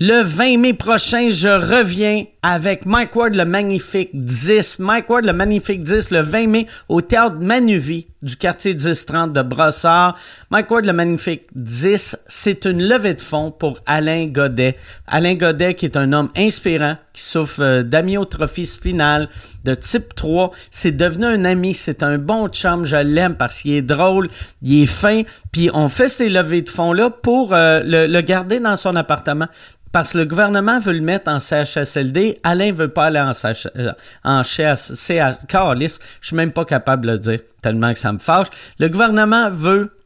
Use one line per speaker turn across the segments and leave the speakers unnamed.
Le 20 mai prochain, je reviens avec Mike Ward le Magnifique 10. Mike Ward le Magnifique 10 le 20 mai au théâtre Manuvie du quartier 1030 de Brossard. Mike Ward le Magnifique 10, c'est une levée de fonds pour Alain Godet. Alain Godet qui est un homme inspirant qui souffre euh, d'amyotrophie spinale de type 3. C'est devenu un ami, c'est un bon chum, je l'aime parce qu'il est drôle, il est fin. Puis on fait ces levées de fonds-là pour euh, le, le garder dans son appartement parce que le gouvernement veut le mettre en CHSLD. Alain veut pas aller en, CH, euh, en CH, CH Carlis. Je suis même pas capable de le dire tellement que ça me fâche. Le gouvernement veut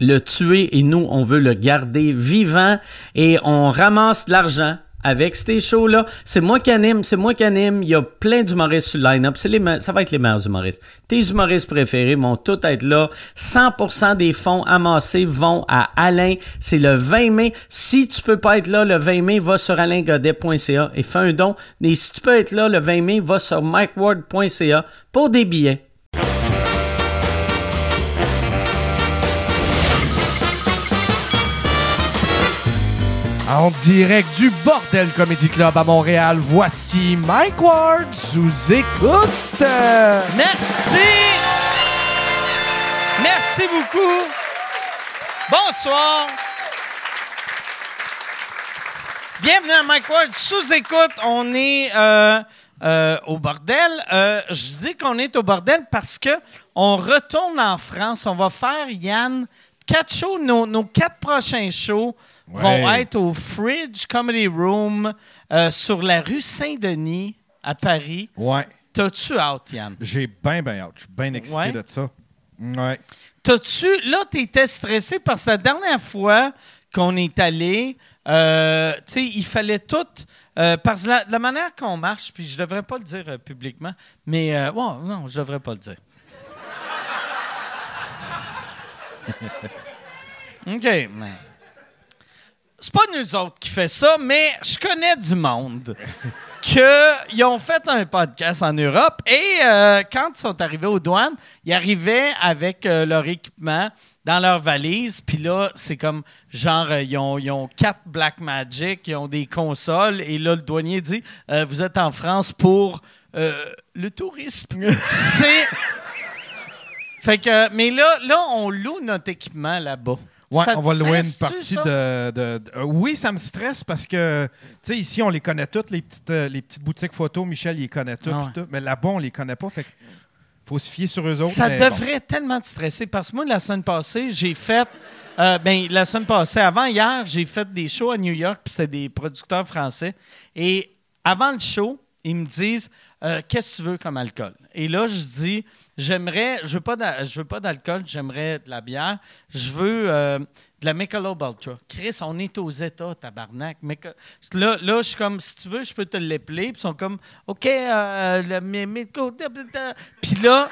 le tuer et nous, on veut le garder vivant et on ramasse de l'argent avec ces shows-là. C'est moi qui anime, c'est moi qui anime. Il y a plein d'humoristes sur le line-up. C'est les me- ça va être les meilleurs humoristes. Tes humoristes préférés vont tous être là. 100% des fonds amassés vont à Alain. C'est le 20 mai. Si tu peux pas être là le 20 mai, va sur alaingodet.ca et fais un don. Et si tu peux être là le 20 mai, va sur mikeward.ca pour des billets.
En direct du Bordel Comedy Club à Montréal, voici Mike Ward sous écoute. Euh,
Merci! Merci beaucoup! Bonsoir! Bienvenue à Mike Ward sous écoute. On est euh, euh, au bordel. Euh, je dis qu'on est au bordel parce que on retourne en France. On va faire, Yann, quatre shows. Nos, nos quatre prochains shows vont
Ouais.
être au Fridge Comedy Room euh, sur la rue Saint-Denis à Paris.
Ouais.
T'as-tu out, Yann?
J'ai bien, bien hâte. Je suis bien excité
Ouais.
de ça. Ouais.
T'as-tu. Là, t'étais stressé parce que la dernière fois qu'on est allé, euh, tu sais, il fallait tout. euh, parce que la, la manière qu'on marche, puis je devrais pas le dire euh, publiquement, mais. euh, ouais, non, je devrais pas le dire. OK, mais. C'est pas nous autres qui fait ça, mais je connais du monde qu'ils ont fait un podcast en Europe et euh, quand ils sont arrivés aux douanes, ils arrivaient avec euh, leur équipement dans leur valise. Puis là, c'est comme genre, euh, ils, ont, ils ont quatre Black Magic, ils ont des consoles. Et là, le douanier dit euh, Vous êtes en France pour euh, le tourisme. c'est. Fait que, mais là, là, on loue notre équipement là-bas.
Ouais,
Ça
on
te
va louer une
stresse-tu,
partie
ça?
de, de- de- euh, Oui, ça me stresse parce que, tu sais, ici, on les connaît toutes, les petites, euh, les petites boutiques photo. Michel, il les connaît toutes.
Ah
pis tout. Mais là-bas, on les connaît pas. Fait que faut se fier sur eux autres.
Ça
mais bon.
devrait tellement te stresser parce que moi, la semaine passée, j'ai fait. euh, ben, la semaine passée, avant hier, j'ai fait des shows à New York, puis c'est des producteurs français. Et avant le show, ils me disent euh, Qu'est-ce que tu veux comme alcool Et là, je dis J'aimerais, je veux pas d'a- je veux pas d'alcool, j'aimerais de la bière, je veux euh, de la Michelob Ultra. Chris, on est aux États, tabarnak. Miche- Là, là, je suis comme Si tu veux, je peux te l'épeler. Puis ils sont comme OK, euh, le mi- Michelob. Puis là,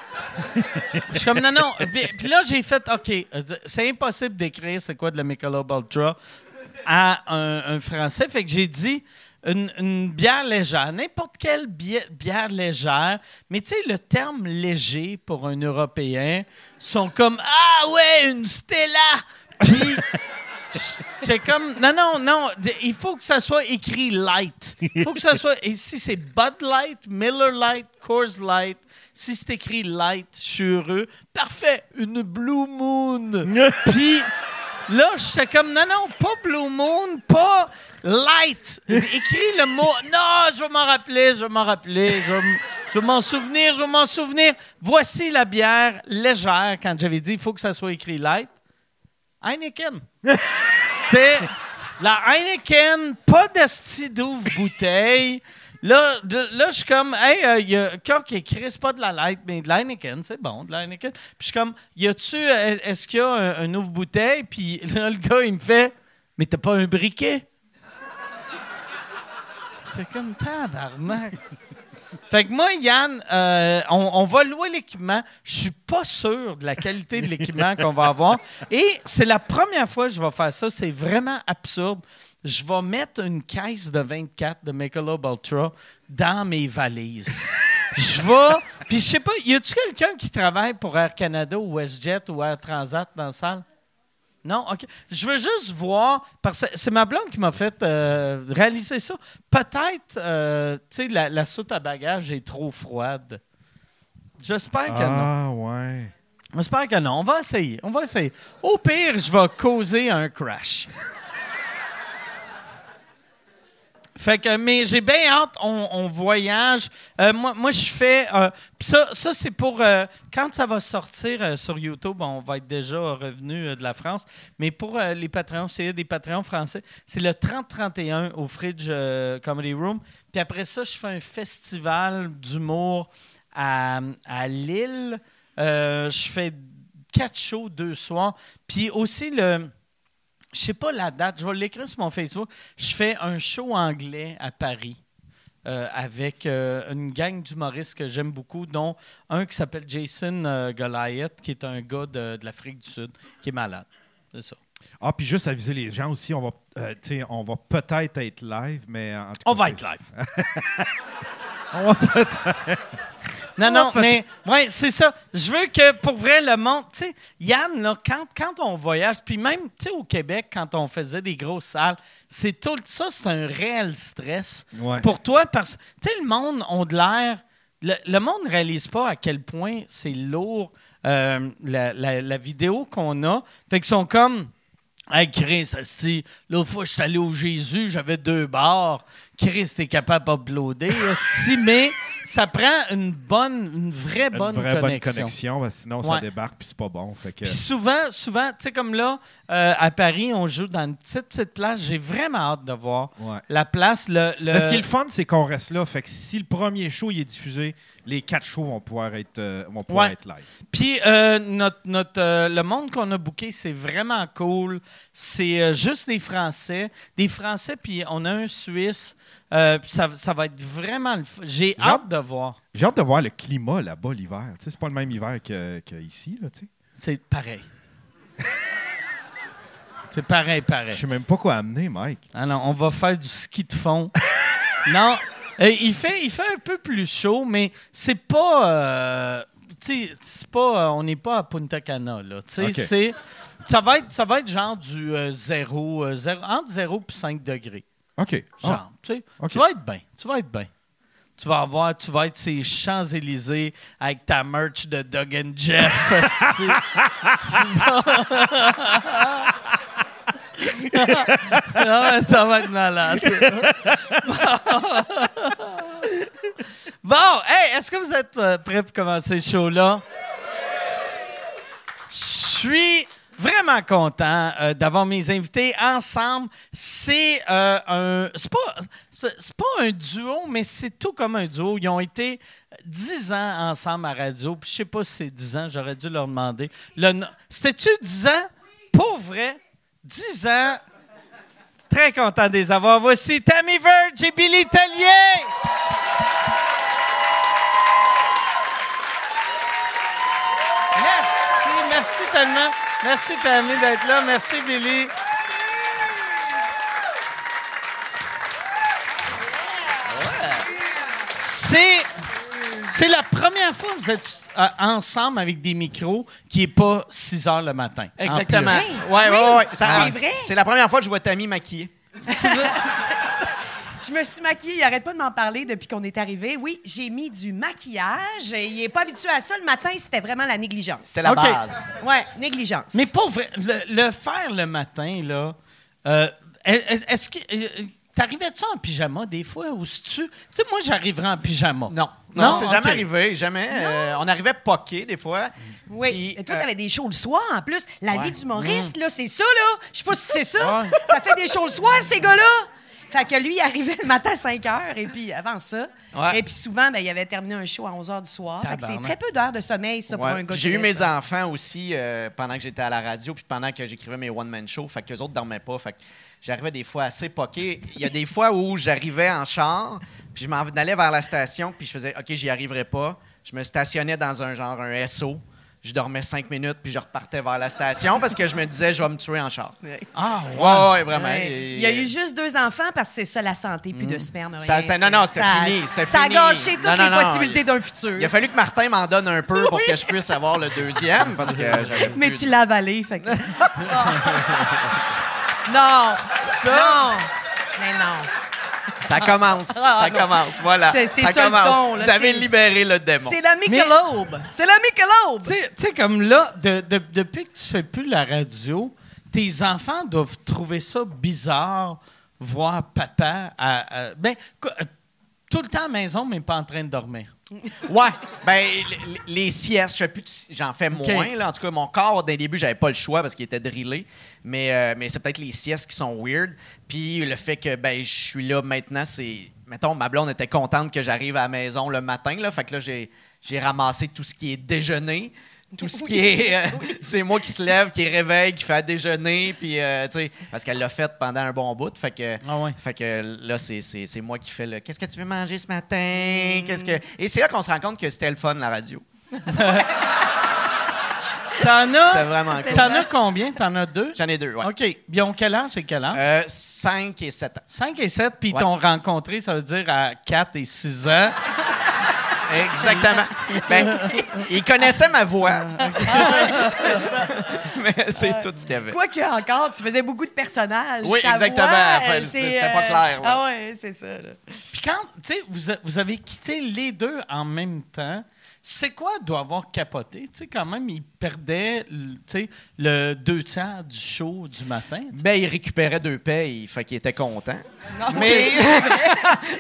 je suis comme, non, non. Puis, puis là, j'ai fait, OK, euh, c'est impossible d'écrire c'est quoi de la Michelob Ultra à un, un Français. Fait que j'ai dit une, une bière légère, n'importe quelle bière, bière légère. Mais tu sais, le terme léger pour un Européen, sont comme, ah ouais, une Stella. Puis, j'ai comme, non, non, non, d- il faut que ça soit écrit light. Il faut que ça soit, et si c'est Bud Light, Miller Light, Coors Light, si c'est écrit light, je suis heureux. Parfait, une Blue Moon. Puis là, j'étais comme, non, non, pas Blue Moon, pas light. Écris le mot. Non, je vais m'en rappeler, je vais m'en rappeler, je vais m- je vais m'en souvenir, je vais m'en souvenir. Voici la bière légère, quand j'avais dit, il faut que ça soit écrit light. Heineken. C'était la Heineken, pas d'asti d'ouvre bouteille. Là, de- là je suis comme, hey, euh, y a Cork et Chris, pas de la light, mais de l'Heineken, c'est bon, de l'Heineken. Puis je suis comme, y a-tu, euh, est-ce qu'il y a un, un ouvre bouteille? Puis là, le gars, il me fait, mais t'as pas un briquet? C'est comme, tabarnak. Fait que moi, Yann, euh, on, on va louer l'équipement. Je suis pas sûr de la qualité de l'équipement qu'on va avoir. Et c'est la première fois que je vais faire ça. C'est vraiment absurde. Je vais mettre une caisse de 24 de Michelob Ultra dans mes valises. Je vais... Puis je sais pas, y a-tu quelqu'un qui travaille pour Air Canada ou WestJet ou Air Transat dans la salle? Non, OK. Je veux juste voir, parce que c'est ma blonde qui m'a fait euh, réaliser ça. Peut-être, euh, tu sais, la, la soute à bagages est trop froide. J'espère que non.
Ah, ouais.
J'espère que non. On va essayer. On va essayer. Au pire, je vais causer un crash. Fait que, mais j'ai bien hâte, on, on voyage. Euh, moi, moi, je fais. euh, pis ça, ça c'est pour. euh, quand ça va sortir euh, sur YouTube, on va être déjà revenu euh, de la France. Mais pour euh, les Patreons, c'est des Patreons français, c'est le 30-31 au Fridge euh, Comedy Room. Puis après ça, je fais un festival d'humour à, à Lille. Euh, je fais quatre shows, deux soirs. Puis aussi, le. Je sais pas la date, je vais l'écrire sur mon Facebook. Je fais un show anglais à Paris euh, avec euh, une gang d'humoristes que j'aime beaucoup, dont un qui s'appelle Jason euh, Goliath, qui est un gars de, de l'Afrique du Sud, qui est malade. C'est ça.
Ah, puis juste aviser les gens aussi, on va, euh, tu sais, on va peut-être être live, mais en tout
On
cas,
va
c'est-
être live.
On va peut-être.
Non, non, mais ouais, c'est ça. Je veux que pour vrai, le monde. Tu sais, Yann, là, quand, quand on voyage, puis même tu sais, au Québec, quand on faisait des grosses salles, c'est tout ça, c'est un réel stress
Ouais.
pour toi parce que tu sais, le monde a de l'air. Le, le monde ne réalise pas à quel point c'est lourd euh, la, la- la vidéo qu'on a. Fait qu'ils sont comme. Hey Chris, asti, l'autre fois, je suis allé au Jésus, j'avais deux bars. Chris, t'es capable d'uploader, asti, mais ça prend une bonne, une vraie,
Une
bonne, connexion.
vraie bonne connexion, parce que sinon
Ouais.
ça débarque puis c'est pas bon. Fait que,
Puis souvent, souvent, tu sais, comme là, euh, à Paris, on joue dans une petite, petite place. J'ai vraiment hâte de voir
Ouais.
la place. Le, le-
Mais ce qui est le fun, c'est qu'on reste là. Fait que si le premier show il est diffusé, les quatre shows vont pouvoir être, euh, vont pouvoir
Ouais.
être live.
Puis euh, notre, notre, euh, le monde qu'on a booké, c'est vraiment cool. C'est euh, juste des Français. Des Français, puis on a un Suisse. Euh, puis ça, ça va être vraiment le fun. J'ai
Genre-
hâte de voir.
J'ai hâte de voir le climat là-bas l'hiver. Tu sais, c'est pas le même hiver que- qu'ici. là, tu sais.
C'est pareil. c'est pareil,
Je
pareil.
sais même pas quoi amener, Mike.
Ah non, on va faire du ski de fond. non, euh, il, fait, il fait un peu plus chaud, mais c'est pas. euh, tu sais, c'est pas. euh, on n'est pas à Punta Cana, là. Tu sais,
Ok.
c'est. Ça va, être, ça va être genre du euh, 0, entre 0 et 5 degrés.
OK. Ah,
Genre, tu sais.
Ok.
Tu vas être bien. Tu vas être bien. Tu vas avoir, tu vas être ces Champs-Élysées avec ta merch de Doug and Jeff. esti. Tu vas- non, mais ça va être malade. bon, hey, est-ce que vous êtes euh, prêts pour commencer ce show-là? Je suis vraiment content euh, d'avoir mes invités ensemble. C'est euh, un. C'est pas. c'est- c'est pas un duo, mais c'est tout comme un duo. Ils ont été 10 ans ensemble à radio. Puis je sais pas si c'est 10 ans, j'aurais dû leur demander. Le no- C'était-tu 10 ans? Pour vrai, 10 ans. Très content de les avoir. Voici Tammy Verge et Billy Tellier. Merci, merci tellement. Merci, Tammy, d'être là. Merci, Billy. C'est, c'est la première fois que vous êtes euh, ensemble avec des micros qui n'est pas 6 heures le matin. en
Exactement.
plus.
Ouais,
Oui,
ouais, ouais.
c'est vrai.
C'est la première fois que je vois Tammy maquillée.
Je me suis maquillée, il arrête pas de m'en parler depuis qu'on est arrivé. Oui, j'ai mis du maquillage. Il est pas habitué à ça le matin, c'était vraiment la négligence.
C'est la
Ok.
base.
Ouais, négligence.
Mais pas vrai. Le, le faire le matin, là, euh, est- est-ce que. euh, T'arrivais-tu en pyjama des fois ou si tu. Tu sais, moi, j'arriverais en pyjama.
Non. Non, c'est
ok.
jamais arrivé, jamais. Euh, on arrivait poqué des fois.
oui,
Puis,
mais toi
euh,
t'avais des shows le soir en plus. La
Ouais. Mmh.
vie d'humoriste là, c'est ça là. Je sais pas si c'est ça.
Ouais.
ça fait des shows le soir ces gars-là. Fait que lui, il arrivait le matin à 5 h et puis avant ça.
Ouais.
Et puis souvent, ben, il avait terminé un show à 11 h du soir. Fait que c'est
Tabarnak.
très peu d'heures de hein? sommeil, ça, pour
ouais.
un gars
J'ai
qui
eu
fait
mes
ça.
enfants aussi euh, pendant que j'étais à la radio puis pendant que j'écrivais mes one-man shows. Fait qu'eux autres dormaient pas. Fait que j'arrivais des fois assez poqué. Il y a des fois où j'arrivais en char puis je m'en allais vers la station puis je faisais OK, j'y arriverai pas. Je me stationnais dans un genre, un SO. je dormais cinq minutes, puis je repartais vers la station parce que je me disais, je vais me tuer en char.
Ah, ouais.
Ouais, ouais, vraiment. Et-
Euh, Il y a eu juste deux enfants parce que c'est ça la santé, plus de sperme.
Hmm. Ça-
rien,
ça- non,
c'est-
non, c'était
ça-
fini, c'était
Ça a
fini.
gâché toutes
Non, non,
les
non,
possibilités
il-
d'un futur.
Il a fallu que Martin m'en donne un peu pour que je puisse avoir le deuxième parce que j'avais
Mais
plus
tu
de-
l'as avalé, fait que. Ah. non! Non! Mais non!
Ça commence,
Ah,
ça
non.
commence, voilà.
C'est- c'est
ça
ça le
commence.
ton, là,
Vous avez
c'est-
libéré le démon.
C'est la Michelob! C'est la Michelob!
Tu sais- tu sais, comme là, de- de- depuis que tu fais plus la radio, tes enfants doivent trouver ça bizarre, voir papa à, à- ben, co- euh, tout le temps à la maison, mais pas en train de dormir.
Ouais. Ben, l- l- les siestes, je fais plus de si- j'en fais moins. Là. En tout cas, mon corps, dès le début, j'avais pas le choix parce qu'il était drillé. Mais, euh, mais c'est peut-être les siestes qui sont weird. Puis le fait que ben, je suis là maintenant, c'est. Mettons, ma blonde était contente que j'arrive à la maison le matin. Là. Fait que là, j'ai, j'ai ramassé tout ce qui est déjeuner. Tout ce qui est. euh, c'est moi qui se lève, qui réveille, qui fait à déjeuner. Puis, euh, tu sais, parce qu'elle l'a fait pendant un bon bout. Fait que,
Ah ouais.
fait que là, c'est- c'est c'est moi qui fais le Qu'est-ce que tu veux manger ce
Mm.
matin? Qu'est-ce que. Et c'est là qu'on se rend compte que c'était le fun, la radio.
T'en
C'était
as,
vraiment cool.
t'en as combien? T'en as deux?
J'en ai deux, ouais.
Ah, OK. Puis ils ont quel âge et quel âge?
Euh, cinq et sept ans.
5 et 7, puis ils
ouais.
t'ont rencontré, ça veut dire à 4 et 6 ans.
Exactement. ben, ils connaissaient ma voix.
Ah,
Mais c'est tout ce qu'il y avait.
Quoi que encore, tu faisais beaucoup de personnages.
Oui,
Ta
exactement.
voix,
Enfin,
elle,
c'était-
c'est,
c'était pas
euh,
clair, là.
Ah ouais, c'est ça. là.
Puis quand, tu sais, vous, a- vous avez quitté les deux en même temps, c'est quoi doit avoir capoté? Tu sais, quand même, il perdait, tu sais, le deux tiers du show du matin. tu sais.
Ben, il récupérait deux payes, fait qu'il était content.
Non,
Mais-
c'est vrai.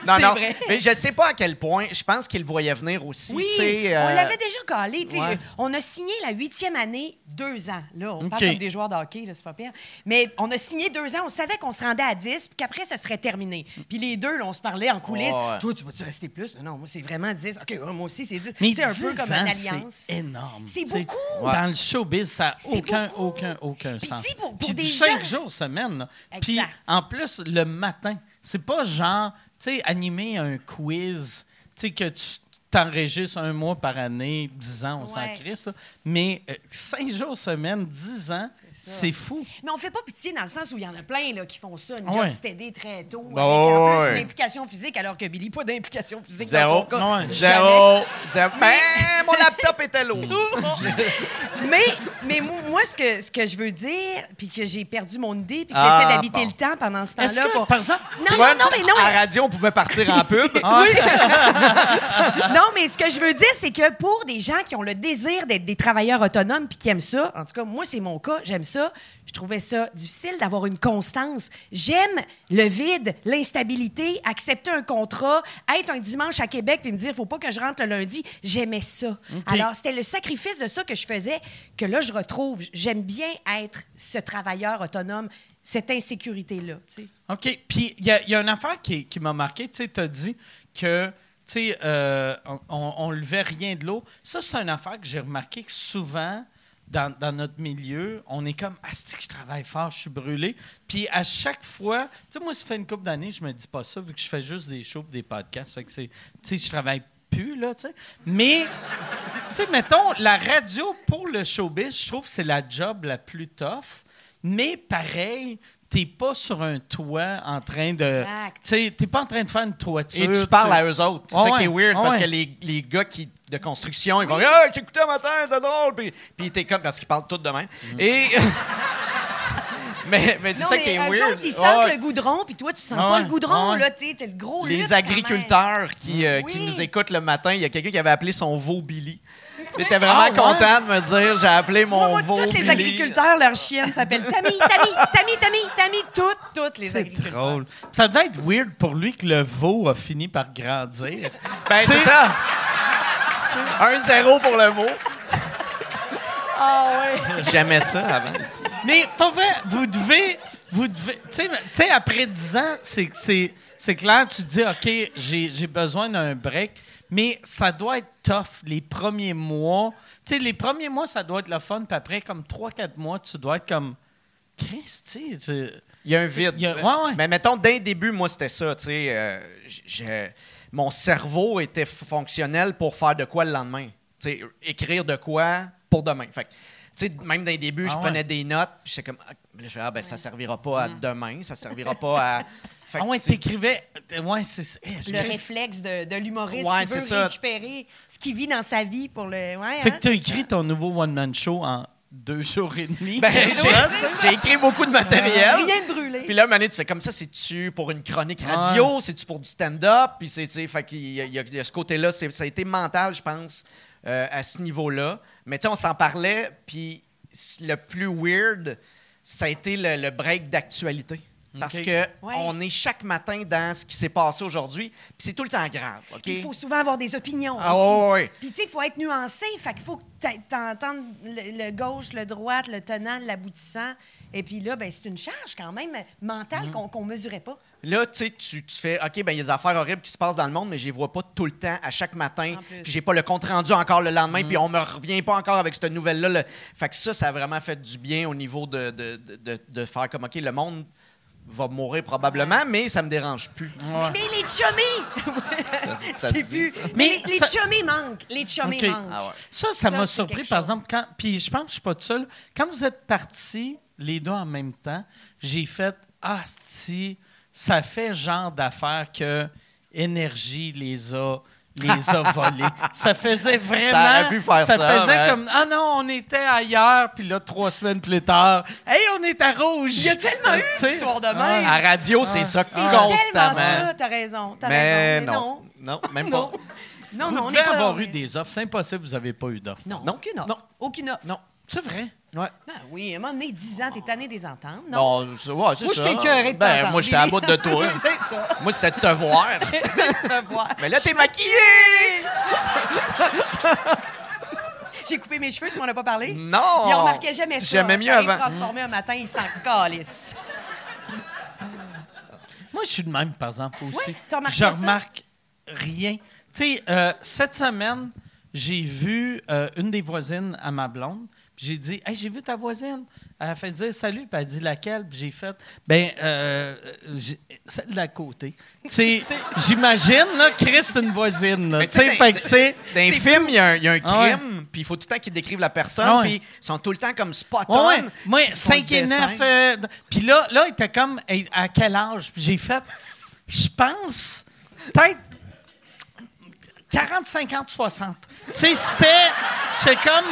Non,
C'est
non.
vrai.
Mais je sais pas à quel point. Je pense qu'il le voyait venir aussi.
Oui,
tu sais,
on
euh,
l'avait déjà calé. tu sais,
ouais.
je- On a signé la huitième année, deux ans. Là, on
OK.
parle comme des joueurs de hockey, là, c'est pas pire. Mais on a signé deux ans, on savait qu'on se rendait à 10, puis qu'après, ce serait terminé. Puis les deux, là, on se parlait en coulisses.
Ouais, ouais.
Toi, tu vas-tu rester plus? Non, Non, moi, c'est vraiment 10. OK, ouais, moi aussi, c'est 10.
Mais
Tu sais, un peu
10
comme une
ans,
alliance.
C'est énorme.
C'est
tu sais.
beaucoup.
Dans le showbiz, ça n'a
C'est
aucun,
beaucoup.
aucun, aucun
Puis
sens.
dis, pour- pour
Puis
des
du cinq
gens.
jours semaine. là.
Exact.
Puis en plus, le matin, c'est pas genre, tu sais, animer un quiz, tu sais, que tu t'enregistres un mois par année, 10 ans, on s'en
Ouais.
crée ça. Mais euh, cinq jours semaine, 10 ans,
ça.
c'est fou.
Mais on fait pas pitié dans le sens où il y en a plein là, qui font ça, une
Ouais.
job stédée très tôt, avec
Oh,
en plus
ouais.
une implication physique, alors que Billy, pas d'implication physique dans
Zéro.
son cas.
Ouais.
Zéro. Zéro. Ben, mon laptop était lourd.
Mais, mais mo- moi, ce que, ce que je veux dire, puis que j'ai perdu mon idée, puis que
Ah,
j'essaie d'habiter
bon.
le temps pendant ce
Est-ce
temps-là.
que,
pour-
par exemple,
Tu Ah,
Non,
vois,
non, non, mais non.
À radio, on pouvait partir en pub.
Non, mais ce que je veux dire, c'est que pour des gens qui ont le désir d'être des travailleurs autonomes puis qui aiment ça, en tout cas, moi, c'est mon cas, j'aime ça. Je trouvais ça difficile d'avoir une constance. J'aime le vide, l'instabilité, accepter un contrat, être un dimanche à Québec puis me dire, faut pas que je rentre le lundi. J'aimais ça. Alors, c'était le sacrifice de ça que je faisais que là, je retrouve. J'aime bien être ce travailleur autonome, cette insécurité-là, tu sais.
OK. Puis il y, a- il y a une affaire qui, qui m'a marqué. Tu sais, tu as dit que, tu sais, euh, on- on, on levait rien de l'eau. Ça, c'est une affaire que j'ai remarqué que souvent, dans, dans notre milieu, on est comme, asti que je travaille fort, je suis brûlé. Puis à chaque fois, tu sais, moi, ça fait une couple d'années, je me dis pas ça, vu que je fais juste des shows, pis des podcasts. Fait que c'est, tu sais, je travaille plus, là, tu sais. Mais, tu sais, mettons, la radio pour le showbiz, je trouve que c'est la job la plus tough. Mais pareil, t'es pas sur un toit en train de.
Exact.
Tu sais, t'es pas en train de faire une toiture.
Et tu parles
sais.
à eux autres. C'est
Ah
ça qui
ouais,
est weird,
ah
parce
ouais.
que les, les gars qui, de construction, ils vont dire Hey, j'écoutais un matin, c'est drôle. Puis, puis t'es comme, parce qu'ils parlent tout de même.
Mm.
Et. mais mais c'est
Non,
ça
mais
qui est
eux
weird.
autres, ils
Ah
sentent
ouais.
le goudron, puis toi, tu sens
Ah
pas
ouais,
le goudron,
ah ouais.
là, tu sais, t'as le gros luxe,
Les
quand même.
agriculteurs qui, euh, qui
Oui.
nous écoutent le matin, il y a quelqu'un qui avait appelé son veau Billy. J'étais vraiment content de me dire j'ai appelé mon
Ah, Moi, moi,
veau
tous
Billy.
les agriculteurs, leur chienne s'appelle Tammy, Tammy, Tammy, Tammy, Tammy, toutes, toutes les
C'est
agriculteurs.
drôle. Ça devait être weird pour lui que le veau a fini par grandir.
Ben, c'est
C'est-
ça. Un zéro pour le mot.
Ah ouais.
J'aimais ça avant ici.
Mais pas vrai, vous devez. Vous devez. Tu sais, mais- tu sais, après 10 ans, c'est- c'est c'est clair, tu dis, OK, j'ai j'ai besoin d'un break, mais ça doit être tough les premiers mois. Tu sais, les premiers mois, ça doit être le fun, puis après, comme 3-4 mois, tu dois être comme. Christy, tu.
Il y a un vide.
Il y a- ouais, ouais.
Mais mettons, dès le début, moi, c'était ça. Tu sais, euh, j- j'ai- mon cerveau était f- fonctionnel pour faire de quoi le lendemain. Tu sais, euh, écrire de quoi, pour demain. Fait que, tu sais, même d'un début,
Ah,
je prenais des notes, puis j'étais comme, ah, là, je fais, ah, ben, ça servira pas à demain, ça servira pas à. Fait que,
Mm. Ah ouais,
tu sais,
t'écrivais. Ouais, c'est ça. Eh, je-
Le réflexe de, de l'humoriste
Ouais,
qui
c'est
veut
ça.
récupérer ce qu'il vit dans sa vie pour le. Ouais,
Fait
hein,
que t'as
c'est
écrit ton nouveau one-man show en deux jours et demi.
ben, j'ai- j'ai écrit beaucoup de matériel.
ça. Rien de brûlé.
Puis là, Mané, tu fais comme ça, c'est-tu pour une chronique radio, c'est-tu pour du stand-up? Puis c'est, tu sais, fait qu'il y a- il y, a- il y a ce côté-là, c'est- ça a été mental, je pense, euh, à ce niveau-là. Mais tu sais, on s'en parlait, puis c- le plus weird, ça a été le, le break d'actualité. Parce
Ok.
que on est chaque matin dans ce qui s'est passé aujourd'hui, puis c'est tout le temps grave, OK?
Puis Il faut souvent avoir des opinions.
Ah,
aussi.
ouais, ouais.
Puis, tu sais, il faut être nuancé. Fait qu'il faut que t'a- t'entendes le, le gauche, le droite, le tenant, l'aboutissant. Et puis là, ben, c'est une charge quand même
Mm.
mentale qu'on qu'on mesurait pas.
Là, tu sais, tu tu fais, OK, ben il y a des affaires horribles qui se passent dans le monde, mais je les vois pas tout le temps, à chaque matin.
En plus. Mm.
Puis j'ai pas le compte rendu encore le lendemain, puis on me revient pas encore avec cette nouvelle-là. le- Fait que ça, ça a vraiment fait du bien au niveau de, de, de- de- de faire comme, OK, le monde va mourir probablement, mais ça me dérange plus.
Mais les chummies!
ça
c'est
dit,
plus.
ça.
Mais
Mais
les, les
ça-
chummies manquent. Les chummies
Ok.
manquent.
Ah ouais.
Ça, ça m'a
c'est
surpris,
quelque
par
chose.
exemple, quand. Puis je pense que je suis pas tout seul. Quand vous êtes partis, les deux en même temps, j'ai fait Ah, si, ça fait genre d'affaires que Énergie les a. Les a volés. Ça faisait vraiment.
aurait pu faire ça,
faisait
mais-
comme. Ah non, on était ailleurs, puis là, trois semaines plus tard, hey, on est à rouge. Euh,
Il y a tellement eu
Tu sais,
d'histoires de même.
À radio, c'est ça
Ah. c'est tellement
constamment.
ça, t'as raison. T'as
Mais
raison. Mais non.
non. Non, même
Non.
pas.
Non,
Vous
non, on
devez
est pas-
avoir eu des offres. C'est impossible, vous n'avez pas eu d'offres.
Non,
Non.
aucune offre.
Non.
Aucune offre.
Non.
C'est vrai.
Ben oui, à un moment donné, 10 ans, t'es tanné des ententes. Non.
Non, c'est ouais, c'est
Moi,
ça.
j'étais écœuré de
Ben,
t'entendre,
moi, j'étais à
Billy.
bout de toi.
c'est ça.
moi, c'était de te voir.
te voir.
Mais là, t'es maquillée!
J'ai coupé mes cheveux, tu m'en as pas parlé?
Non!
Ils remarquaient jamais ça.
J'aimais mieux
T'arrives
avant.
transformé un matin, ils s'en calissent.
Moi, je suis de même, par exemple, aussi.
Ouais, t'as remarqué
je
ça?
remarque rien. Tu sais, euh, cette semaine, j'ai vu euh, une des voisines à ma blonde. puis J'ai dit, hey, j'ai vu ta voisine. Elle a fait dire salut, puis elle a dit laquelle. Puis j'ai fait, ben, euh, j'ai- celle de la côté. Tu sais, j'imagine, là, Chris, c'est une voisine. là.
Mais
Tu sais,
t'sais,
fait que c'est.
Dans les films, il y, a un- il y a un
Ah ouais.
crime, puis il faut tout le temps qu'ils décrivent la personne,
Ah ouais.
puis ils sont tout le temps comme spot
Ouais,
on.
ouais. Moi,
Ils font
5
le
et euh,
dessin.
9. Puis là, là, il était comme, Hey, à quel âge? Puis j'ai fait, je pense, peut-être 40, 50, 60. Tu sais, c'était, c'est comme,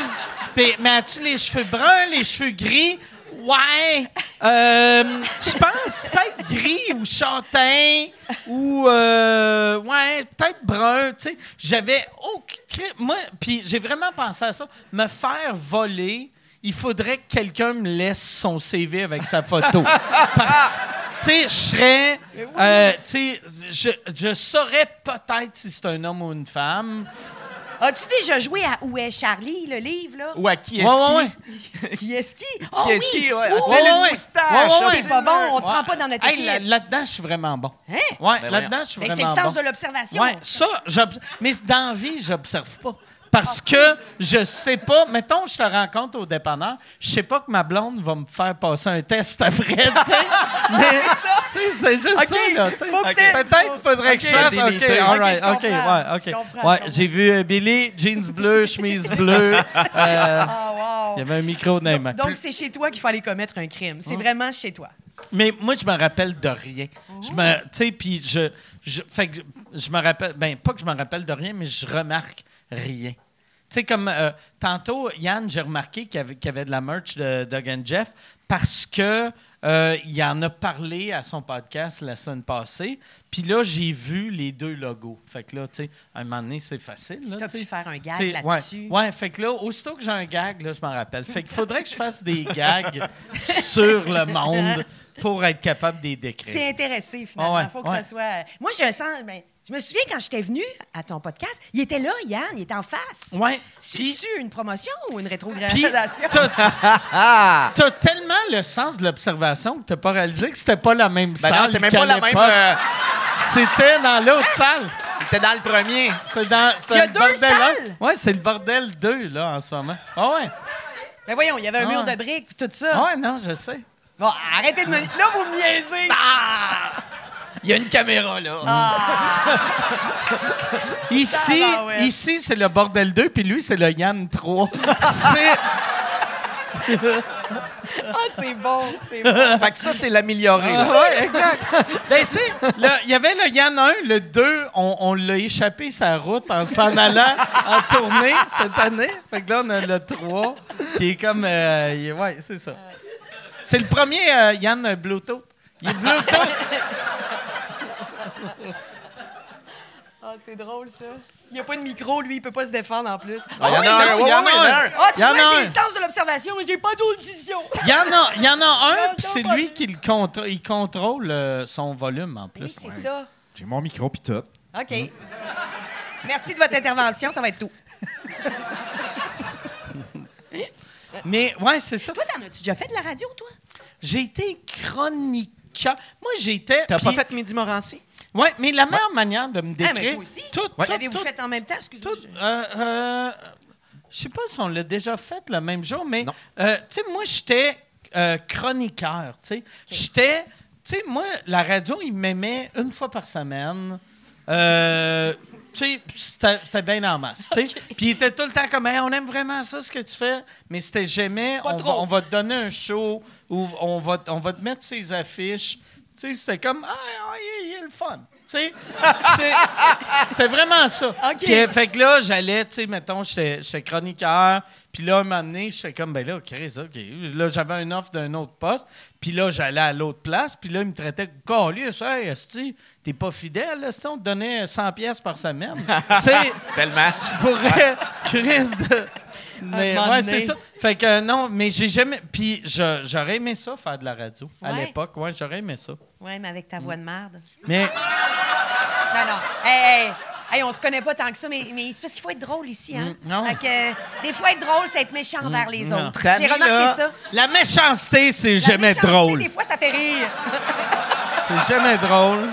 mais, mais as-tu les cheveux bruns, les cheveux gris? Ouais, Euh, je pense peut-être gris ou châtain ou euh, ouais peut-être brun. Tu sais, j'avais aucun moi, puis j'ai vraiment pensé à ça. Me faire voler, il faudrait que quelqu'un me laisse son CV avec sa photo. Parce tu sais, je serais. euh, tu sais, je, je saurais peut-être si c'est un homme ou une femme.
As-tu déjà joué à Où est Charlie, le livre, là?
Ou à qui est-ce
Ouais, ouais, ouais.
Qui est-ce qui? Oh
Qui
oui!
est-ce qui, ouais.
Ouh!
Tu sais,
Ouais,
une
ouais.
moustache,
Ouais, ouais,
t'es
Bah,
pas bon, on te prend pas dans notre
Hey, là-
équipe.
là-dedans, je suis vraiment bon.
Hein?
Ouais,
Ben
là-dedans, je suis
Ben,
vraiment
c'est
bon.
le sens de l'observation.
Ouais, ça, j'obs- mais dans la vie, j'observe pas. Parce
Ah.
que je sais pas, mettons, je te rencontre au dépanneur, je sais pas que ma blonde va me faire passer un test après, tu sais.
Ah,
mais, tu sais, c'est juste
Ok,
ça, là, tu sais.
faut que t'aies-
Peut-être qu'il faudrait que je
Ok,
fasse.
délité.
OK, all
Ok,
right,
je
OK,
comprends, je
ouais, OK.
comprends,
Ouais,
je comprends.
j'ai vu euh, Billy, jeans bleus, chemise bleue. euh,
Ah, wow.
il y avait un micro dans les mains.
Donc, c'est chez toi qu'il faut aller commettre un crime. C'est vraiment chez toi.
Mais moi, je me rappelle de rien. Je me, tu sais, puis je, je, fait que je, je me rappelle, ben pas que je me rappelle de rien, mais je remarque rien. Tu sais, comme euh, tantôt, Yann, j'ai remarqué qu'il y, avait, qu'il y avait de la merch de Doug and Jeff parce que euh, il en a parlé à son podcast la semaine passée. Puis là, j'ai vu les deux logos. Fait que là, tu sais, à un moment donné, c'est facile. là,
T'as
tu sais.
pu faire un gag
Tu sais,
là-dessus.
Ouais, ouais, fait que là, aussitôt que j'ai un gag, là, je m'en rappelle. Fait qu'il faudrait que je fasse des gags sur le monde pour être capable de les décrire.
C'est intéressé, finalement.
Ah ouais,
faut que
ouais.
ça soit. euh, Moi, je sens. ben, je me souviens quand j'étais venue à ton podcast, il était là, Yann, il était en face.
Ouais. Puis-
C'est-tu une promotion ou une
Puis,
rétrogradation?
t'as
Ah,
t'as tellement le sens de l'observation que t'as pas réalisé que c'était pas la même
Ben
salle.
non, c'est même
qu'à
pas la même.
l'époque.
euh,
C'était dans l'autre salle.
T'es dans le premier.
C'est dans,
Il y a
le
deux
bordel un.
salles?
Ouais, c'est le bordel 2, là, en ce moment. Ah ouais.
Mais Ben, voyons, il y avait un
Ah
mur
ouais.
de briques puis tout ça.
Ah ouais, non, je sais.
Bon, arrêtez de me. Là, vous me niaisez.
Il y a une caméra là.
Ici,
Tabarouette.
ici c'est le bordel 2, puis lui, c'est le Yann 3. c'est...
Ah, c'est bon, c'est bon.
Fait que ça, c'est
Ah.
l'amélioré. là.
Oui, exact. Ben, c'est- le- Il y avait le Yann 1, le 2, on, on l'a échappé sa route en s'en allant en tournée cette année. Fait que là, on a le 3, qui est comme. euh, il- ouais, c'est ça. C'est le premier euh, Yann euh, Bluetooth. Il est Bluetooth.
Ah, c'est drôle, ça. Il n'y a pas de micro, lui, il peut pas se défendre en plus.
Ah, il y en a un,
non, il
ouais,
y en a
ouais, il y en a
un.
un.
Ah, tu
Il y en
vois,
a
j'ai
un.
le sens de l'observation, mais j'ai pas d'audition.
Il y, en a- il y en a un,
Non,
puis c'est
non, pas
lui qui le contr- il contrôle euh, son volume en plus.
Oui, c'est
Ouais.
ça.
J'ai mon micro pis tout.
OK. Merci de votre intervention, ça va être tout.
Mais ouais, c'est ça.
Toi, t'en as-tu déjà fait de la radio, toi?
J'ai été chroniqueur. Moi, j'étais.
T'as pas
puis-
fait Midi Morancy?
Ouais, mais la meilleure manière de me décrire.
Ah, mais toi aussi?
Tout, tout,
L'avez-vous
tout,
fait en même temps?
tout,
Excuse-moi. je-
euh, euh, je sais pas si on l'a déjà fait le même jour, mais
Non.
euh, tu sais, moi, j'étais euh, chroniqueur. Tu sais, j'étais, tu sais, moi, la radio, ils m'aimaient une fois par semaine. Euh, tu sais, c'était c'était bien en masse. tu sais. Puis ils étaient tout le temps comme, Hey, on aime vraiment ça, ce que tu fais, mais c'était jamais,
Pas
on va,
trop.
on va te donner un show où on va, t- on va te mettre ses affiches. Tu sais, c'était comme, ah, ah, il il est le fun. Tu sais, c'est- c'est vraiment ça.
OK.
Puis, fait que là, j'allais, tu sais, mettons, j'étais j'étais chroniqueur. Puis là, un moment donné, j'étais comme, ben là, OK, ça, OK. Là, j'avais une offre d'un autre poste. Puis là, j'allais à l'autre place. Puis là, ils me traitaient, Calius, hey, esti, t'es pas fidèle, là, si on te donnait 100 pièces par semaine. tu sais,
Tellement.
pour euh, Chris de. Mais
moment
ouais,
donné.
c'est ça. Fait que euh, non, mais j'ai jamais. Puis je- j'aurais aimé ça, faire de la radio à
Ouais.
l'époque. Ouais, j'aurais aimé ça.
Ouais, mais avec ta
Mm.
voix de merde.
Mais.
Ah. Non, non. Hey, hey. Hey, on se connaît pas tant que ça, mais, mais c'est parce qu'il faut être drôle ici, hein?
Mm, non. Mm,
Fait que, euh, des fois, être drôle, c'est être méchant envers les
non.
autres.
T'as
J'ai
mis,
remarqué
là,
ça.
La méchanceté, c'est
La
jamais
méchanceté,
drôle.
Des fois, ça fait rire.
C'est jamais drôle.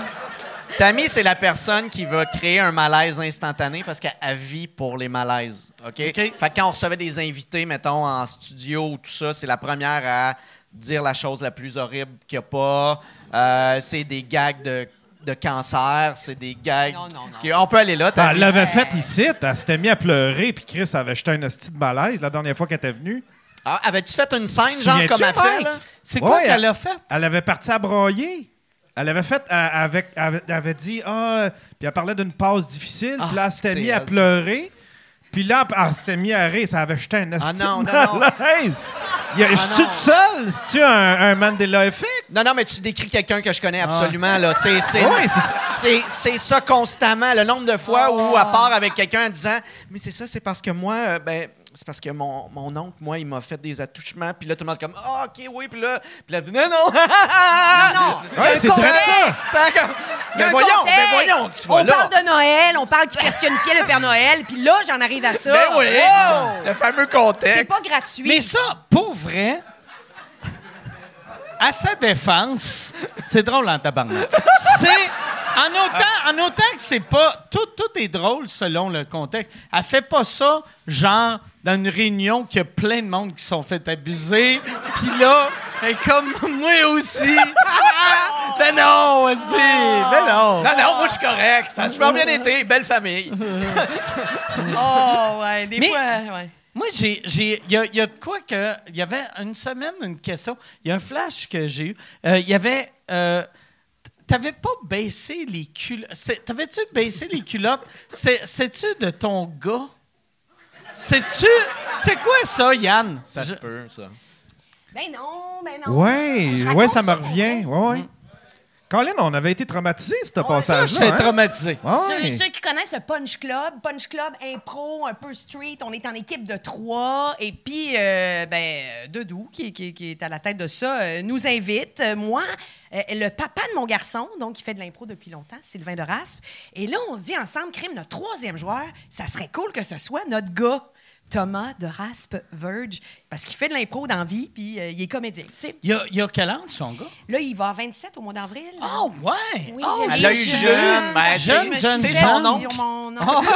Tammy, c'est la personne qui va créer un malaise instantané parce qu'elle vit pour les malaises. OK? Fait que quand on recevait des invités, mettons, en studio ou tout ça, c'est la première à dire la chose la plus horrible qu'il n'y a pas. Euh, c'est des gags de, de cancer, c'est des gags.
Non, non, non.
qui- on peut aller là,
Ah,
Tammy.
elle l'avait fait ici, elle s'était mise à pleurer, puis Chris avait jeté un hostie de malaise la dernière fois qu'elle était venue.
Ah, Avais-tu fait une scène,
Tu
genre,
viens-tu,
comme elle fait,
Mike?
là?
C'est quoi
Ouais,
qu'elle
elle-
a fait?
Elle avait parti à broyer. Elle avait fait, elle, avec, elle avait dit, ah, euh, puis elle parlait d'une passe difficile,
Ah,
puis là, elle
c'est
s'était
que
mise
c'est
à
elle,
pleurer. Puis là, elle s'était mise à rire, ça avait jeté un hostie
Ah non,
de
non, non. Ah,
malaise. Il y a- Je suis
non.
tout seul, c'est-tu un, un Mandela effect?
Non, non, mais tu décris quelqu'un que je
Ah.
connais absolument. là. C'est, c'est,
Oui, c'est ça.
c'est- c'est ça constamment. Le nombre de fois où
Ah.
à part avec quelqu'un en disant Mais c'est ça, c'est parce que moi, euh, ben. C'est parce que mon, mon oncle, moi, il m'a fait des attouchements. Puis là, tout le monde est comme, ah, OK, oui. Puis là, puis là, non, non.
Non.
Ouais, c'est très ça.
C'est comme,
Il y
mais
a un
voyons,
contexte.
mais voyons, tu vois
On
là.
parle de Noël, on parle qu'il personnifiait le Père Noël, puis là, j'en arrive à ça.
Ben oui,
Wow!
le fameux
C'est
contexte.
pas gratuit.
Mais ça, pour vrai, à sa défense, c'est drôle en tabarnak. C'est. En autant, en autant que c'est pas. Tout, tout est drôle selon le contexte. Elle fait pas ça, genre, dans une réunion qu'il y a plein de monde qui sont fait abuser. Puis là, elle est comme moi aussi. ben non, on se dit. Ben non.
Non, non, moi, je suis correct. Ça a super bien été. Belle famille.
Oh, ouais, des
Mais-
fois, euh, ouais.
Moi, j'ai. j'ai- Il y a, il y a de quoi que. Il y avait une semaine, une question. Il y a un flash que j'ai eu. Euh, Il y avait. euh, t- T'avais pas baissé les culottes. c'est- T'avais-tu baissé les culottes? C'est- C'est-tu de ton gars? C'est-tu. C'est quoi ça, Yann?
Ça
Je-
se peut, ça.
Ben non, ben non.
Ouais,
Je
ouais,
raconte
ça me
pour
revient.
vrai.
Ouais, ouais.
Mm.
Colin, on avait été traumatisés, ce
Ça,
passage-là.
j'étais
hein?
traumatisé.
Ouais.
Ceux, ceux qui connaissent le Punch Club, Punch Club impro, un peu street, on est en équipe de trois. Et puis, euh, ben, Dedou, qui, qui- qui est à la tête de ça, euh, nous invite. Euh, moi, euh, le papa de mon garçon, donc qui fait de l'impro depuis longtemps, Sylvain de Raspe. Et là, on se dit ensemble, crime, notre troisième joueur, ça serait cool que ce soit notre gars. Thomas de Raspe Verge, parce qu'il fait de l'impro dans vie, puis euh, il est comédien. tu sais.
Il y a, il y a quel âge, son gars?
Là, il va à 27 au mois d'avril.
Ah, ouais!
Oui,
Ah,
j'ai-
Oh! Elle l'a eu
j'ai-
jeune, mais
Jeune,
je me suis
jeune,
Oh,
fait
jeune.
dire mon oncle.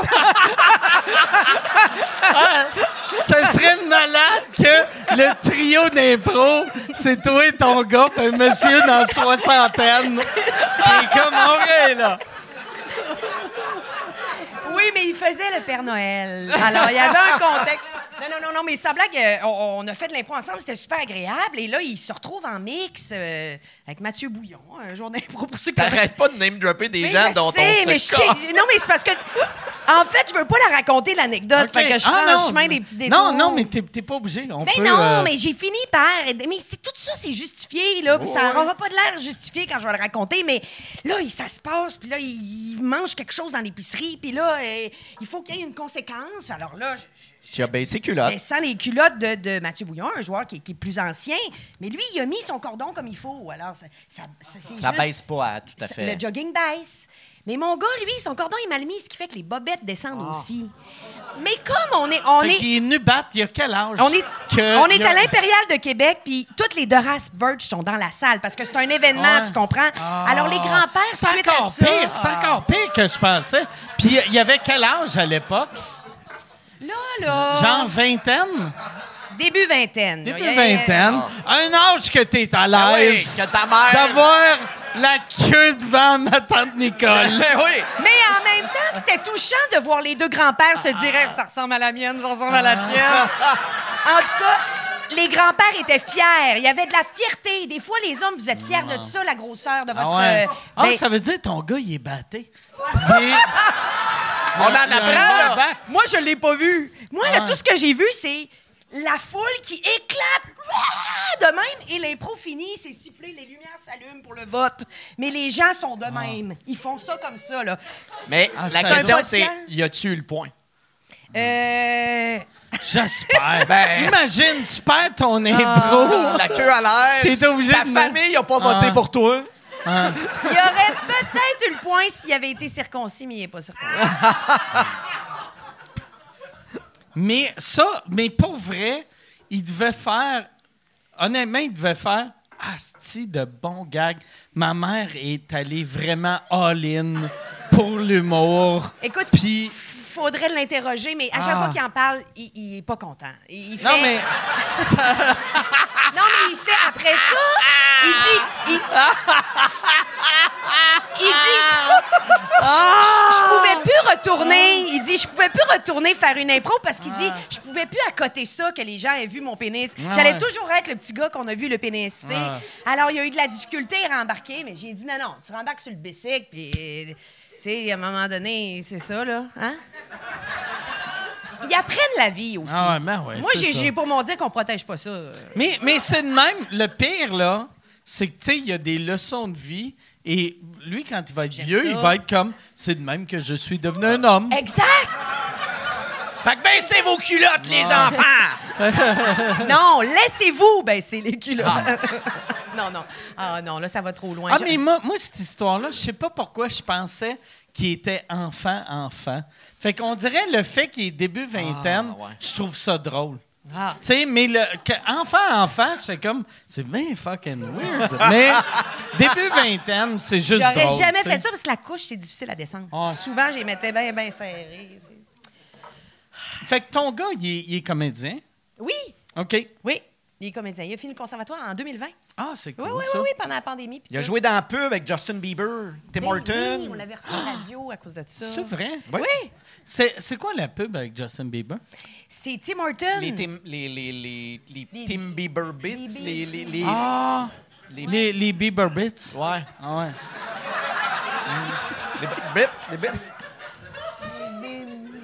Ça serait malade que le trio d'impro, c'est toi et ton gars, puis un monsieur dans la soixantaine. T'es comme on est, là.
Oui, mais il faisait le Père Noël. Alors, il y avait un contexte. Non, non, non, non, mais sans blague, euh, on, on a fait de l'impro ensemble, c'était super agréable. Et là, il se retrouve en mix euh, avec Mathieu Bouillon, un jour d'impro pour ceux qui
T'arrêtes pas de name dropper des
Mais
gens
je
dont
sais,
on se
mais je sais-
casse.
Non, mais c'est parce que. En fait, je veux pas la raconter, l'anecdote.
OK.
Fait que je
Ah,
prends
non.
le chemin des petits détours.
Non, non, mais t'es t'es pas obligé. On
Mais
peut,
Ben non,
euh,
mais j'ai fini par. Mais c'est- tout ça, c'est justifié, là. Puis ça n'aura pas de l'air justifié quand je vais le raconter. Mais là, il- ça se passe. Puis là, il, il mange quelque chose dans l'épicerie. Puis là, euh, il faut qu'il y ait une conséquence. Alors là, je-
Tu as baissé culotte.
sans les culottes de, de Mathieu Bouillon, un joueur qui, qui est plus ancien. Mais lui, il a mis son cordon comme il faut. Alors, ça, ça, ça- c'est
Ça
juste-
baisse pas à tout à
ça-
fait.
Le jogging baisse. Mais mon gars, lui, son cordon est mal mis, ce qui fait que les bobettes descendent
Ah.
aussi. Mais comme on est, on
Fait
est,
qu'il est nu battre, il y a quel âge?
on est,
que-
on est
il y a-
à l'Impérial de Québec, puis toutes les deux races Verge sont dans la salle parce que c'est un événement,
Ouais. Ah.
tu comprends? Alors les grands-pères,
C'est
suite à
encore
ça, ah.
pire, c'est encore pire que je pensais. Puis il y avait quel âge à l'époque?
là, là,
Genre vingtaine?
début vingtaine. là,
Début
il y a-
vingtaine. Un âge que t'es à
Ben
Ah oui,
l'aise.
que ta mère-
D'avoir la queue devant ma tante Nicole.
Ben oui!
Mais en même temps, c'était touchant de voir les deux grands-pères se dire Eh, ça ressemble à la mienne, ça ressemble à la tienne.
Ah.
en tout cas, les grands-pères étaient fiers. Il y avait de la fierté. Des fois, les hommes, vous êtes fiers de ça, la grosseur de votre.
Ah ouais.
euh,
Ah,
ben,
ça veut dire que ton gars, il est batté. Il est-
On en apprend,
le
là!
bac.
Ah,
Ah.
Moi, je l'ai pas vu. Moi, là,
Ouais.
tout ce que j'ai vu, c'est la foule qui éclate Ouah! de même et l'impro finit, c'est sifflé, les lumières s'allument pour le vote. Mais les gens sont de même. Ils font ça comme ça, là.
Mais
Ah,
la
c'est
question,
un
c'est,
podcast.
y a-tu eu le point?
Euh...
J'espère.
Ben-
Imagine, tu perds
Ah.
ton impro.
La queue à l'air.
T'es obligé
Ta
de-
famille n'a pas voté
Ah.
pour toi.
Hein.
Il y aurait peut-être eu le point s'il avait été circoncis, mais il n'est pas
Ah.
circoncis.
Mais ça, mais pour vrai, il devait faire. Honnêtement, il devait faire. Asti de bons gags. Ma mère est allée vraiment all-in pour l'humour.
Écoute,
Puis-
il faudrait l'interroger, mais à chaque
Ah.
fois qu'il en parle, il n'est pas content. Il, il fait,
Non, mais.
Non, mais il fait après ça, il dit. Il, il dit.
Ah!
Je- Je je pouvais plus retourner. Il dit Je pouvais plus retourner faire une impro parce qu'il dit Je pouvais plus accoter ça que les gens aient vu mon pénis. J'allais
Ah! ouais. Ah.
toujours être le petit gars qu'on a vu le pénis. tu sais. Alors, il y a eu de la difficulté à rembarquer, mais j'ai dit Non, non, tu rembarques sur le bicycle, puis. Tu sais, à un moment donné, c'est ça, là. Hein? Ils apprennent la vie aussi.
Ah ouais, ben ouais,
Moi,
c'est
j'ai
ça.
j'ai pour mon dire qu'on protège pas ça.
Mais, mais c'est de même. Le pire, là, c'est que, tu sais, il y a des leçons de vie. Et lui, quand il va être vieux,
ça.
il va être comme c'est de même que je suis devenu un homme.
Exact!
Fait que baissez vos culottes, les
Ah.
enfants! Ah.
Non, laissez-vous baisser les culottes. non, non. Ah non, là, ça va trop loin.
Ah,
Je-
mais moi, moi cette histoire-là, je sais pas pourquoi je pensais qu'il était enfant-enfant. Fait qu'on dirait le fait qu'il est début vingtaine,
ouais.
je trouve ça drôle.
Ah.
Tu sais, mais le enfant-enfant, c'est comme, c'est bien fucking weird. mais début vingtaine, c'est juste drôle.
J'aurais jamais
tu
fait
sais. Ah.
ça parce que la couche, c'est difficile à descendre.
Ouais.
Souvent, je les mettais bien, bien serrées.
Fait que ton gars, il est, il est comédien.
Oui,
OK.
oui. Il est comédien. Il a fini le conservatoire en 2020.
Ah, c'est cool,
Oui, oui,
ça.
oui, oui, pendant la pandémie. puis
Il a
tout.
joué dans la pub avec Justin Bieber, Tim Ah.
Ben Oui, oui, on
Horton.
l'avait reçu à la radio à cause de ça.
C'est vrai?
Oui,
C'est c'est quoi la pub avec Justin Bieber?
c'est Tim Horton.
Les Tim, les, les, les, les
Les-
Tim Bieber bits,
les-
les... les, les-
Ah!
les-
Les, les Bieber Bits.
Ouais.
Ah ouais.
Les bits, les bits.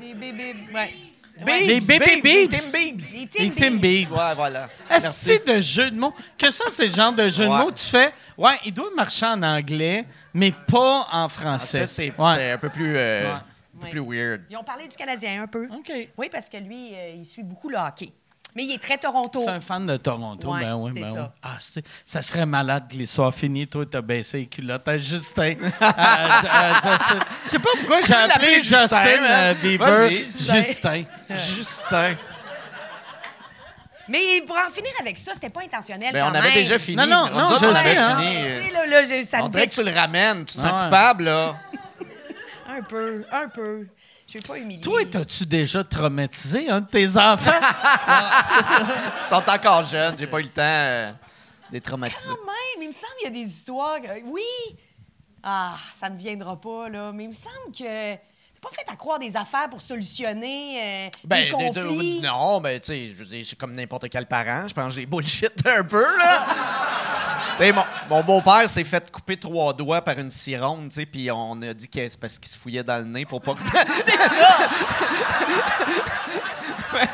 Les bébés. Ouais.
Les
Biebs,
bébés Biebs.
Biebs, Tim Biebs.
Les Tim
Les Tim
Biebs.
Biebs.
Ouais, voilà. Merci.
Est-ce de jeu de mots? Que ça, c'est le genre de jeu
Ouais.
de mots tu fais. Ouais, il doit marcher en anglais, mais pas en français.
Ah, Ça, c'est
Ouais.
c'était un peu plus... euh,
Ouais.
un peu plus weird.
Ils ont parlé du Canadien un peu.
OK.
Oui, parce que lui, euh, il suit beaucoup le hockey. Mais il est très Toronto.
C'est un fan de Toronto.
Ouais,
ben oui,
c'est
ben
ça.
oui. Ah, c'est- ça serait malade que les soirs finis, toi, t'as baissé les culottes à Justin. à- à Justin. Je sais pas pourquoi j'ai
l'appeler
appelé Justin,
Justin,
euh,
hein?
Bieber
Vas-y,
Justin.
Justin. Justin.
Mais pour en finir avec ça, c'était pas intentionnel.
Ben,
quand
on avait
même.
déjà fini.
Non, non,
Nous
non,
autres,
je
on
sais,
avait
hein.
fini. euh,
Tu sais, là, là, je- ça
On
me
dirait que tu le ramènes, tu te sens
Ah ouais.
coupable, là.
dé- Un peu, un peu. Je suis pas humiliée.
Toi, t'as-tu déjà traumatisé un de tes enfants?
Ils sont encore jeunes, j'ai pas eu le temps euh, de les traumatiser.
Quand Ah, même, il me semble qu'il y a des histoires. que- Oui! Ah, ça me viendra pas, là. Mais il me semble que. T'as pas fait à croire des affaires pour solutionner euh, des
Ben, des-
conflits.
de- non, ben, tu sais, je veux dire, c'est comme n'importe quel parent. Je pense que j'ai bullshit un peu, là. tu sais, mon, mon beau-père s'est fait couper trois doigts par une sironde, tu sais, puis on a dit que c'est parce qu'il se fouillait dans le nez pour pas que.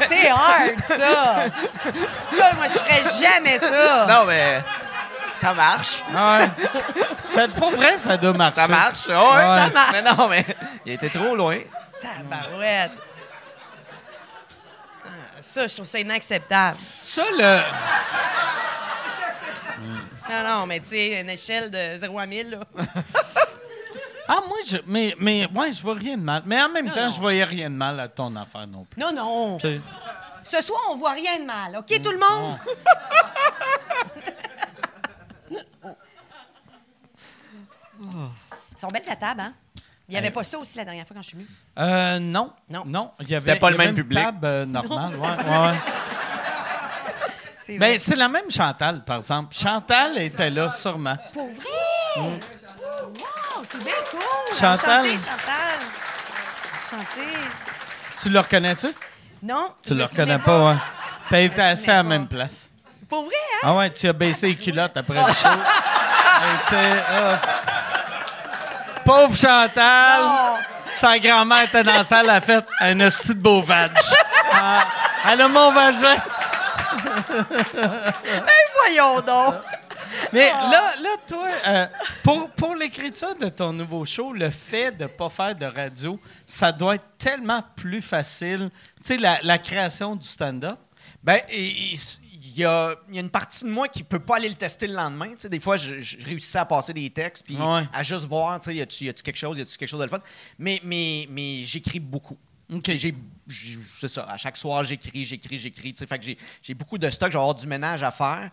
C'est hard, ça! ça, moi, je ferais jamais ça!
non, mais. Ça marche.
Ouais. Ça- pour vrai, ça doit marcher.
Ça marche. ouais. Ça
marche.
Mais non, mais. Il était trop loin.
Tabarouette! Ah, Ça, je trouve ça inacceptable.
Ça, le...
Non, non, mais tu sais, une échelle de 0 à 1000, là.
Ah, moi, je... Mais, mais ouais, je vois rien de mal. Mais en même
Non,
temps,
non.
je voyais rien de mal à ton affaire non plus.
Non, non!
Tu sais.
Ce soir, on voit rien de mal, OK, tout le monde? Ils sont belles, la table, hein? Il n'y avait pas ça aussi la dernière fois quand je suis venue.
Euh, non.
Non.
Non. il y avait-
C'était pas
il y
le
avait
même
une
public.
Table, euh, normale,
Non,
ouais,
c'était
ouais.
C'est
Ben, c'est la même Chantal, par exemple. Chantal était là, sûrement.
Pour vrai? Wow, c'est bien cool!
Chantal.
Chantez, Mm. Chantal! Chantez!
Tu le reconnais-tu?
Non, je
Tu
me
le
souvenais
reconnais pas, ouais. T'as été
souvenais
assis à la
pas.
même place.
Pour vrai, hein?
Ah ouais, tu as baissé les culottes après le show. Elle était, ah. Pauvre Chantal!
Non.
Sa grand-mère était dans la salle, elle a fait un hostie de beau vag. Ah, elle a mon vagin!
Voyons donc!
Mais là, là toi, euh, pour, pour l'écriture de ton nouveau show, le fait de ne pas faire de radio, ça doit être tellement plus facile. Tu sais, la, la création du stand-up.
Ben, il il y a, il y a une partie de moi qui peut pas aller le tester le lendemain. Tu sais, des fois, je, je réussissais à passer des textes, puis
Ouais.
à juste voir, tu sais, y a-tu y a-tu quelque chose, y a-tu quelque chose de le fun. Mais, mais, mais j'écris beaucoup.
Ok.
Tu sais, j'ai- j'ai- C'est ça, à chaque soir, j'écris, j'écris, j'écris. tu sais, Fait que j'ai- j'ai beaucoup de stock, je vais avoir du ménage à faire.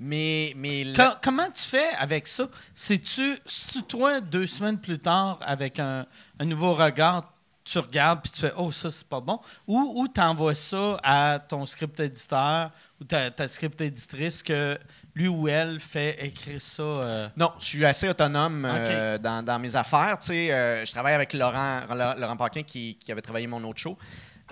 Mais, mais le-
Co- comment tu fais avec ça? Si tu, tu toi, deux semaines plus tard, avec un, un nouveau regard, tu regardes puis tu fais « Oh, ça, c'est pas bon », ou, ou tu envoies ça à ton script éditeur ou ta, ta script éditrice que lui ou elle fait écrire ça. euh,
Non, je suis assez autonome euh, dans, dans mes affaires. Tu sais, euh, je travaille avec Laurent, Laurent, Laurent Paquin qui, qui avait travaillé mon autre show.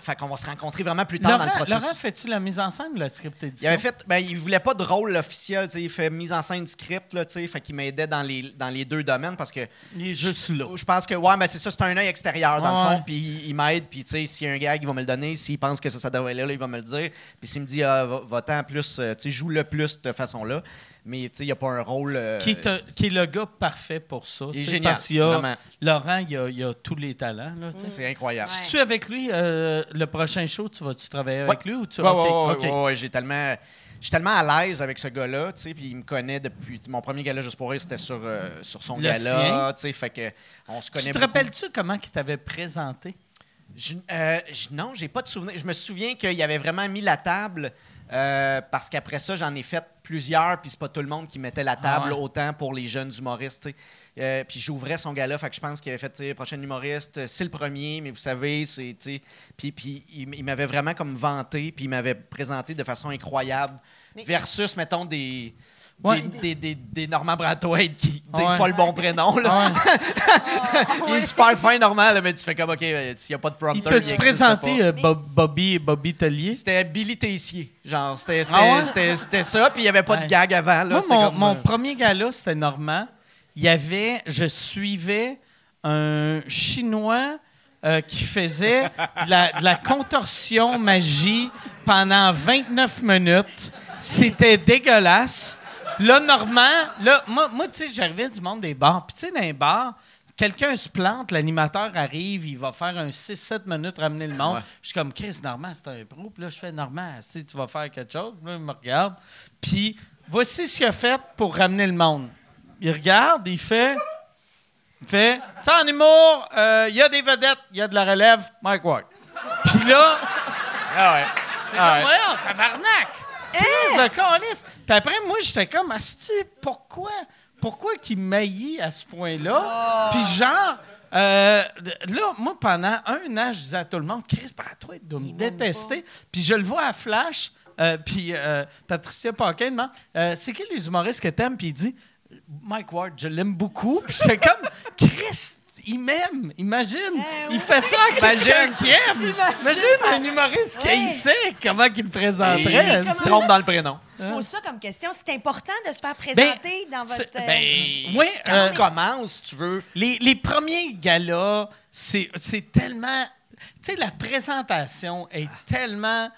Fait qu'on va se rencontrer vraiment plus tard
Laurent,
dans le processus.
Laurent, fais-tu la mise en scène ou la script
Il
édition?
avait fait, ben, il voulait pas de rôle officiel, tu sais, il fait mise en scène du script, là, tu sais, fait qu'il m'aidait dans les, dans les deux domaines parce que.
Il est juste
je,
là.
Je pense que, ouais, mais c'est ça, c'est un œil extérieur, dans
Ouais.
le fond, puis il, il m'aide, puis tu sais, s'il y a un gag, il va me le donner, s'il pense que ça, ça devrait aller là, il va me le dire, puis s'il me dit, ah, va- va-t'en plus, euh, tu sais, joue le plus de façon-là, mais tu sais, il n'y a pas un rôle. euh,
qui est, un- qui est le gars parfait pour ça.
Il est
tu sais,
génial,
parce qu'il y a-
vraiment.
Laurent, il a, il a tous les talents. là, tu sais.
C'est incroyable.
Si tu es avec lui, euh, le prochain show, tu vas-tu travailler avec lui ou tu
Ouais,
OK,
ouais, ouais,
OK.
ouais, ouais, j'ai tellement. Je suis tellement à l'aise avec ce gars-là, tu sais, puis il me connaît depuis. tu sais, Mon premier gala juste pour rire, c'était sur, euh, sur son
Le
gala, tu sais, fait que on se connaît.
Tu te
beaucoup.
rappelles-tu comment il t'avait présenté?
Je- euh, je- non, j'ai pas de souvenir. Je me souviens qu'il avait vraiment mis la table euh, parce qu'après ça, j'en ai fait plusieurs, puis c'est pas tout le monde qui mettait la table
Ah ouais.
autant pour les jeunes humoristes. tu sais. Euh, puis j'ouvrais son gala, fait que je pense qu'il avait fait, tu sais, prochain humoriste, euh, c'est le premier, mais vous savez, c'est, tu sais. Puis, puis il, m- il m'avait vraiment comme vanté, puis il m'avait présenté de façon incroyable. Versus, mettons, des.
Ouais.
Des, des, des- des Norman Brathwaite qui disent
Ouais. Ah
c'est pas le bon prénom. Là. Il est super fin, Norman, là, mais tu fais comme, OK, euh, s'il n'y a pas de prompter.
Il t'a-tu
existe pas.
présenté euh, Bob- Bobby et Bobby Tellier?
C'était Billy Tessier. Genre, c'était c'était-
Ah ouais?
c'était- c'était ça, puis il n'y avait pas
Ouais.
de gag avant. Là,
Moi,
c'était
mon,
comme,
mon
euh,
premier gala, c'était Normand. Il y avait, je suivais un Chinois euh, qui faisait de la, de la contorsion magie pendant 29 minutes. C'était dégueulasse. Là, Normand, là, moi, moi tu sais, j'arrivais du monde des bars. Puis, tu sais, dans les bars, quelqu'un se plante, l'animateur arrive, il va faire un 6-7 minutes, ramener le monde. Je suis comme, Chris, Normand, c'est un pro. Puis là, je fais, Normand, si tu vas faire quelque chose. Puis là, il me regarde. Puis, voici ce qu'il a fait pour ramener le monde. Il regarde, il fait, il fait, tu sais, en humour, euh, il y a des vedettes, il y a de la relève, Mike Ward. Puis là,
Ah ouais. Ah ouais. Hein?
Voyons, tabarnak! Crise de câlisse! Puis après, moi, j'étais comme,
Ah.
Asti, pourquoi? Pourquoi qu'il maillit à ce point-là? Puis genre, Euh, là, moi, pendant un an, je disais à tout le monde, Chris, par toi, il doit me détester. Puis je le vois à Flash, euh, puis euh, Patricia Paquin demande, euh, c'est qui les humoristes que t'aimes? Puis il dit, Mike Ward, je l'aime beaucoup. Puis j'étais comme, Chris, il m'aime, imagine. Il fait ça à quelqu'un
Eh Imagine.
qui aime. Imagine un humoriste qui
Ouais.
haïssait, comment qu'il le
Et
présenterait.
il se trompe dans le prénom.
Tu poses ça comme question. C'est important de se faire présenter dans votre.
Hein? Ben, c'est-
euh,
Ben,
Oui,
quand
euh,
tu commences, tu veux.
Les, les premiers galas, c'est c'est tellement. Tu sais, la présentation est tellement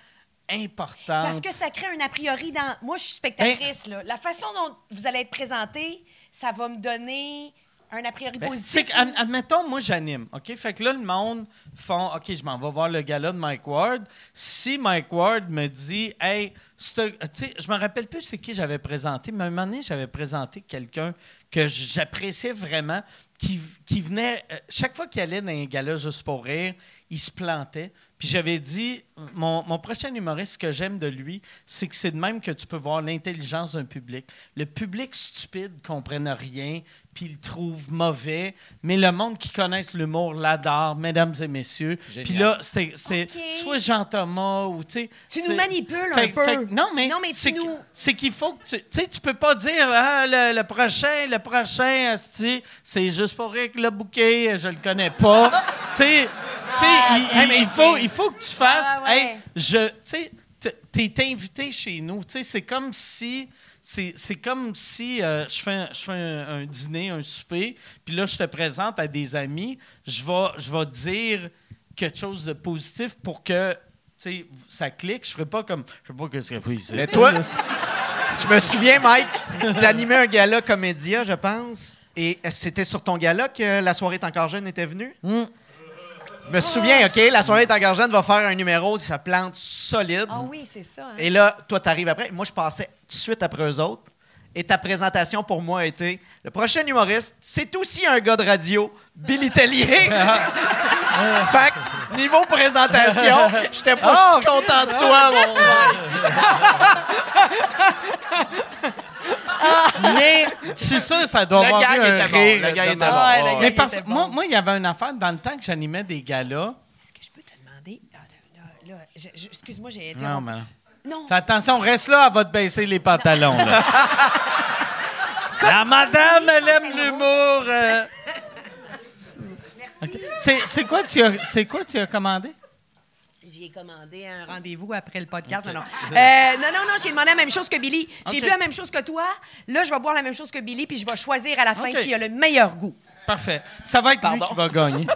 importante.
Parce que ça crée un a priori dans. Moi, je suis spectatrice.
Ben-
là. La façon dont vous allez être présenté, ça va me donner un a priori
Ben, c'est
positif.
que, ad- admettons, moi, j'anime. OK? Fait que là, le monde font OK, je m'en vais voir le gala de Mike Ward. Si Mike Ward me dit Hey, c'te- tu sais, je me rappelle plus c'est qui j'avais présenté, mais à un moment donné, j'avais présenté quelqu'un que j'appréciais vraiment, qui, qui venait, euh, chaque fois qu'il allait dans un gala juste pour rire, il se plantait. Puis j'avais dit, mon, mon prochain humoriste, ce que j'aime de lui, c'est que c'est de même que tu peux voir l'intelligence d'un public. Le public stupide comprenne rien, puis il trouve mauvais, mais le monde qui connaisse l'humour l'adore, mesdames et messieurs.
Génial.
Puis là, c'est c'est
Ok.
soit Jean-Thomas ou, tu sais...
Tu nous
c'est-
manipules un
Fait-
peu.
fait- non, mais,
Non, mais tu
c'est que-
nous-
c'est qu'il faut que tu... Tu sais, tu peux pas dire, ah, le, le prochain, le prochain, asti, c'est juste pour rire que le bouquet, je le connais pas. tu sais... Tu sais,
Ah,
il, il-
ok.
il faut, il faut que tu fasses.
Ah, ouais.
hey, je, tu sais, t- t'es invité chez nous. Tu sais, c'est comme si, c'est c'est comme si euh, je fais, un, je fais un, un dîner, un souper, puis là je te présente à des amis. Je vais, je vais dire quelque chose de positif pour que, tu sais, ça clique. Je ferai pas comme, je sais pas qu'est-ce que oui, c'est-
Mais toi, je me souviens, Mike, d'animer un gala comédia, je pense. Et est-ce que c'était sur ton gala que la soirée est encore jeune était venue?
Hmm.
Je me souviens, OK, la soirée est encore jeune va faire un numéro, ça plante solide.
Ah oui, c'est ça. hein.
Et là, toi, t'arrives après. Moi, je passais tout de suite après eux autres. Et ta présentation pour moi a été le prochain humoriste, c'est aussi un gars de radio, Billy Tellier. fait que, niveau présentation, j'étais pas
Oh!
si content de toi, mon
Mais je suis sûr que ça doit
Le
avoir
gag
eu un
était bon,
rire
le
de
gag était
mort.
bon, ouais, le
Mais
gag
parce
était
que
bon.
moi, moi, il y avait une affaire dans le temps que j'animais des galas.
Est-ce que je peux te demander. ah, là, là, là, je- je- Excuse-moi, j'ai été.
Non, mais-
Non.
Fais attention, reste là, elle va te baisser les pantalons. là. La madame, elle aime l'humour. euh. Ok. C'est, c'est quoi tu as, c'est quoi tu as commandé?
J'ai commandé un rendez-vous après le podcast. Non, non. Euh, non, non, non, j'ai demandé la même chose que Billy. J'ai
Ok.
bu la même chose que toi. Là, je vais boire la même chose que Billy, puis je vais choisir à la fin
Ok.
qui a le meilleur goût.
Parfait. Ça va être lui qui va gagner.
Ah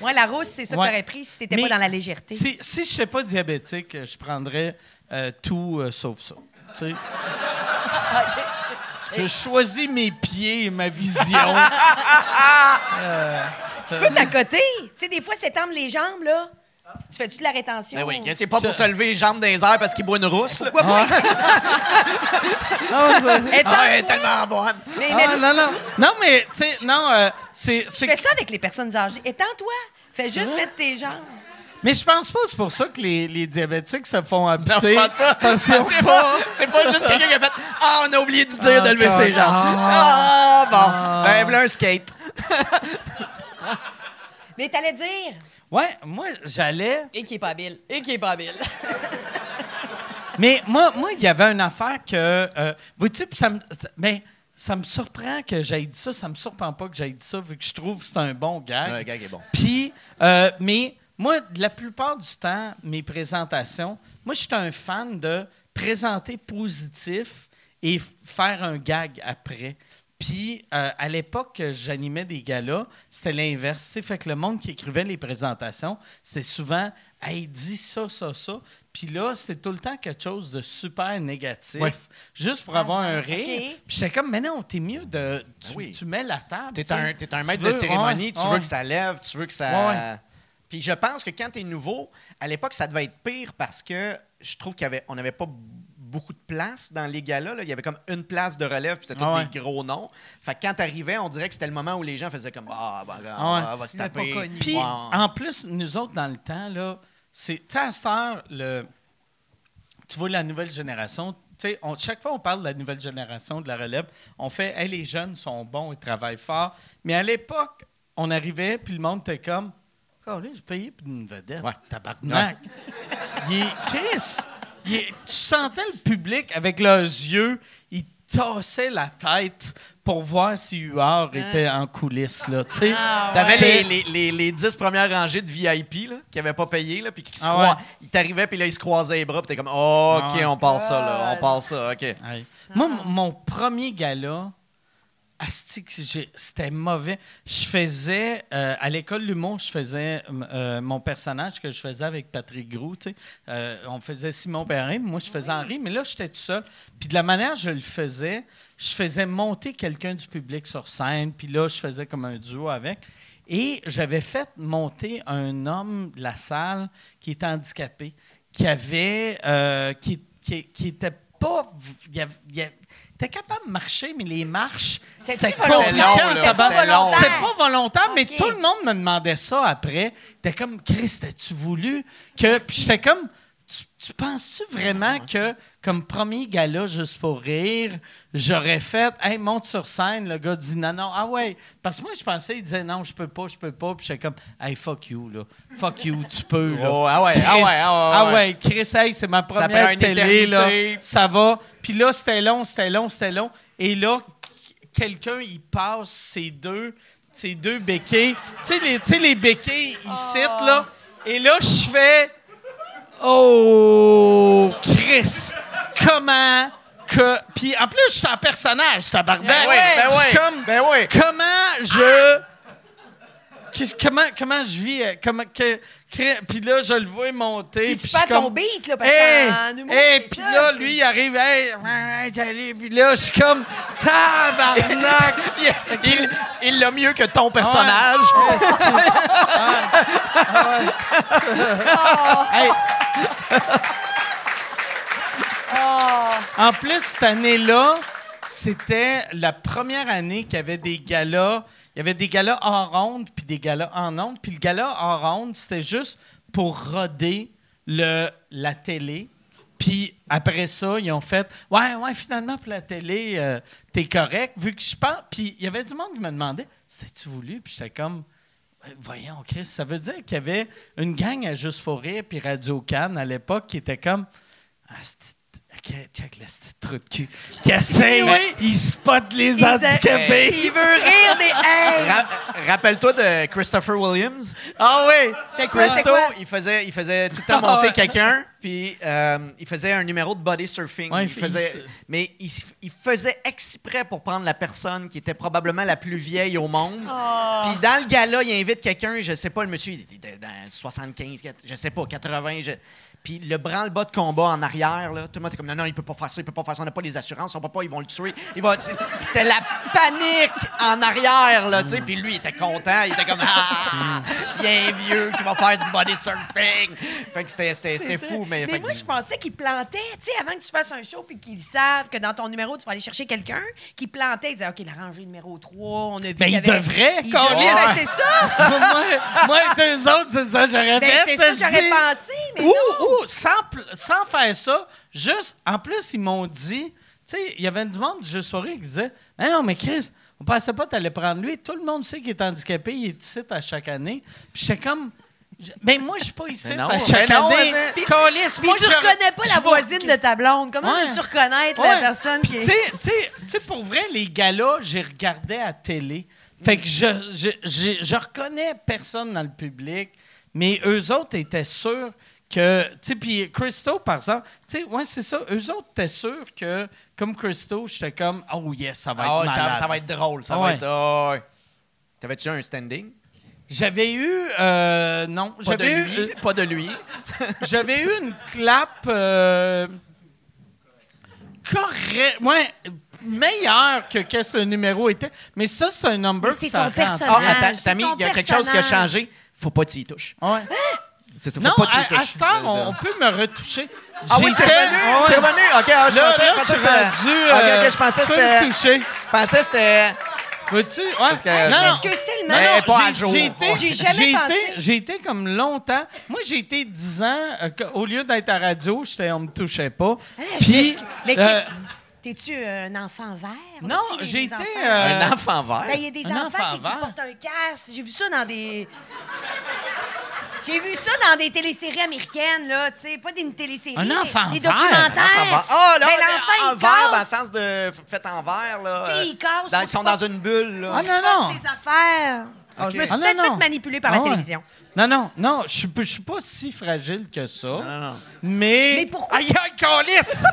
Moi, la rousse, c'est ça
Ouais.
que t'aurais pris si t'étais
Mais
pas dans la légèreté.
Si, si je ne suis pas diabétique, euh, je prendrais euh, tout euh, sauf ça. Tu sais? Je choisis mes pieds et ma vision.
Tu peux t'accoter. Tu sais, des fois, s'étendre les jambes, là. Tu fais-tu de la rétention?
Ben oui, Chris, c'est pas pour se lever les jambes dans les airs parce qu'il boit une rousse. là.
Pourquoi
Ah
pas? Étends-toi.
Ah, elle est tellement bonne.
Mais, mais-
Ah, non, non. Non, mais, tu sais, non, euh, c'est.
je
c'est-
fais ça avec les personnes âgées. Étends-toi. Fais juste mettre tes jambes.
Mais je pense pas que c'est pour ça que les, les diabétiques se font
Non,
amputer.
je pense pas.
Attention,
C'est
pas.
pas, c'est pas juste quelqu'un qui a fait Ah, on a oublié de dire de lever ses jambes.
Ah,
Ah, bon. Ben, voilà un skate.
Mais t'allais dire.
Ouais, moi, j'allais.
Et qui est pas habile. Et qui est pas habile.
Mais moi, moi, il y avait une affaire que. euh, Vois-tu, puis ça me. ça- Mais ça me surprend que j'aille dit ça. Ça me surprend pas que j'aille dit ça, vu que je trouve que c'est un bon gag.
Le gag est bon.
Puis, euh, mais moi, la plupart du temps, mes présentations, moi, je suis un fan de présenter positif et f- faire un gag après. Puis, euh, à l'époque, que j'animais des galas, c'était l'inverse. tu sais. Fait que le monde qui écrivait les présentations, c'était souvent Hey, dis ça, ça, ça. Puis là, c'était tout le temps quelque chose de super négatif, juste pour avoir un rire.
ok.
Puis j'étais comme, mais non, t'es mieux de. Tu,
Ben oui.
tu mets la table.
T'es
tu
un,
sais.
t'es un
Tu
maître
veux-
de cérémonie,
ouais,
tu
ouais.
veux que ça lève, tu veux que ça.
Ouais, ouais.
Puis je pense que quand t'es nouveau, à l'époque, ça devait être pire parce que je trouve qu'on n'avait pas b- beaucoup de place dans les galas. là. Il y avait comme une place de relève, puis c'était tous
Ah ouais.
des gros noms. Fait que quand t'arrivais, on dirait que c'était le moment où les gens faisaient comme Ah, ben, regarde,
Ah ouais.
on va se
Il l'a
taper.
pas connu.
Puis,
Ouais.
en plus, nous autres, dans le temps, là, c'est. Tu sais, à cette heure, le, tu vois la nouvelle génération. Tu sais, on- chaque fois on parle de la nouvelle génération, de la relève, on fait hey, les jeunes sont bons, ils travaillent fort. Mais à l'époque, on arrivait, puis le monde était comme Carlis, j'ai payé pour une vedette.
Ouais.
Tabarnak. Il est- Chris, il est- tu sentais le public avec leurs yeux, ils tassaient la tête pour voir si Huard était en coulisses, là, tu sais.
T'avais
C'était-
les, les, les, les 10 premières rangées de VIP là, qui n'avaient pas payé, là, puis qui se
Ah
croient-
ouais. Ah
Ils t'arrivaient, puis là, ils se croisaient les bras, puis t'es comme, oh, OK, on passe ça, là, on passe ça, OK.
Ouais. Moi, m- mon premier gala, asti que j'ai- c'était mauvais. Je faisais, euh, à l'école de l'humour, je faisais euh, euh, mon personnage que je faisais avec Patrick Groux. tu sais. Euh, on faisait Simon Perrin, moi, je faisais Henri, mais là, j'étais tout seul. Puis de la manière que je le faisais, je faisais monter quelqu'un du public sur scène, puis là, je faisais comme un duo avec. Et j'avais fait monter un homme de la salle qui était handicapé, qui avait, euh, qui, qui, qui était pas, il, avait- il avait- il était capable de marcher, mais les marches,
C'était-tu
c'était
volontaire?
compliqué,
C'était
tabarnak.
pas volontaire.
C'était pas volontaire, mais
Ok.
tout le monde me demandait ça après. T'es comme, Chris, t'as-tu voulu que, puis j'étais comme, tu, tu penses-tu vraiment que, comme premier gala, juste pour rire, j'aurais fait, hey, monte sur scène, le gars dit non, non, ah ouais. Parce que moi, je pensais, il disait non, je peux pas, je peux pas. Puis j'étais comme, hey, fuck you, là. Fuck you, tu peux, là.
Oh, ah ouais, ah ouais, ah ouais,
ah
ouais.
ouais, Chris, hey, c'est ma première
prend une
télé, là.
éternité.
Ça va. Puis là, c'était long, c'était long, c'était long. Et là, quelqu'un, il passe ses deux, ses deux béquilles. Tu sais, les, tu sais, les béquilles, ils citent, là. Et là, je fais... Oh, Chris, comment que... Puis en plus, je suis en personnage, tabarnak.
Ben oui, ben
Je suis
oui,
comme...
ben oui.
Comment je...
Ah!
Qu'est-ce- comment, comment je vis... euh, Comment, que, que- puis là, je le vois monter.
Puis tu
puis
fais
je suis
ton
comme,
beat, là, parce
Hey,
qu'en humour,
hey,
c'est
puis
ça,
là,
c'est-
lui, il arrive, hey, ouais, ouais, salut. puis là, je suis comme, tabarnak!
Il il l'a mieux que ton personnage.
Oh!
Hey. En plus, cette année-là, c'était la première année qu'il y avait des galas. Il y avait des galas en ronde, puis des galas en onde. Puis le gala en ronde, c'était juste pour roder le, la télé. Puis après ça, ils ont fait Ouais, ouais, finalement, pour la télé, euh, t'es correct, vu que je pense. Puis il y avait du monde qui me demandait C'était-tu voulu Puis j'étais comme Voyons, Chris, ça veut dire qu'il y avait une gang à Juste pour rire puis Radio Cannes à l'époque qui était comme ah, c'ti- OK, check le petit trou de cul. Qui essaie, il spot les
Il-
handicapés.
Il veut rire des hey!
Ra- Rappelle-toi de Christopher Williams.
Ah oui!
C'était quoi, c'était
Christo,
quoi?
il faisait, il faisait tout le temps monter quelqu'un, puis euh, il faisait un numéro de body surfing.
Ouais,
il
il-
faisait,
il-
mais il, s- il faisait exprès pour prendre la personne qui était probablement la plus vieille au monde.
Ah.
Puis dans le gala, il invite quelqu'un, je sais pas, le monsieur, il était dans 75, quat- je sais pas, 80. je- Puis le branle-bas de combat en arrière, là, tout le monde était comme non, non, il peut pas faire ça, il peut pas faire ça, on n'a pas les assurances, on peut pas, ils vont le tuer. Il va- c'est- C'était la panique en arrière, là, tu sais. Puis lui, il était content, il était comme ah,
Mm.
il y a un vieux qui va faire du body surfing. Fait que c'était- c'était c'était fou, mais. fait que-
moi, je pensais qu'ils plantaient, tu sais, avant que tu fasses un show puis qu'ils savent que dans ton numéro, tu vas aller chercher quelqu'un, qu'ils plantaient, ils disaient, OK, la rangée numéro 3, on a vu.
Ben,
qu'il y
ils
avait-
devraient,
Ils
Carlis.
devraient, ben, c'est ça!
moi, moi et deux autres, c'est ça, j'aurais
Ben,
fait.
c'est ça,
je
j'aurais
dis.
pensé, mais
Ou, ou, sans, pl- sans faire ça, juste, en plus, ils m'ont dit, tu sais, il y avait du monde, je soirée, qui disait, Ah non, mais Chris, on pensait pas que t'allais prendre lui. Tout le monde sait qu'il est handicapé, il est ici à chaque année. Puis j'étais comme, je- ben moi, je suis pas ici
Mais non,
à chaque
mais non,
année.
mais-
Puis, Calisse,
Puis
moi,
tu
je-
reconnais pas
je
la
vais-
voisine de ta blonde. Comment
Ouais.
veux-tu reconnaître
Ouais.
la personne
Puis
qui
tu
est...
sais, tu sais- tu sais, pour vrai, les galas, j'ai regardé à télé. Fait que je, je, je- je reconnais personne dans le public, mais eux autres étaient sûrs que. Tu sais, puis Christo, par exemple, tu sais, ouais, c'est ça. Eux autres étaient sûrs que, comme Christo, j'étais comme, oh yes, ça va être
Ah ouais, ça,
malade.
ça va être drôle, ça
Ouais.
va être. ah ouais. T'avais-tu un standing?
J'avais eu. euh, non,
Pas de
j'avais eu.
lui, pas de lui.
J'avais eu une clap euh, correct, ouais, meilleure que qu'est-ce que le numéro était. Mais ça, c'est un number.
Mais c'est
que ça
ton
rentre.
personnage.
Ah,
Dommage,
attends,
c'est
Tammy,
ton
il y a quelque chose qui a
personnage.
changé. Faut pas que tu y touches.
Ah, ouais.
C'est ça, faut
Non,
pas que tu
à,
y
à
touches.
cette heure, on, on peut me retoucher.
Ah oui, c'est
J'étais-
revenu!
Ouais.
C'est revenu! OK, ah, je
Là,
pensais,
là,
je pensais
je
que
suis
c'était...
rendu,
OK,
euh,
OK, je pensais que
tu peux me
c'était...
toucher.
Je pensais que c'était...
Veux-tu? Ouais.
que- je
non, non.
m'excuse tellement.
Non,
Mais
non,
pas à
j'ai-
jour.
j'ai été-
J'ai jamais
j'ai
pensé.
été- J'ai été comme longtemps. Moi, j'ai été 10 ans. euh, que- au lieu d'être à radio, j'étais, on me touchait pas.
Ah,
je
Puis, euh,
m'excuse. Mais qu'est-ce- T'es-tu un enfant vert?
Non,
On dit, les
j'ai été,
enfants-
euh,
Un enfant vert.
Ben, il y a des
un
enfants
enfant
qui, qui
vert.
portent un casque. J'ai vu ça dans des. J'ai vu ça dans des téléséries américaines, là, tu sais, pas des téléséries.
Un enfant
Des
vert.
Un enfant vert.
documentaires.
Ah, là,
Ben,
en
l'enfant, il
vert, ben, dans le
casse.
sens de f- fait en verre, là.
Tu sais,
euh,
il casse,
dans-
faut
ils sont
pas-
dans une bulle, là.
Ah non,
porte
non.
des affaires. Ah, Je me suis
Ah, non,
peut-être
non.
fait manipuler par
Ah,
la
ouais.
télévision.
Non, non, non, je suis pas- je suis pas si fragile que ça.
non.
Mais.
Mais pourquoi?
Aïe, aïe, câlisse!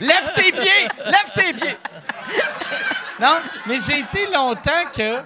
Lève tes pieds! Lève tes pieds!
Non, mais j'ai été longtemps que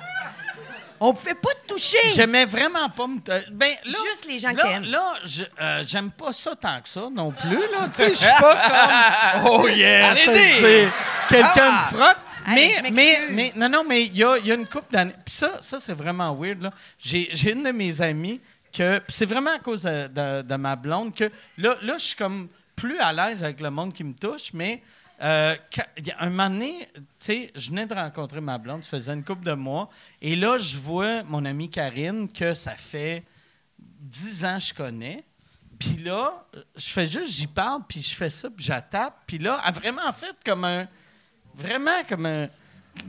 On pouvait pas te toucher.
j'aimais vraiment pas me. euh, Ben, là,
Juste les gens que
là,
t'aimes.
Là, je- euh, j'aime pas ça tant que ça non plus, là. Tu sais, je suis
Ah,
pas comme. Oh yeah!
Allez-y!
ça, c'est- Quelqu'un
Ah!
me frotte.
Hey,
mais,
je
mais,
m'excuse.
mais- non, non, mais il y a, il y a une couple d'années. Puis ça, ça c'est vraiment weird, là. J'ai j'ai une de mes amies que. puis c'est vraiment à cause de, de- de ma blonde que. Là, là je suis comme plus à l'aise avec le monde qui me touche, mais. euh, quand- il y a un moment donné, tu sais, je venais de rencontrer ma blonde, ça faisait une couple de mois, et là, je vois mon amie Karine, que ça fait 10 ans je connais. Puis là, je fais juste, j'y parle, puis je fais ça, puis j'attape. Puis là, elle a vraiment fait comme un. Vraiment comme un.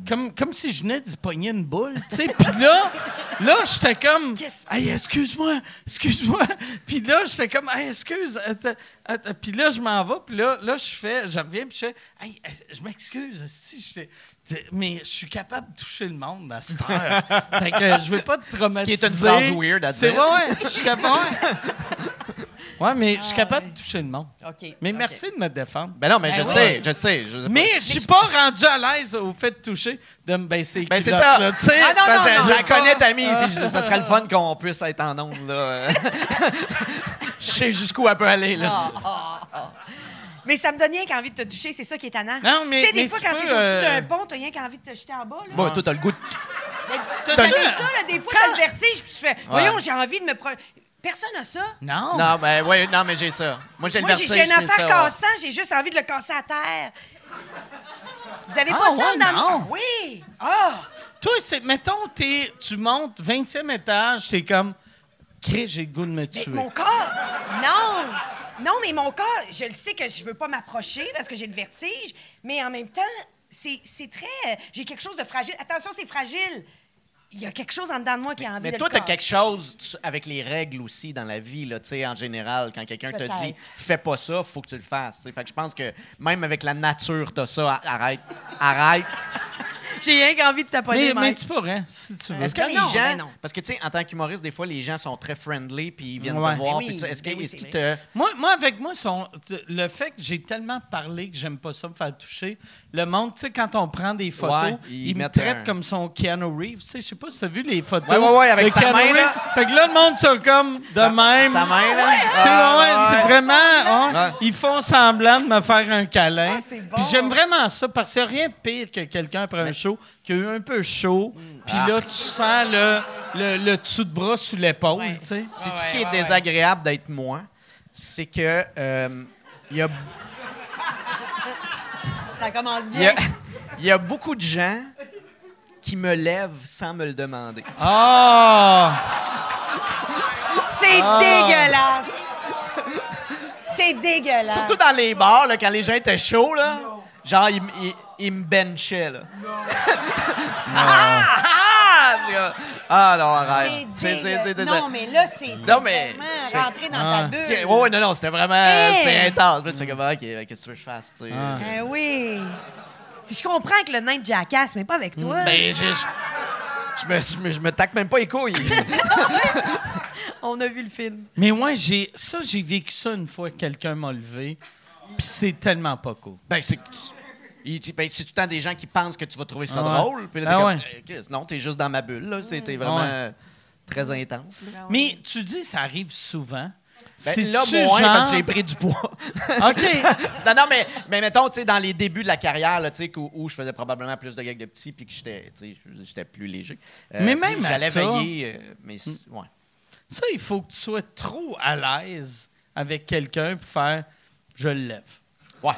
Comme, comme si je venais d'y pogner une boule, tu sais. Puis là, là, j'étais comme.
Qu'est-ce-
Hey, excuse-moi, excuse-moi. Puis là, j'étais comme, hey, excuse. attends, attends. Puis là, je m'en vais, puis là, là, je fais, je reviens, puis je fais, hey, je m'excuse, esti, j'étais- j'étais- mais je suis capable de toucher le monde à cette heure. fait que je veux pas te
qui
traumatiser.
est une phrase weird à
C'est
dire.
ouais, ouais, je suis capable. ouais. Ouais, mais je suis capable de toucher le monde.
OK.
Mais
Ah OK.
merci de me défendre.
Ben non, mais je
Ben
sais,
oui.
je sais, je sais.
Mais je suis pas rendu à l'aise au fait de toucher, de me baisser. les
Ben c'est
culottes,
ça!
là, tu sais.
Ah non,
Parce que
non,
je-
je
je
la connais, ta amie,
Ah.
puis je- ça serait le fun qu'on puisse être en onde, là. Je sais jusqu'où elle peut aller, là.
Ah, ah, ah. Mais ça me donne rien qu'envie de te toucher, c'est ça qui est tannant.
Non, mais-
Tu sais, des
mais
fois,
tu
quand
peux,
t'es
euh,
au-dessus d'un pont, t'as rien qu'envie de te jeter en bas, là.
Bon, toi, t'as le goût de...
T'as
T'as-
vu ça, là, des fois, t'as le vertige, puis tu fais, voyons, j'ai envie de me... pro- Personne n'a ça.
Non.
Non, mais ouais, non, mais j'ai ça. Moi, j'ai le
Oh. Moi, j'ai-
vertige,
j'ai une
mais ça,
affaire
ouais.
cassant, j'ai juste envie de le casser à terre. Vous avez
Ah,
pas ça
ouais,
dans
non.
Oui! Ah!
Toi, c'est, mettons, t'es- tu montes 20e étage, t'es comme, Chris, j'ai le goût de me
Mais
tuer.
mon corps! Non! Non, mais mon corps, je le sais que je veux pas m'approcher parce que j'ai le vertige, mais en même temps, c'est c'est très. euh, J'ai quelque chose de fragile. Attention, c'est fragile! Il y a quelque chose en dedans de moi qui a envie
Mais
de
toi,
le
t'as
casser.
quelque chose tu- avec les règles aussi dans la vie, là, tu sais, en général, quand quelqu'un te
Peut-être.
dit fais pas ça, faut que tu le fasses. tu sais. Fait que je pense que même avec la nature, t'as ça. Ar- Arrête, arrête.
J'ai rien qu'envie de taponner,
mais, mais
Mike.
tu pourrais, si tu veux.
Est-ce que
Ben
les
non,
gens,
ben non.
parce que tu sais, en tant qu'humoriste, des fois, les gens sont très friendly puis ils viennent
Ouais.
te voir.
Ben
puis tu-
oui,
Est-ce que-
ben oui,
est-ce
c'est
qu'ils te
Moi, moi, avec moi, son- t- le fait que j'ai tellement parlé que j'aime pas ça me faire toucher, le monde, tu sais, quand on prend des photos,
Ouais,
ils,
ils
me
mettent
traitent
un-
comme son Keanu Reeves. Tu sais, je sais pas si t'as vu les photos.
Ouais, ouais, ouais, avec
de
sa
Keanu
main,
Reeves.
là.
Fait que là, le monde, sont comme de
sa-
même.
sa main, là?
Tu sais,
Ah,
ouais,
ouais.
c'est vraiment. hein,
Ouais.
Ils font semblant de me faire un câlin.
Ah, c'est bon.
Puis j'aime vraiment ça parce que rien de pire que quelqu'un après un show qui a eu un peu chaud,
Mm.
puis
Ah.
là, tu sens le, le, le dessous de bras sous l'épaule,
Ouais. Ah.
tu sais.
C'est tout
ouais,
ce qui est
ouais, ouais.
désagréable d'être moi, c'est que euh, il y a
Ça commence bien.
il y a- il y a beaucoup de gens qui me lèvent sans me le demander.
Ah!
C'est dégueulasse! C'est dégueulasse!
Surtout dans les bars, là, quand les gens étaient chauds, là. Genre, ils, m- ils- ils me benchaient, là. ah, ah, ah, ah, non, arrête.
C'est dégueu-
c'est-
Non, mais là, c'est c'est
Non, mais-
vraiment rentrer dans
Ah.
ta bulle.
Ok, ouais, ouais, non, non, c'était vraiment... euh,
Hey!
C'est intense. Là, tu fais comme, ah, OK, qu'est-ce que tu veux que je fasse, tu sais?
Ah.
Ben oui. Tu sais, je comprends que le nain de Jackass, mais pas avec toi.
Ben, je... Je, je me, je me- je me taque même pas les couilles.
On a vu le film.
Mais moi, j'ai ça, j'ai vécu ça une fois, quelqu'un m'a levé, puis c'est tellement pas cool.
ben, c'est que tu- il dit, ben, c'est tout le temps des gens qui pensent que tu vas trouver ça
Ah ouais.
drôle. Puis là, t'es
Ah
comme,
ouais. Ah
euh, Chris, non, t'es juste dans ma bulle, là. C'était vraiment euh, très intense. là.
Ah
Mais tu dis, ça arrive souvent.
Ben,
C'est-tu
là, moins,
genre-
parce que j'ai pris du poids.
OK.
non, non, mais, mais mettons, tu sais, dans les débuts de la carrière, là, tu sais, où, où je faisais probablement plus de gags de petits, puis que j'étais, tu sais, j'étais plus léger. Euh,
Mais
puis
même à
J'allais
ça- Mm.
veiller, euh, mais c- ouais.
Ça, il faut que tu sois trop à l'aise avec quelqu'un pour faire je le lève.
Ouais.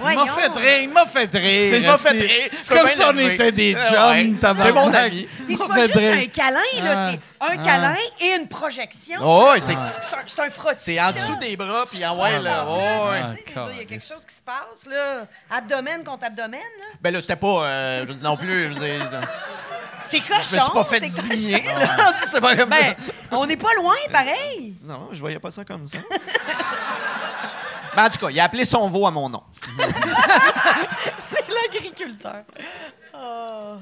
Il m'a
Voyons.
fait rire, il m'a fait rire.
Il m'a fait
C'est-
rire,
C'est
ça
comme
m'a
si on
énervé.
était des
Ah ouais,
chums,
c'est
tabarnak.
mon ami.
Puis c'est
Il m'a
pas
fait
juste
rire.
un câlin, là. C'est un câlin et une projection.
Ah
Ah.
Oh, ouais, c'est
C'est un- C'est un frottis.
c'est en
là.
dessous des bras, puis ah ouais, là. ouais, ouais.
Tu sais, je veux dire, Il y a quelque chose qui se passe, là. Abdomen contre abdomen, là.
Ben là, c'était pas. euh, je dis non plus. Je, dis-
C'est
je me suis
cochon.
pas fait
c'est
désigner,
cochon.
là. C'est pas comme
Ben, on n'est pas loin, pareil.
Non, je voyais pas ça comme ça. Ben, en tout cas, il a appelé son veau à mon nom.
C'est l'agriculteur. Ah.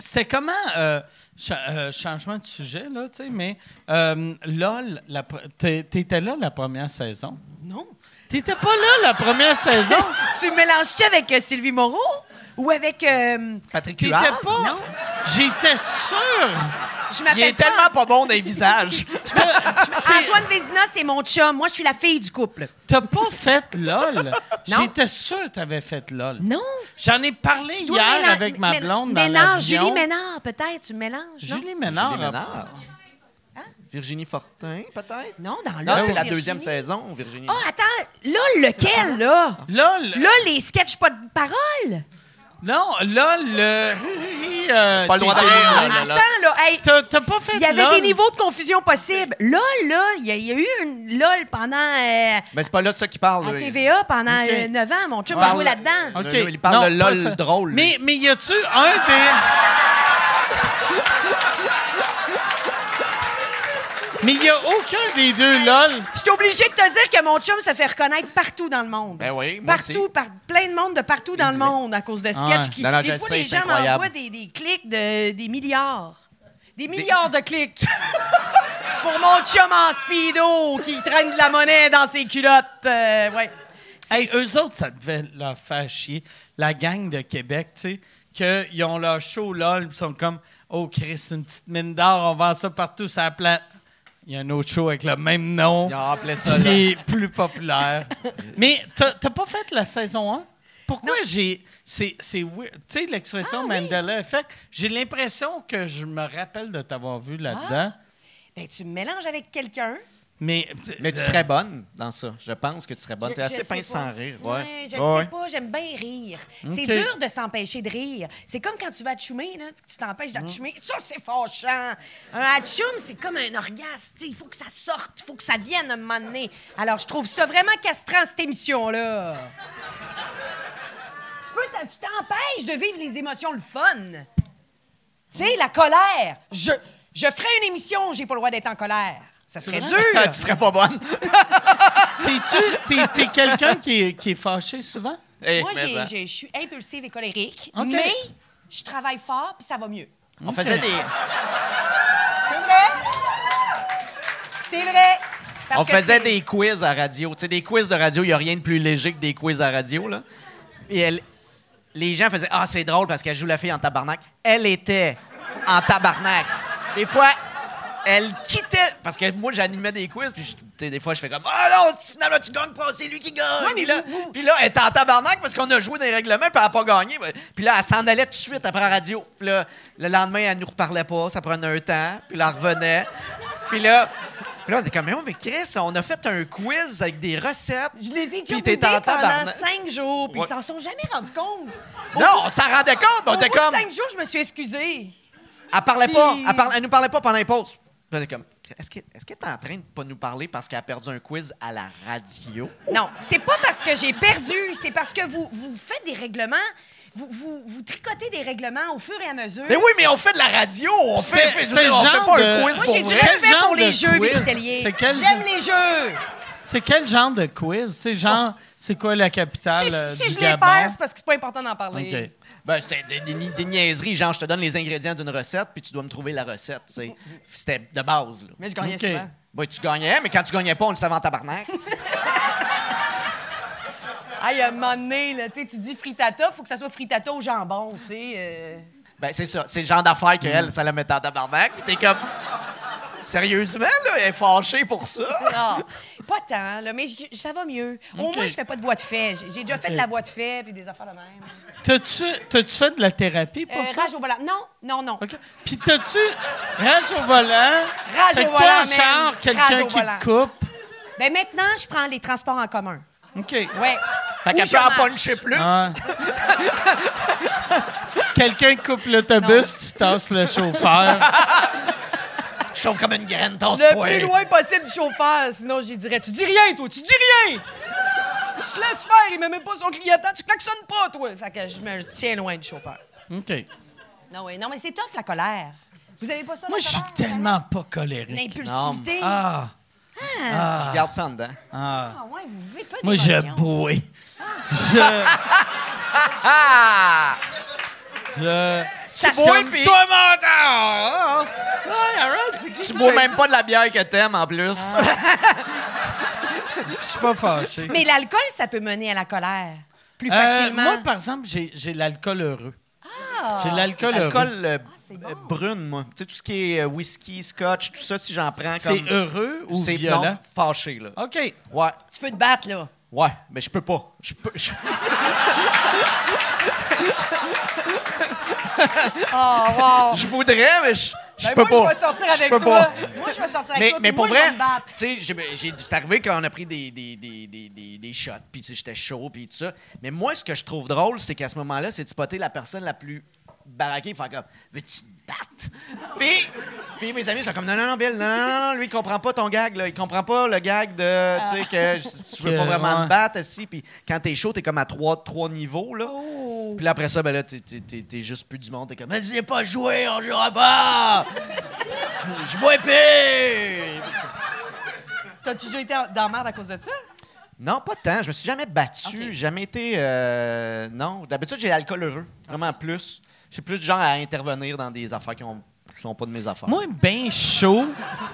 C'était comment, euh, cha- euh, changement de sujet, là, tu sais, mais euh, LOL, la pre- t'é- t'étais là la première saison?
Non.
T'étais pas là la première saison?
Tu mélanges-tu avec euh, Sylvie Moreau ou avec... euh,
Patrick
T'étais
Huard.
pas?
Non.
J'étais sûr!
je
Il est
m'appelle pas...
tellement pas bon dans les visages.
Je te- je- c'est-
Antoine Vézina, c'est mon chum. Moi, je suis la fille du couple.
T'as pas fait LOL?
Non.
J'étais sûr que t'avais fait LOL.
Non.
J'en ai parlé
Tu
hier
dois mélan-
avec ma
mé-
blonde dans
Ménard,
l'avion.
Julie Ménard, peut-être. Tu mélanges, non?
Julie Ménard.
Julie
a-
Ménard. Virginie Fortin, peut-être?
Non, dans
Non,
l'autre,
c'est la
Hein? Ah, Virginie.
deuxième saison, Virginie.
Ah, attends. Là, lequel, là?
LOL.
Là, les sketchs pas de parole.
Non, LOL. le- euh,
Pas le droit
t'es-
d'aller,
Ah,
là, là, là.
Attends, là. Hey,
T'as t'as pas fait
Il y avait
LOL.
des niveaux de confusion possibles. Là, là, il y, a- il y a eu une LOL pendant. euh,
Mais c'est pas là de ça qu'il parle.
à
là.
TVA pendant
Ok.
euh, 9 ans. Mon chum
Parle-
a joué là-dedans.
OK.
Le- le- il parle de
pas
LOL
ça.
drôle, lui.
Mais, mais y a-tu un des. mais y a aucun des deux LOL.
Je suis obligée de te dire que mon chum se fait reconnaître partout dans le monde.
Ben oui, moi
Partout,
aussi.
par plein de monde de partout dans le monde à cause de sketchs
Ah ouais.
qui.
Non, non, je
des fois,
sais,
les
c'est
gens
incroyable.
m'envoient des, des clics de des milliards. Des milliards de clics. Pour mon chum en speedo qui traîne de la monnaie dans ses culottes. Euh, ouais. C'est-
Hey, eux autres, ça devait leur faire chier. La gang de Québec, tu sais, qu'ils ont leur show LOL, ils sont comme Oh Chris, une petite mine d'or, on vend ça partout sur la plate. Il y a un autre show avec le même nom.
Il a appelé ça là.
qui est plus populaire. Mais t'as t'as pas fait la saison 1? Pourquoi j'ai. C'est c'est weird. Tu sais,
Ah
l'expression Mandela Effect, j'ai l'impression que je me rappelle de t'avoir vu
Ah.
là-dedans.
Ben, tu me mélanges avec quelqu'un.
Mais.
Mais tu
euh,
serais bonne dans ça. Je pense que tu serais bonne. T'es assez pince
pince
sans rire. Ouais.
je
Ouais.
sais pas, j'aime bien rire. C'est
Ok.
dur de s'empêcher de rire. C'est comme quand tu vas te choumer, là, puis que tu t'empêches
Mm.
de te choumer. Ça, c'est fâchant. Un atchoum, c'est comme un orgasme. Tu sais, il faut que ça sorte, il faut que ça vienne à un moment donné. Alors, je trouve ça vraiment castrant, cette émission-là. tu peux, t'en- tu t'empêches de vivre les émotions, le fun. Tu sais, la colère. Je, je ferais une émission où j'ai pas le droit d'être en colère. Ça serait dur.
tu serais pas bonne.
T'es-tu. T'es t'es quelqu'un qui, est- qui est fâché souvent?
Eh,
Moi,
mais
j'ai-
ça.
j'ai- je suis impulsive et colérique,
OK.
mais je travaille fort puis ça va mieux.
On faisait des.
C'est vrai? C'est vrai! Parce
On
que
faisait
c'est-
des quiz à radio. Tu sais, des quiz de radio, il n'y a rien de plus léger que des quiz à radio. Là. Et elle- les gens faisaient Ah, c'est drôle parce qu'elle joue la fille en tabarnak. Elle était en tabarnak. Des fois, elle quittait. Parce que moi, j'animais des quiz, puis je- tu sais, des fois, je fais comme Ah non, si finalement, tu gagnes pas, c'est lui qui gagne.
Ouais, mais
puis, là,
vous- vous-
puis là, elle était en tabarnak parce qu'on a joué dans les règlements, puis elle n'a pas gagné. Ben, Puis là, elle s'en allait tout de suite après la radio. Puis là, le lendemain, elle nous reparlait pas, ça prenait un temps, puis là, elle revenait. Puis là, puis là, on était comme, mais, oh, mais Chris, on a fait un quiz avec des recettes.
Je les ai déjà
Puis t'es
boudés
en
pendant
tabarnak.
cinq jours, puis
Ouais.
ils s'en sont jamais rendus compte.
Non, on s'en rendait compte, on
Au bout
était
de
comme.
cinq jours, je me suis excusée.
Elle parlait pas.
Puis-
Elle, par- elle nous parlait pas pendant les pauses. Puis on était comme, est-ce que- est-ce qu'elle est, en train de pas nous parler parce qu'elle a perdu un quiz à la radio?
Non, c'est pas parce que j'ai perdu, c'est parce que vous, vous faites des règlements, vous, vous, vous tricotez des règlements au fur et à mesure.
Mais oui, mais on fait de la radio, on fait,
C'est-
je veux
c'est
dire, on
le
fait
genre
pas
de-
un quiz
Moi,
pour
j'ai du
vrai.
Quel
respect
genre
pour les
de
jeux,
quiz?
Billy Tellier.
C'est quel
J'aime
jeu?
les jeux.
C'est quel genre de quiz? C'est genre, c'est quoi la capitale?
Oh. Si,
euh,
si
du
je les
Gabon?
perds, c'est parce que c'est pas important d'en parler.
OK.
Ben, c'était des, des ni- des niaiseries, genre, je te donne les ingrédients d'une recette, puis tu dois me trouver la recette, tu sais. C'était de base, là.
Mais je gagnais
OK.
souvent.
Ben, tu gagnais, mais quand tu gagnais pas, on le savait en tabarnak.
Aïe, à un moment donné, là, tu sais, tu dis frittata, faut que ça soit frittata au jambon, tu sais. euh.
Ben, c'est ça. C'est le genre d'affaire qu'elle, ça la met en tabarnak. Puis t'es comme. Sérieusement, là, elle est fâchée pour ça.
Ah, pas tant, là, mais j- ça va mieux. Au
OK.
moins, je fais pas de voix de fait. J'ai j'ai déjà fait de la voix de fait puis des affaires de même.
T'as-tu t'as-tu fait de la thérapie pour
Euh,
ça?
rage au volant. Non, non, non.
OK. Puis t'as-tu rage au volant?
Rage
Fait que toi,
au
en
volant, man.
char,
Rage
quelqu'un
au
qui
volant.
te coupe.
Ben maintenant, je prends les transports en commun.
OK.
Ouais.
Fait
Ou
qu'elle
je
peut en
marche.
puncher plus.
Ah. Quelqu'un coupe l'autobus, tu tasses le chauffeur.
Je chauffe comme une graine, ton
Le
poing.
plus loin possible du chauffeur, sinon j'y dirais Tu dis rien, toi, tu dis rien! Tu te laisses faire, il met même pas son clignotant, tu klaxonnes pas, toi! Fait que je me tiens loin du chauffeur.
OK.
Non, oui, non mais c'est tough, la colère. Vous avez pas ça,
Moi,
la
je suis
colère?
tellement pas colérique.
L'impulsivité. Ah,
Ah,
Je garde ça en dedans.
ouais, vous vivez pas
moi, je
d'émotion.
bouée. Je.
Ah!
je...
Tu bois, puis
Toi, mon ah, ah, ah. Ouais, alright, c'est qui
tu
qui
bois
fait
même pas de la bière que t'aimes, en plus.
ça? Je suis pas fâché.
Mais l'alcool, ça peut mener à la colère. Plus
Euh,
facilement. Ah!
moi, par exemple, j'ai j'ai l'alcool heureux. J'ai l'alcool heureux.
L'alcool euh,
c'est
euh,
bon.
brune, moi. Tu sais, tout ce qui est euh, whisky, scotch, tout ça, si j'en prends comme...
C'est heureux ou
C'est
violent?
non, fâché, là.
OK.
Ah. Ouais,
Tu peux te battre, là.
ouais, mais je peux pas. Je peux... je-
Oh, wow.
Je voudrais, mais je, je
Ben,
peux
moi,
pas.
je vais sortir avec
peux
toi.
pas.
Moi, je vais sortir avec
Mais,
toi.
mais
puis
pour
moi, je
vrai,
vais me battre.
tu sais, j'ai- ben, j'ai- c'est arrivé qu'on a pris des, des, des, des, des, des shots, puis tu sais, j'étais chaud, puis tout ça. Mais moi, ce que je trouve drôle, c'est qu'à ce moment-là, c'est de spotter la personne la plus baraquée, faire comme Veux-tu te battre Puis, puis mes amis sont comme Non, non, non, Bill, non, non, non, lui, il comprend pas ton gag, là. Il comprend pas le gag de Tu sais, que je- tu veux
Ah. Que,
pas vraiment
ouais.
te battre, si. Puis quand t'es chaud, t'es comme à trois, trois niveaux, là.
Oh.
Puis là, après ça, ben là, t'es- t'es t'es- t'es juste plus du monde. T'es comme, mais je pas joué, on jouera pas! Je bois épais!
T'as-tu déjà été en- dans la merde à cause de ça?
Non, pas tant. Je me suis jamais battu.
Ok.
Jamais été. euh, non. D'habitude, j'ai l'alcool heureux. Vraiment plus. Je suis plus du genre à intervenir dans des affaires qui ont- qui sont pas de mes affaires.
Moi, ben chaud,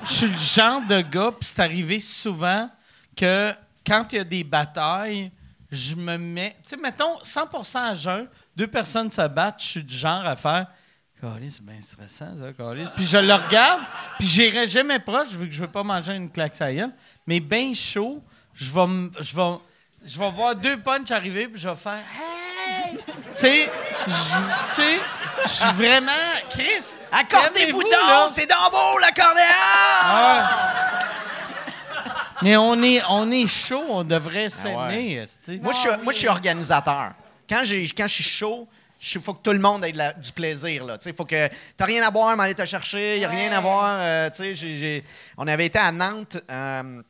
je suis le genre de gars, puis c'est arrivé souvent que quand il y a des batailles, je me mets. Tu sais, mettons 100 à jeun, deux personnes se battent, je suis du genre à faire. Calais, c'est bien stressant, ça, câlisse. Puis je le regarde, puis j'irai jamais proche, vu que je veux pas manger une claque à gueule. Mais ben chaud, je vais. m- Je vais je vais voir deux punchs arriver, puis je vais faire Hey! tu sais, je- tu sais, je suis vraiment. Chris!
Accordez-vous
calmez-vous, là. Ah,
donc! C'est dans beau, l'accordéon!
Mais on est, on est chaud, on devrait s'aimer, esti.
Ah Moi, je suis, moi, je suis organisateur. Quand, j'ai, quand je suis chaud, il faut que tout le monde ait de la- du plaisir. Là. Tu sais, faut que t'as rien à boire, mais allez te chercher. Il n'y a rien à voir. euh, tu sais, j'ai- j'ai- on avait été à Nantes euh,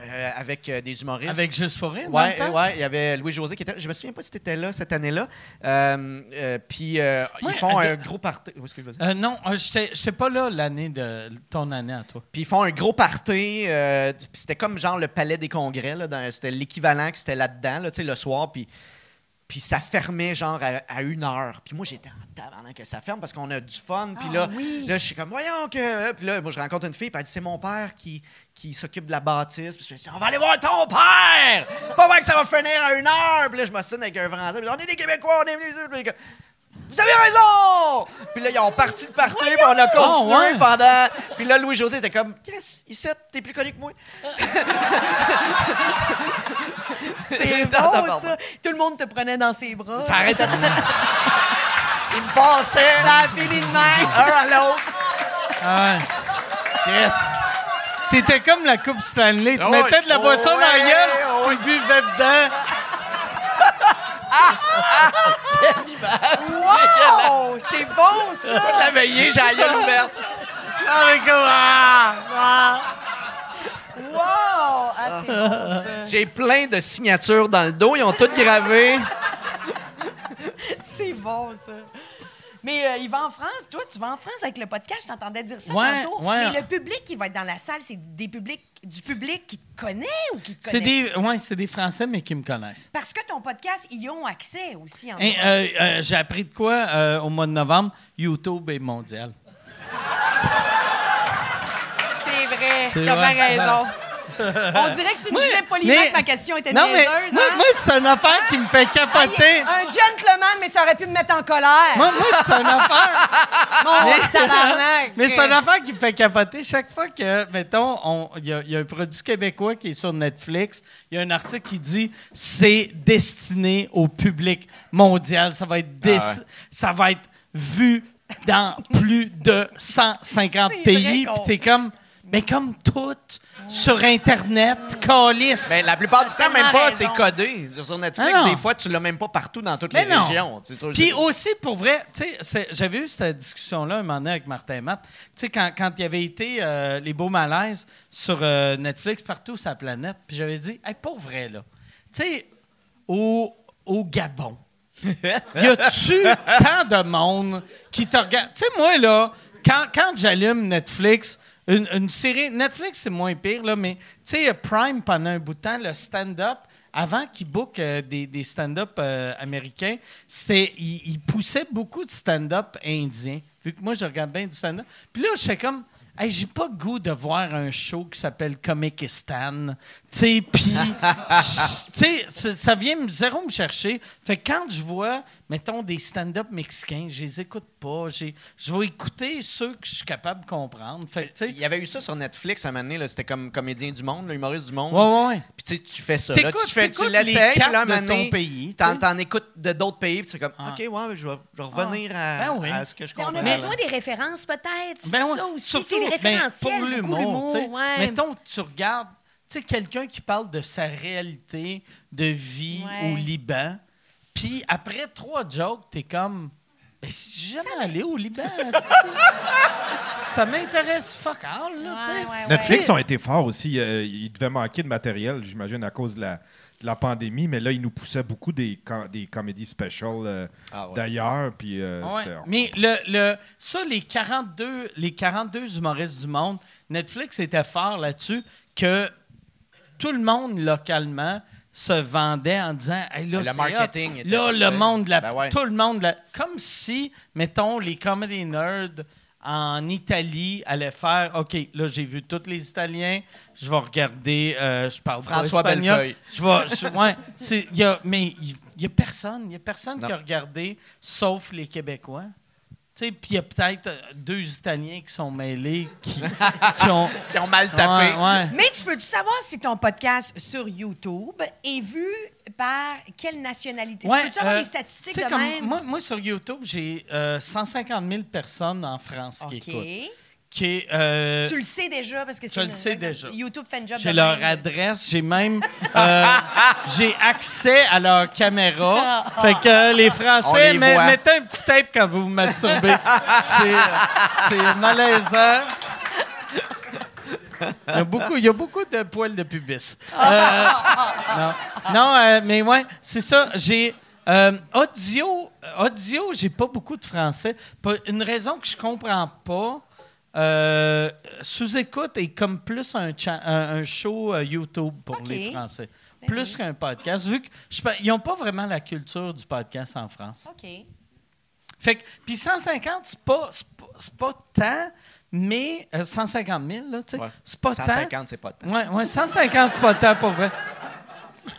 euh, avec euh, des humoristes.
Avec Juste pour rire, dans le
Ouais,
temps?
ouais, il y avait Louis-José qui était là. Je me souviens pas si t'étais là cette année-là. Euh, euh, puis euh,
Ouais,
ils font
euh,
un gros party. Oui, excuse, vas-y.
Euh, non, euh, j'étais j'étais pas là l'année de ton année à toi.
Puis ils font un gros party. euh, puis c'était comme genre le palais des congrès. là, dans- c'était l'équivalent que c'était là-dedans, là, tu sais, le soir. Puis, puis ça fermait genre à, à une heure. Puis moi, j'étais en tabarnak que ça ferme parce qu'on a du fun. Puis
Ah
là, là, je suis comme, voyons que. euh, Puis là, moi, je rencontre une fille. Puis elle dit, c'est mon père qui, qui s'occupe de la bâtisse. Puis je dis, on va aller voir ton père! Pas vrai que ça va finir à une heure. Puis là, je m'ostine avec un Français. Puis on est des Québécois, on est venus ici. Puis là, vous avez raison! Puis là, ils ont parti de partir, puis on a continué
Oh,
ouais.
pendant. Puis là, Louis-José était comme, Chris, ici, t'es plus connu que moi.
C'est
Non, non,
beau, ça. Tout le monde te prenait dans ses bras.
Ça arrêtait de. Il me passait
Ça a fini de même.
un à l'autre.
Ah, ouais.
Chris.
T'étais comme la coupe Stanley. Tu
Oh,
mettais de la
oh,
boisson dans la
ouais, oh,
gueule, tu buvais dedans.
Wow! C'est bon, ça!
Toute la veillée, j'ai la gueule ouverte.
Ah, mais comment? Ah, ah.
Wow! Ah, c'est bon, ça.
J'ai plein de signatures dans le dos, ils ont toutes gravé.
C'est bon, ça. Mais euh, il va en France. Toi, tu vas en France avec le podcast. Je t'entendais dire ça
Ouais,
tantôt.
ouais.
Mais le public qui va être dans la salle, c'est des publics, du public qui te connaît ou qui te
C'est
connaît?
des, ouais, c'est des Français, mais qui me connaissent.
Parce que ton podcast, ils ont accès aussi. En
Hein, euh, euh, J'ai appris de quoi euh, au mois de novembre? YouTube est mondial.
C'est vrai.
C'est
T'as
vrai.
bien raison. On dirait que tu me disais poliment
mais-
que ma question était
Non, mais
niaiseuse,
moi,
hein?
moi, c'est une affaire qui me fait
Ah, il est
capoter.
Un gentleman, mais ça aurait pu me mettre en colère.
Moi, moi c'est une affaire...
Ah, Mon
Mais,
tabarnak.
mais c'est une affaire qui me fait capoter. Chaque fois que, mettons, on- il y, a- il y a un produit québécois qui est sur Netflix, il y a un article qui dit c'est destiné au public mondial. Ça va être, des-
Ah ouais.
ça va être vu dans plus de 150
C'est
pays.
vrai qu'on-
Puis t'es comme, mais comme tout. sur Internet, calice.
Mais Ben, la plupart du
T'as
temps, même
tellement
pas,
raison.
c'est codé. Sur Netflix,
Ah non.
des fois, tu l'as même pas partout dans toutes
Mais
les
non.
régions. Tu sais, toi,
Puis
c'est-
aussi, pour vrai, tu sais, c'est- j'avais eu cette discussion-là un moment donné avec Martin et Matt. Tu sais, quand, quand il y avait été euh, Les Beaux Malaises sur euh, Netflix, partout sur la planète, puis j'avais dit, hey, pour vrai, là, tu sais, au, au Gabon, y a-tu tant de monde qui te regarde? Tu sais, moi, là, quand, quand j'allume Netflix, une, une série. Netflix, c'est moins pire, là, mais tu sais, Prime, pendant un bout de temps, le stand-up, avant qu'ils bookent euh, des, des stand-up euh, américains, c'était- ils ils poussaient beaucoup de stand-up indiens. Vu que moi, je regarde bien du stand-up. Puis là, j'étais comme. Hey, j'ai pas le goût de voir un show qui s'appelle Comicistan. Tu sais, puis tu sais, ça- ça vient me- zéro me chercher. Fait que quand je vois, mettons, des stand-up mexicains, je les écoute pas. J'ai- Je vais écouter ceux que je suis capable de comprendre. Fait que, tu
Il y
sais,
avait eu ça sur Netflix à un moment donné, là, c'était comme comédien du monde, là, humoriste du monde.
Ouais, ouais, ouais.
Puis tu sais, tu fais ça. Là,
T'écoutes-
tu fais, tu
t'écoutes les
l'essayes, puis là, à un
quatre de
moment donné,
ton pays,
t'en,
tu sais.
t'en écoutes de d'autres pays, puis c'est comme,
Ah.
OK, ouais, je vais, je vais revenir à,
Ben oui.
à ce que je
Mais
comprends.
on a
là.
besoin des références, peut-être.
Ben ouais,
ça aussi,
surtout,
c'est des
ben,
référentiels.
pour l'humour, tu sais.
ouais.
Mettons, tu regardes, tu sais, quelqu'un qui parle de sa réalité de vie
Ouais.
au Liban, puis après trois jokes, t'es comme, ben, si j'ai jamais allé au Liban, c'est- ça m'intéresse fuck all, là, tu sais.
Ouais, ouais,
Netflix
Ah
ont
ouais.
été forts aussi. Euh, ils devaient manquer de matériel, j'imagine, à cause de la, de la pandémie. Mais là, ils nous poussaient beaucoup des, com- des comédies specials euh,
Ah ouais.
d'ailleurs. Puis euh,
Ah
Ouais,
c'était-
Mais le, le- ça, les 42, les 42 humoristes du monde, Netflix était fort là-dessus que tout le monde localement se vendait en disant Hey, là,
Le
c'est
marketing
hot.
était
là le
parfait.
monde la,
Ben ouais.
tout le monde la- comme si mettons les comedy nerds en Italie allaient faire OK là j'ai vu tous les Italiens je vais regarder euh, je parle pas
François
espagnol.
Bellefeuille.
Je vais. je- ouais, c'est- il y a- mais il n'y a personne. Il a personne
Non.
qui a regardé, sauf les Québécois. Tu sais, Puis il y a peut-être euh, deux Italiens qui sont mêlés, qui, qui ont.
Qui ont mal
Ouais,
tapé.
ouais.
Mais tu peux-tu savoir si ton podcast sur YouTube est vu par quelle nationalité?
Ouais,
tu peux-tu avoir
euh,
des statistiques
tu sais,
de
comme
même?
Moi, moi, sur YouTube, j'ai euh, 150 000 personnes en France
OK.
qui écoutent. Qui est, euh,
Tu le sais déjà parce que c'est
Je le
une-
sais déjà.
YouTube fait une job
J'ai
de
leur
même.
adresse, j'ai même euh, j'ai accès à leur caméra.
Ah.
fait que euh, les Français,
On les
mais-
voit.
mettez un petit tape quand vous vous masturbez. C'est, c'est malaisant. Il y, a beaucoup, il y a beaucoup de poils de pubis. Euh, non, non euh, mais ouais, c'est ça. J'ai euh, audio, audio, j'ai pas beaucoup de français. Pas- Une raison que je comprends pas. euh, sous écoute est comme plus un, cha- un- un show euh, YouTube pour
Ok.
les Français, plus qu'un podcast. Vu que je pe- ils n'ont pas vraiment la culture du podcast en France.
OK.
Fait que, puis 150, c'est pas, c'est pas, c'est pas tant, mais euh, 150 000, là, tu sais,
Ouais.
c'est pas tant.
150, c'est pas tant.
Ouais, ouais, 150, c'est pas tant, pour vrai.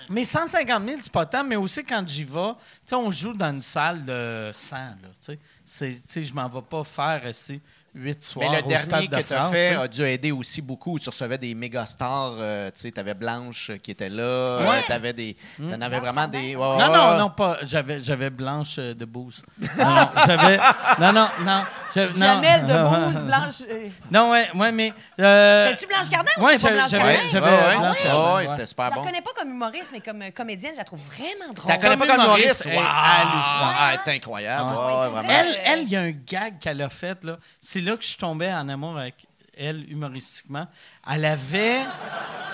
Mais 150 000, c'est pas tant, mais aussi quand j'y vais, tu sais, on joue dans une salle de 100, là, tu sais. C'est- tu sais, je m'en vais pas faire, ici 8 soirs
Mais le
au
dernier
Stade de
que tu as
France, hein.
fait
là.
a dû aider aussi beaucoup. Tu recevais des méga stars. euh, tu sais, t'avais Blanche euh, qui était là.
Ouais. Hmm.
tu t'avais des, t'en avais vraiment des. ouais,
Non,
ouais, ouais.
non, non, pas. J'avais, j'avais Blanche euh, de Bouze. Non, non, j'avais. Non, non, non. j'avais- non.
Jamel de Bouze, Blanche. euh,
Non, ouais, ouais, mais. euh,
C'était-tu Blanche Gardin ou
ouais,
c'était
j'avais-
pas Blanche
j'avais-
Gardin?
j'avais- euh,
Ouais, ouais.
Blanche
Ouais,
Gardin,
ouais,
ouais.
c'était
Je
super
la
bon.
connais pas comme humoriste, mais comme euh, comédienne, je la trouve vraiment drôle.
T'as connais pas
Comme
comme
humoriste,
Maurice?
elle est
Wow!
hallucinante.
Ah, elle est incroyable.
Ouais.
Ouais, ouais, vraiment.
Elle, elle, il y a un gag qu'elle a fait, là. C'est là que je suis tombé en amour avec elle, humoristiquement. Elle avait.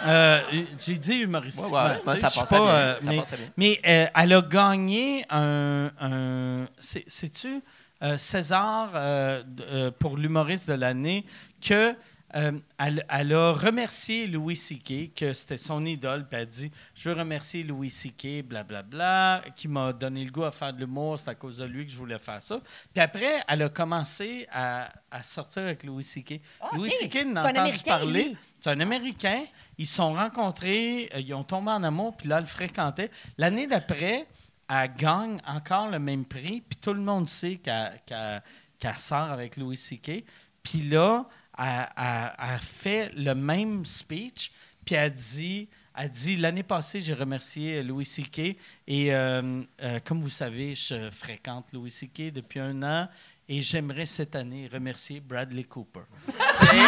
euh, j'ai dit humoristiquement.
Ouais, ouais,
tu sais,
ça
je suis
passait
pas,
bien,
euh,
ça
mais
passait bien.
mais, euh, elle a gagné un. un- c'est- Sais-tu, euh, César, euh, d- euh, pour l'humoriste de l'année, que. euh, elle, elle a remercié Louis C.K., que c'était son idole, puis elle a dit Je veux remercier Louis C.K., blablabla, qui m'a donné le goût à faire de l'humour, c'est à cause de lui que je voulais faire ça. Puis après, elle a commencé à, à sortir avec Louis C.K.
Ah,
Louis
OK.
C.K.
C'est
n'a
un
entendu
Américain,
parler.
lui.
C'est un Américain. Ils se sont rencontrés, euh, ils ont tombé en amour, puis là, elle le fréquentait. L'année d'après, elle gagne encore le même prix, puis tout le monde sait qu'elle qu'elle- qu'elle sort avec Louis C.K. Puis là, elle, elle- elle fait le même speech, puis elle dit, elle dit l'année passée, j'ai remercié Louis C.K. Et euh, euh, comme vous savez, je fréquente Louis C.K. depuis un an. Et j'aimerais cette année remercier Bradley Cooper. Puis c'était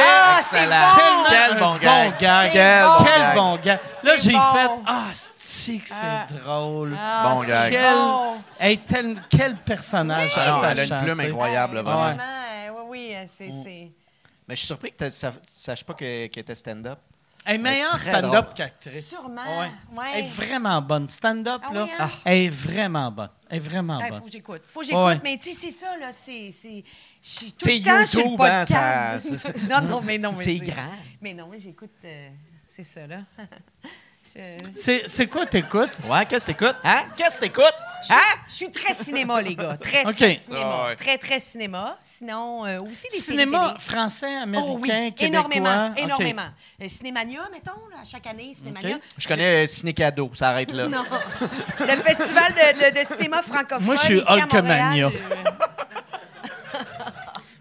Ah, c'est
Excellent.
bon!
tellement
Quel
un
bon gag.
gag.
C'est
Quel
bon.
gag.
bon gag. Là,
C'est
j'ai
bon.
fait Ah, c'est que c'est
Ah.
drôle.
Ah,
Bon
c'est
gag.
Quel,
bon.
hey, tel- quel personnage
Ah non, elle a
attachant,
une plume
tu sais.
incroyable, là,
Ah,
vraiment.
vraiment, euh, Oui, oui, euh, c'est.
Mm.
c'est-
Mais je suis surpris que t'as- sa- tu saches pas que- qu'elle était stand-up.
Elle est meilleure
très
stand-up
drôle.
qu'actrice.
Sûrement, ouais.
Elle est vraiment bonne. Stand-up,
Ah oui,
là,
hein?
elle est vraiment bonne. Elle est vraiment
Ah,
bonne.
faut que j'écoute. Faut que j'écoute,
Ouais.
mais tu sais, c'est ça, là. C'est. c'est- Je suis tout
C'est
le temps sur le
YouTube, hein,
podcast. Non, non, mais non. mais
C'est grand.
Mais non, mais j'écoute. euh, c'est ça, là. Je...
C'est c'est quoi t'écoutes?
Ouais, qu'est-ce que t'écoutes? Hein? Qu'est-ce que t'écoutes? Hein?
Je suis très cinéma, les gars. Très,
OK.
très cinéma.
Ah ouais.
Très, très cinéma. Sinon, euh, aussi des
Cinéma
séries télé.
français, américain,
Oh oui,
québécois.
énormément,
OK.
énormément. Euh, Cinémania, mettons, là, à chaque année, Cinémania.
OK.
Je connais euh, Ciné Cadeau, ça arrête là.
Non. Le festival de, de- de cinéma francophone.
Moi, je suis
ici à
Hulkamania.
Montréal, euh,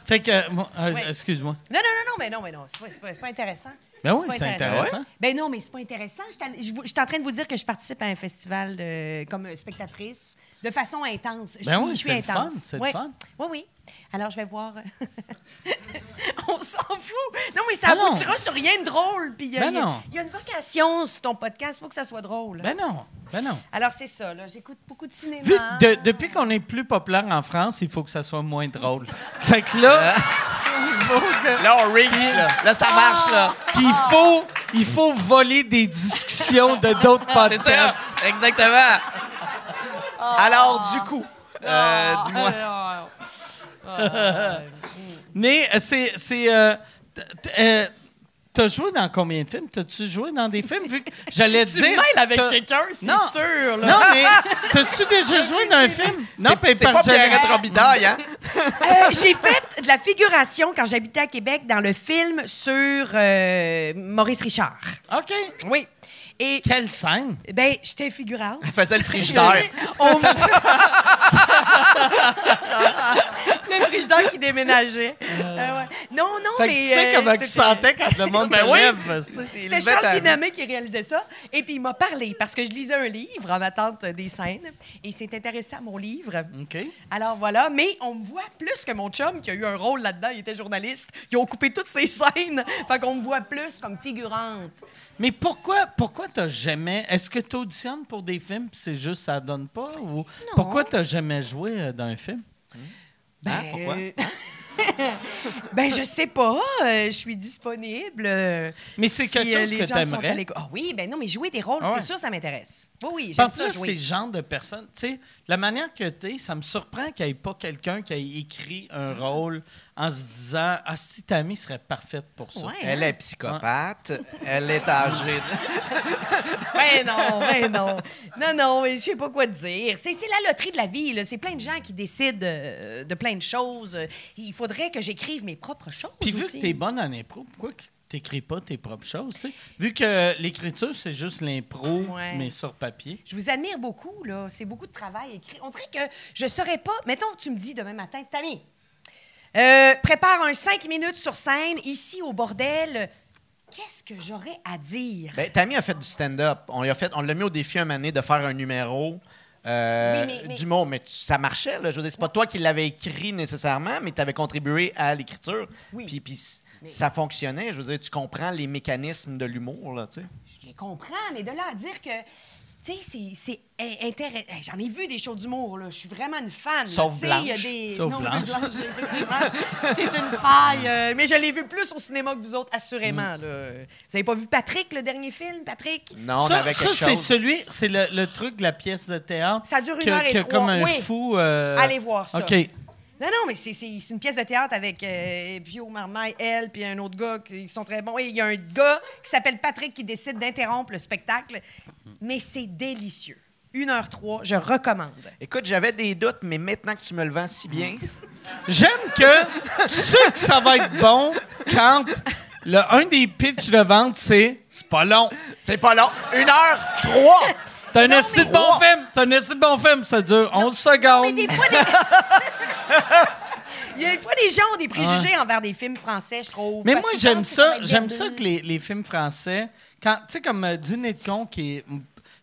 Fait que, euh, moi, euh,
Oui.
excuse-moi.
Non, non, non, non, mais non, mais non, c'est pas, c'est pas, c'est pas intéressant.
Ben oui,
pas
c'est intéressant.
Ah ouais? Ben non, mais c'est pas intéressant. Je t'en- Je vous- je suis en train de vous dire que je participe à un festival de- comme euh, spectatrice de façon intense. Je
Ben
suis,
oui,
je suis
c'est le fun,
intense.
c'est le
oui.
fun.
Oui, oui. Alors, je vais voir. euh, On s'en fout. Non, mais
Ah
ça
non.
aboutira sur rien de drôle. Puis il y, a-
Ben
il y a-
non.
il y a une vocation sur ton podcast. Il faut que ça soit drôle.
Ben non, ben non.
Alors, c'est ça. là. J'écoute beaucoup de cinéma.
Vite, de- depuis qu'on est plus populaire en France, il faut que ça soit moins drôle. Fait que là, il faut que-
Là, on reach, là. Là,
Ah!
ça marche, là.
puis il faut, il faut voler des discussions de d'autres
Ah, C'est ça,
podcasts.
exactement. Alors, du coup, euh, dis-moi.
Alors,
Mais euh, c'est, c'est, euh, t- t- euh, t'as joué dans combien de films T'as-tu joué dans des films Vu que j'allais
Tu
dire,
mêles avec
t'as-
quelqu'un, c'est
Non.
sûr, là.
Non, mais t'as-tu déjà joué dans un film Non,
C'est-
puis
c'est pas
parce que j'allais-
Pierrette Robidaille, hein?
Euh, j'ai fait de la figuration quand j'habitais à Québec dans le film sur euh, Maurice Richard.
Ok.
Oui. Et
Quelle scène
ben, j'étais figurante. Euh,
Elle faisait le frigidaire.
On me- le frigidaire qui déménageait. Euh, ouais. Non, non,
Fait que
mais...
tu sais
euh,
comment il
c'était-
sentait quand le monde
Ben
te
oui.
lève, tu sais.
C'était
Il levait ta-
Charles Binamé qui réalisait ça. Et puis, il m'a parlé parce que je lisais un livre en attente des scènes. Et il s'est intéressé à mon livre.
OK.
Alors voilà, mais on me voit plus que mon chum qui a eu un rôle là-dedans, il était journaliste. Ils ont coupé toutes ses scènes, fait qu'on me voit plus comme figurante.
Mais pourquoi, pourquoi t'as jamais. Est-ce que tu auditionnes pour des films puis c'est juste ça donne pas? Ou pourquoi t'as jamais joué euh, dans un film?
Hein, pourquoi?
euh,
Hein?
ben je sais pas, euh, je suis disponible. euh,
Mais c'est
si,
quelque
euh,
chose
les
que
gens sont
t'aimerais?
à l'écoute. Ah oui, ben non, mais jouer des rôles,
Ah ouais.
c'est sûr ça m'intéresse. Oui oui,
En
j'aime ça
plus, c'est
jouer.
le genre de personne. Tu sais, la manière que t'es, ça me surprend qu'il n'y ait pas quelqu'un qui ait écrit
Mm-hmm.
un rôle en se disant Ah, si ta amie serait parfaite pour ça.
Ouais.
Elle est psychopathe, elle est âgée. de-
Ben non, ben non. Non, non, mais je sais pas quoi te dire. C'est c'est la loterie de la vie. là. C'est plein de gens qui décident euh, de plein de choses. Il faudrait que j'écrive mes propres choses
Puis vu
aussi.
que t'es bonne en impro, pourquoi que t'écris pas tes propres choses? tu sais? Vu que l'écriture, c'est juste l'impro,
Ouais.
mais sur papier.
Je vous admire beaucoup, là. C'est beaucoup de travail écrit. On dirait que je ne saurais pas. Mettons, tu me dis demain matin, Tammy, euh, prépare un 5 minutes sur scène, ici au bordel. Qu'est-ce que j'aurais à dire?
Ben, Tammy a fait du stand-up. On l'a fait, on l'a mis au défi un année de faire un numéro. euh,
Oui, mais- mais-
Du mot, mais tu- ça marchait. Là, je veux dire, c'est pas toi qui l'avais écrit nécessairement, mais tu avais contribué à l'écriture.
Oui.
Puis, puis c- ça fonctionnait. Je veux dire, tu comprends les mécanismes de l'humour. Là, tu sais.
Je les comprends, mais de là à dire que. Tu sais, c'est- c'est in- intéressant. Hey, J'en ai vu des shows d'humour, là. Je suis vraiment une fan. là.
Sauf
Tu sais, il y a
Blanche.
des-
Sauf
Non, mais
Blanche.
effectivement, c'est une faille. euh, mais je l'ai vu plus au cinéma que vous autres, assurément.
Mm.
là. Vous avez pas vu Patrick, le dernier film, Patrick?
Non, on
ça,
avait
ça,
quelque
c'est
chose.
celui, c'est le, le truc de la pièce de théâtre.
Ça dure une
que-
heure et
que
trois,
comme un
oui.
fou. euh,
Allez voir ça.
OK.
Non, non, mais c'est c'est- c'est une pièce de théâtre avec euh, Pio Marmaille, elle, puis un autre gars qui ils sont très bons. Et il y a un gars qui s'appelle Patrick qui décide d'interrompre le spectacle. Mais c'est délicieux. 1h03, je recommande.
Écoute, j'avais des doutes, mais maintenant que tu me le vends si bien,
Mm. J'aime que tu sais que ça va être bon quand le, un des pitchs de vente, c'est c'est pas long.
c'est pas long. Une heure, trois.
C'est un esti de bon
Wow.
film. C'est un esti de bon film. Ça dure 11 secondes.
Mais des fois, des... il y a des fois, des gens ont des préjugés envers des films français, je trouve.
Mais
parce
moi,
qu'ils
j'aime
pensent que
ça.
va être
J'aime
bien
ça
vu.
que les, les films français, quand tu sais, comme euh, Dîner de con, qui est-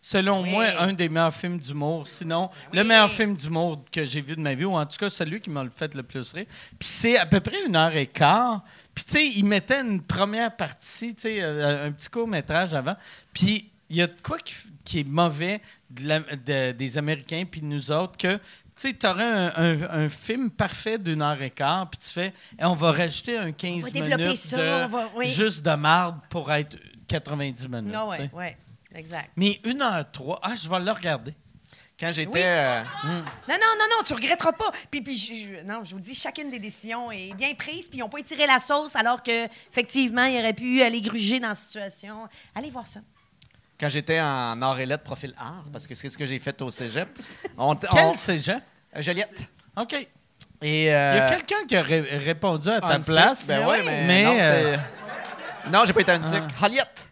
selon
Oui.
moi, un des meilleurs films d'humour. Sinon, le meilleur film d'humour que j'ai vu de ma vie, ou en tout cas celui qui m'a le fait le plus rire. Puis c'est à peu près une heure et quart. Puis tu sais, il mettait une première partie, tu sais, euh, un petit court-métrage avant. Puis il y a de quoi qui, f- qui est mauvais de la- de- des Américains puis de nous autres que tu sais, t'aurais un, un- un film parfait d'une heure et quart, puis tu fais, Eh, on va rajouter un 15
développer
minutes
ça,
de
on va- oui.
juste de marde pour être 90 minutes.
Non,
tu
ouais,
sais.
ouais. Exact.
Mais 1h03, ah, je vais le regarder.
Quand j'étais.
Oui.
euh,
Non, non, non, non, tu regretteras pas. Puis, puis je, je- non, je vous dis, chacune des décisions est bien prise, puis ils n'ont pas étiré la sauce, alors que effectivement, ils auraient pu aller gruger dans la situation. Allez voir ça.
quand j'étais en art et lettres, profil art, parce que c'est ce que j'ai fait au cégep. On, t-
Quel
on-
cégep?
Euh, Joliette.
OK. Il
Et,
y a
euh,
quelqu'un qui a ré- répondu à ta
Hansick.
place.
Ben ouais, mais. non,
mais, euh, Ah.
c'était- non, j'ai pas été Hansick. Joliette.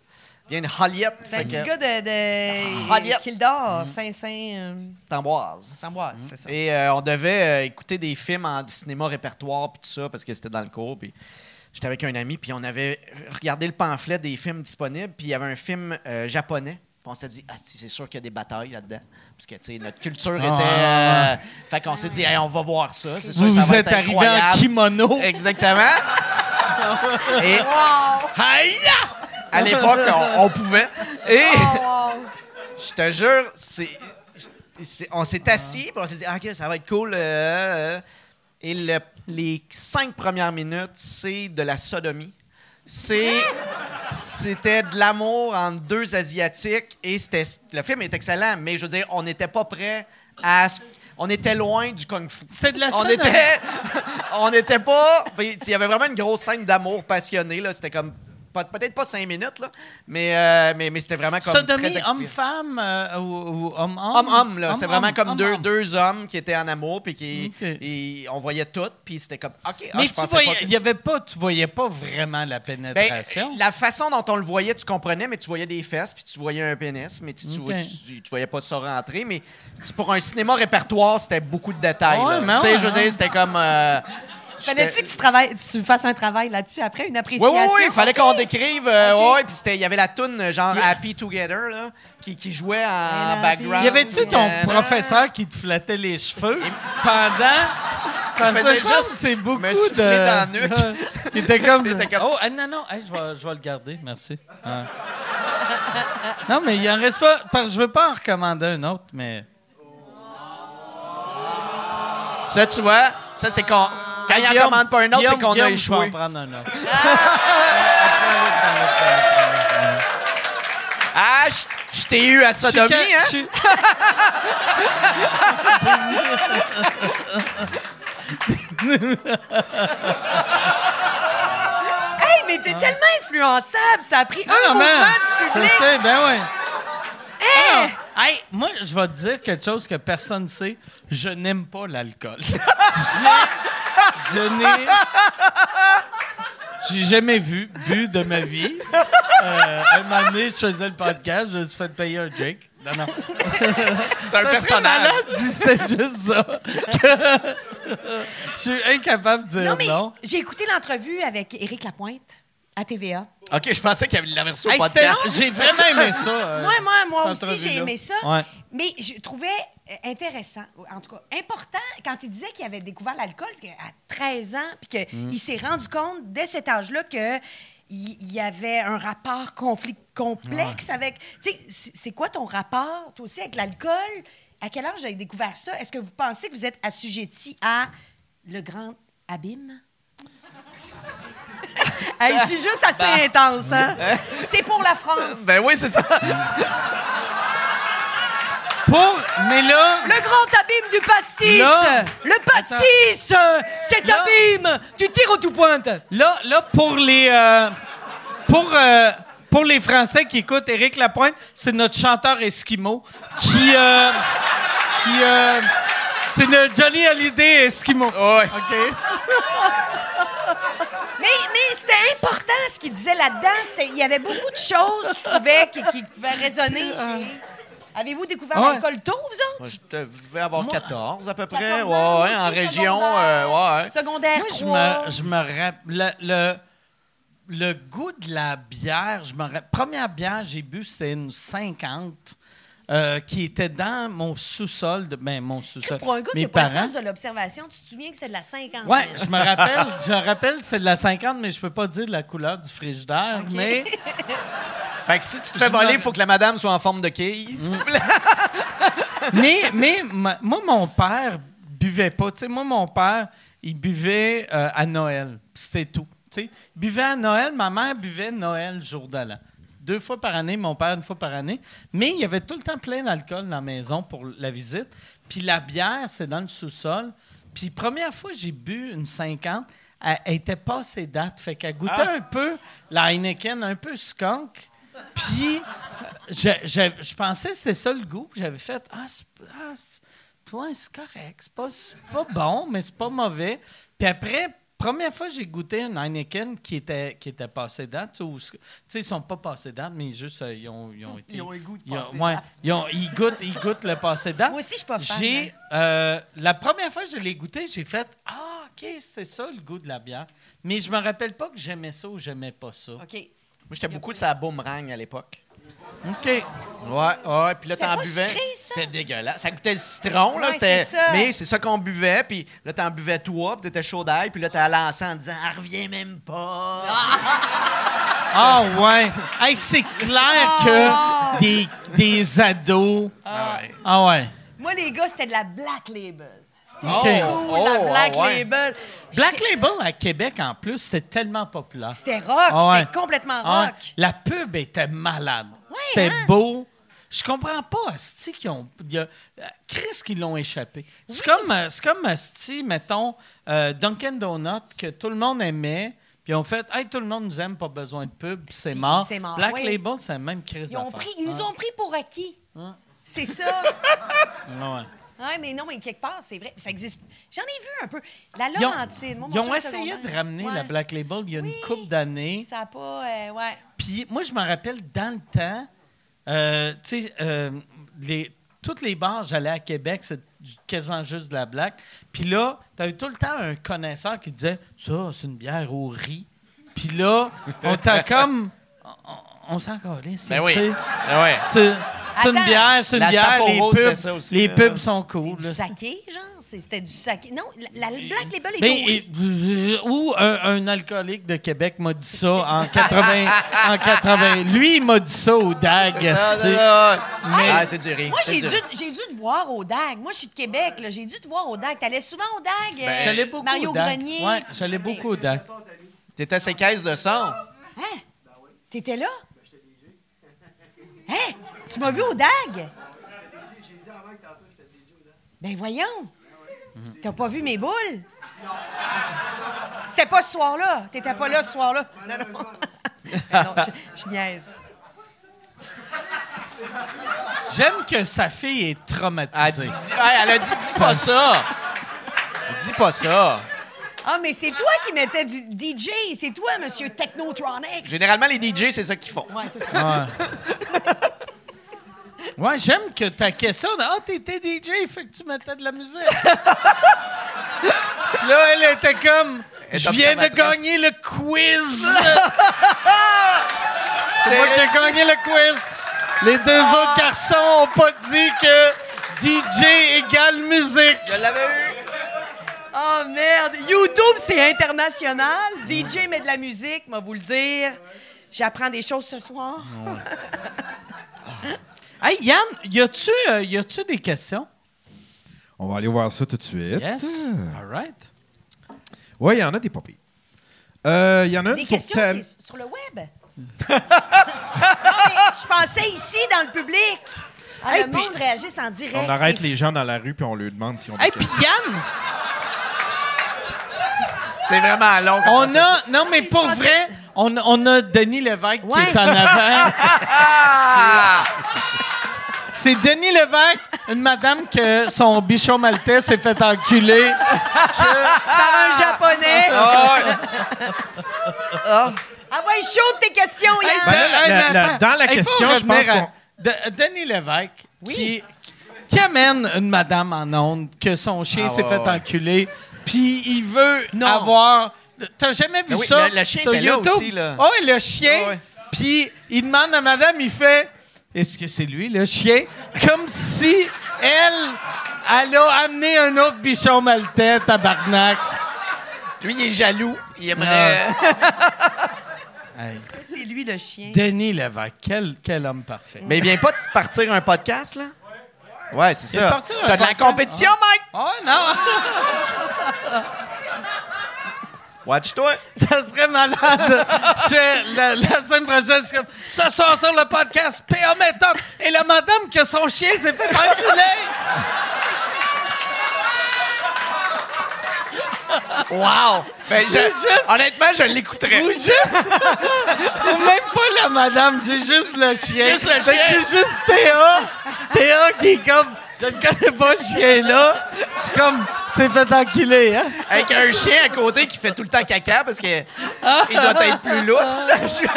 Bien une Joliette.
C'est un
fait
petit
que-
gars de,
Radiette.
Kildor, Saint-Saint...
Tamboise.
Tamboise, euh, c'est ça.
Et euh, on devait euh, écouter des films en du cinéma répertoire puis tout ça parce que c'était dans le cours. Puis j'étais avec un ami puis on avait regardé le pamphlet des films disponibles puis il y avait un film euh, japonais. Puis on s'est dit ah si, c'est sûr qu'il y a des batailles là-dedans parce que tu sais notre culture
Ah,
était. euh, fait qu'on s'est dit Hey, on va voir ça. C'est sûr
vous
que ça
vous
va
êtes
être
arrivé en
incroyable.
kimono.
Exactement. Et
Aïe!
à l'époque on, on pouvait. Et
Oh,
Ah,
Je te jure, c'est. c'est- On s'est assis, puis on s'est dit, Ah, OK, ça va être cool. euh, euh. et le- les cinq premières minutes, c'est de la sodomie. C'est. C'était de l'amour entre deux Asiatiques et c'était. Le film est excellent, mais je veux dire, on n'était pas prêt à. ce- On était loin du kung-fu.
C'est de la
On
sodomie.
était. on n'était pas. puis, Il y avait vraiment une grosse scène d'amour passionné, là. C'était comme. pas- Peut-être pas cinq minutes, là, mais, euh, mais, mais c'était vraiment comme. très
Sodomie,
explicite.
homme-femme euh, ou, ou homme-homme?
Homme-homme, là. C'est vraiment
Homme-homme,
comme deux,
homme-homme.
deux hommes qui étaient en amour, puis qui,
Ok.
et on voyait tout, puis c'était comme, OK, ah,
Mais
je
tu
pensais
voyais,
pas que-
il y avait pas, tu voyais pas vraiment la
Ben,
pénétration.
la façon dont on le voyait, tu comprenais, mais tu voyais des fesses, puis tu voyais un pénis, mais tu, tu,
Ok.
tu- tu voyais pas ça rentrer. Mais pour un cinéma répertoire, c'était beaucoup de détails.
Ouais,
là.
mais
tu sais,
ouais,
je veux
hein.
dire, c'était comme... euh,
Fallait-tu
j'étais-
que tu, travailles, tu fasses un travail là-dessus après, une
Oui,
appréciation?
oui, oui, il fallait qu'on
Ok.
décrive. euh,
Ok.
ouais, puis c'était- il y avait la toune euh, genre Happy Together là, qui, qui jouait en
la
background.
Il y avait-tu ton
Euh,
professeur qui te flattait les cheveux pendant. Parce que
faisait
ça,
juste
c'est beaucoup
me
de.
souffler dans la nuque.
Il était comme.
Il était comme-
Oh, ah, non, non, hey, je, vais, je vais le garder, merci. Ah. Non, mais il en reste pas. Parce que je veux pas en recommander un autre, mais.
Ça, tu vois, ça, c'est qu'on. Quand Ah, il n'en commande pas un autre, c'est qu'on a échoué.
prendre un autre.
Ah, je- je t'ai eu à sodomie,
Je
hein?
suis ca-
Hey, mais t'es tellement influençable, ça a
je
pris
suis-
un
Non, non,
mouvement
man,
du
Je le
public. Eh!
sais, ben ouais.
Hey!
Non. Hey, moi, je vais te dire quelque chose que personne ne sait. Je n'aime pas l'alcool. je je n'ai. J'ai jamais vu, bu de ma vie. Euh, un moment donné, je faisais le podcast, je me suis fait payer un drink. Non, non.
C'est un
Ça serait
personnage.
malade si c'était juste ça. Que- je suis incapable de dire
Non,
non.
mais j'ai écouté l'entrevue avec Éric Lapointe à TVA.
OK, je pensais qu'il l'avait reçu au
Hey, c'était-
podcast.
J'ai vraiment aimé ça. euh,
Moi, moi, moi
cette
aussi, j'ai
entrevue-là.
aimé ça.
Ouais.
Mais je trouvais euh, intéressant, ou en tout cas important, quand il disait qu'il avait découvert l'alcool c'est qu'à 13 ans, puis qu'il s'est rendu compte dès cet âge-là que il il y avait un rapport conflit complexe avec. Tu sais, c'est c'est quoi ton rapport, toi aussi, avec l'alcool? À quel âge vous avez découvert ça? Est-ce que vous pensez que vous êtes assujetti à le grand abîme? Hey, je suis juste assez intense, hein? C'est pour la France.
Ben oui, c'est ça.
Pour, mais là,
Le grand abîme du pastis!
Là-
le pastis! Cet
Là-
abîme! Tu tires au tout pointe!
Là, là pour les euh, pour euh, pour les Français qui écoutent Éric Lapointe, c'est notre chanteur esquimau qui euh, qui euh, c'est le Johnny Hallyday esquimau.
Ouais.
Ok.
Mais, mais c'était important ce qu'il disait là-dedans. C'était- Il y avait beaucoup de choses, je trouvais, qui, qui pouvaient résonner chez. Avez-vous découvert
Ah. Ouais.
l'alcool tôt, vous
Moi,
autres?
je devais avoir 14 à peu près.
14
ouais,
ans,
ouais, en
lycée
région.
secondaire,
euh, ouais.
Secondaire
Moi, je
3.
me, je me rappelle. Le, le, le goût de la bière, je me rappelle. Première bière que j'ai bu, c'était une 50. euh, qui était dans mon sous-sol, de, ben, mon sous-sol.
Pour un gars qui
mes
n'a pas le
parents.
sens de l'observation, tu te souviens que c'est de la 50.
Ouais, je me rappelle, je rappelle que c'est de la 50, mais je peux pas dire la couleur du frigidaire, mais
Fait que si tu te fais voler, il faut que la madame soit en forme de quille.
mais, mais ma- moi, mon père buvait pas. Tu sais, moi, mon père, il buvait euh, à Noël. Puis C'était tout. Tu sais, il buvait à Noël. Ma mère buvait Noël, jour de l'an. Deux fois par année, mon père une fois par année. Mais il y avait tout le temps plein d'alcool dans la maison pour la visite. Puis la bière, c'est dans le sous-sol. Puis première fois, j'ai bu une 50. Elle, elle était pas à ses dates. Fait qu'elle goûtait
Ah!
un peu la Heineken, un peu skunk. Puis, euh, je, je- je pensais que c'est ça le goût. puis J'avais fait, ah, c'est ah, c'est- ouais, c'est correct. C'est pas, c'est pas bon, mais c'est pas mauvais. Puis après, première fois, j'ai goûté une Heineken qui était, qui était passée date. Tu sais, où- tu sais, ils sont pas passés date, mais juste, euh, ils, ont, ils ont été.
Ils ont un goût de
ils ont-
passé
ouais,
date.
ils, ont- ils goûtent, ils goûtent le passé date.
Moi aussi, je suis pas fan, hein.
J'ai, euh, la première fois que je l'ai goûté, j'ai fait, ah, OK, c'était ça le goût de la bière. Mais je me rappelle pas que j'aimais ça ou j'aimais pas ça.
OK.
Moi, j'étais beaucoup de sa boomerang à l'époque.
OK.
Ouais, ouais, puis là,
C'était
t'en
pas
buvais.
sucré, ça?
C'était dégueulasse. Ça goûtait le citron, là.
Ouais,
c'était-
c'est ça.
Mais c'est ça qu'on buvait, puis là, t'en buvais toi, puis t'étais chaud d'ail, puis là, t'allais ensemble en disant, ah, reviens même pas.
Ah ouais. Hey, c'est clair
Ah!
que des, des ados.
Ah ouais.
Ah ouais.
Moi, les gars, c'était de la Black Label. C'était
Oh,
cool, la
oh,
Black
ah ouais.
Label.
Black
J'étais-
Label à Québec en plus, c'était tellement populaire.
C'était rock,
Ah ouais.
c'était complètement
Ah ouais.
rock.
La pub était malade.
Ouais,
c'était
hein?
beau. Je comprends pas, Asti, qu'ils ont. y a- euh, Chris, qu'ils l'ont échappé. C'est comme, euh, c'est comme Asti, mettons, euh, Dunkin' Donut, que tout le monde aimait. Puis ils ont fait, hey, tout le monde nous aime, pas besoin de pub, puis c'est
Puis
mort.
c'est mort,
Black
oui.
Label, c'est la même Chris.
Ils, ont
d'affaire.
pris, ils nous ont pris pour acquis.
Hein?
C'est ça.
Ouais.
ouais, mais non, mais quelque part, c'est vrai. Ça existe. J'en ai vu un peu. La
Ils ont,
Laurentine. moi, mon
ils ont
chum
essayé
secondaire.
de ramener
Ouais.
la Black Label il y a
Oui.
une couple d'années.
Ça a pas. euh, ouais.
Puis moi, je me rappelle dans le temps, euh, tu sais, euh, les- toutes les bars, j'allais à Québec, c'est quasiment juste de la black. Puis là, t'avais tout le temps un connaisseur qui disait Ça, c'est une bière au riz. Puis là, on t'a comme. on- On, on s'en calisse.
Ben oui.
tu sais.
Ben oui.
C'est c'est une
Attends.
bière, c'est une
La
bière. Les
Sapporo, c'était ça
pubs,
aussi,
les
là.
pubs sont
C'est
cool.
du
là.
saké, genre. C'est- C'était du saké. Non, la, la Black Label est
Ben,
au riz.
et- ou un, un alcoolique de Québec m'a dit ça en 80. en 80. Lui, il m'a dit ça au DAG.
Ah,
tu
là,
sais.
là.
Mais-
Ah, c'est du
ben,
riz.
Moi,
c'est
j'ai
du
dû,
riz.
j'ai dû te voir au DAG. Moi, je suis de Québec. là. J'ai dû te voir au DAG. T'allais souvent au DAG. euh,
Ben, J'allais beaucoup
Mario
au DAC.
Grenier.
Ouais, j'allais beaucoup au DAC.
T'étais à ses caisses de son.
Hein? T'étais là? Hein? Tu m'as vu au DAG? Ben voyons! T'as pas vu mes boules? C'était pas ce soir-là. T'étais pas là ce soir-là. Non, non. non, je, je niaise.
J'aime que sa fille est
Elle, dit,
traumatisée.
dis- ouais, elle a dit, dis pas ça. Dis pas ça.
Ah, mais c'est toi qui mettais du DJ. C'est toi, monsieur Technotronics.
Généralement, les DJ, c'est ça qu'ils font.
Ouais, c'est ça.
Ouais, Ouais, j'aime que ta question de Ah, t'étais DJ, fait que tu mettais de la musique. là, elle était comme
Elle est
Je viens de
observatrice.
gagner le quiz. C'est moi qui ai gagné le quiz. Les deux autres garçons ont pas dit que DJ égale musique.
Je l'avais eu.
Oh merde! YouTube, c'est international. DJ met de la musique, moi vous le dire. J'apprends des choses ce soir.
Hey, Yann, y a-tu euh, y a-tu des questions?
On va aller voir ça tout de suite.
Yes. All right.
Oui, il y en a des papiers. Euh, Il y en a une
Des
pour
questions,
Tam-
c'est sur le web? non, mais je pensais ici, dans le public. Ah,
Hey,
le
puis-
monde réagisse en direct.
On arrête
c'est
les gens dans la rue puis on leur demande si on
Hey, puis Yann,
C'est vraiment long. comme
on
ça.
a. Non, Ah, mais pour vrai, on, on a Denis Lévesque
Ouais.
qui est en avant.
Ah!
C'est Denis Lévesque, une madame que son bichon maltais s'est fait enculer.
Par un japonais.
Ah ouais.
Ah ouais, chaud tes questions, Yann.
Ben là, la-
Hey,
la-
mais
la-
attends,
dans la
il faut
question, je pense
revenir à-
qu'on-
De- Denis Lévesque,
Oui.
qui, qui amène une madame en onde, que son chien
Ah,
s'est
ouais,
fait
ouais.
enculer, puis il veut
Non.
avoir... T'as jamais vu
Ben oui,
ça
le- le chien
sur
était là
YouTube?
aussi, là.
Oh, le chien,
Ah, ouais.
puis il demande à madame, il fait... Est-ce que c'est lui, le chien? Comme si elle, elle a amené un autre bichon maltais, tabarnak.
Lui, il est jaloux. Il aimerait.
C'est lui le chien.
Denis Lévesque, quel, quel homme parfait.
Mais il vient pas de partir un podcast, là? Ouais, c'est
est
ça.
parti un
T'as de la
podcast.
compétition, Mike!
Oh non!
Watch-toi!
Ça serait malade. Je- la, la semaine prochaine, je suis comme, ça sort sur le podcast P.A. Méthode et la madame que son chien s'est fait enculer.
Wow! Ben, je-
Juste-
Honnêtement, je l'écouterais.
Ou juste. ou même pas la madame, j'ai juste le chien.
Juste le
Fait que
chien.
J'ai juste Théa. Théa qui est comme. Je ne connais pas ce chien-là. Je suis comme. C'est fait enculer, hein?
Avec un chien à côté qui fait tout le temps caca parce que il doit être plus lousse. là. Je-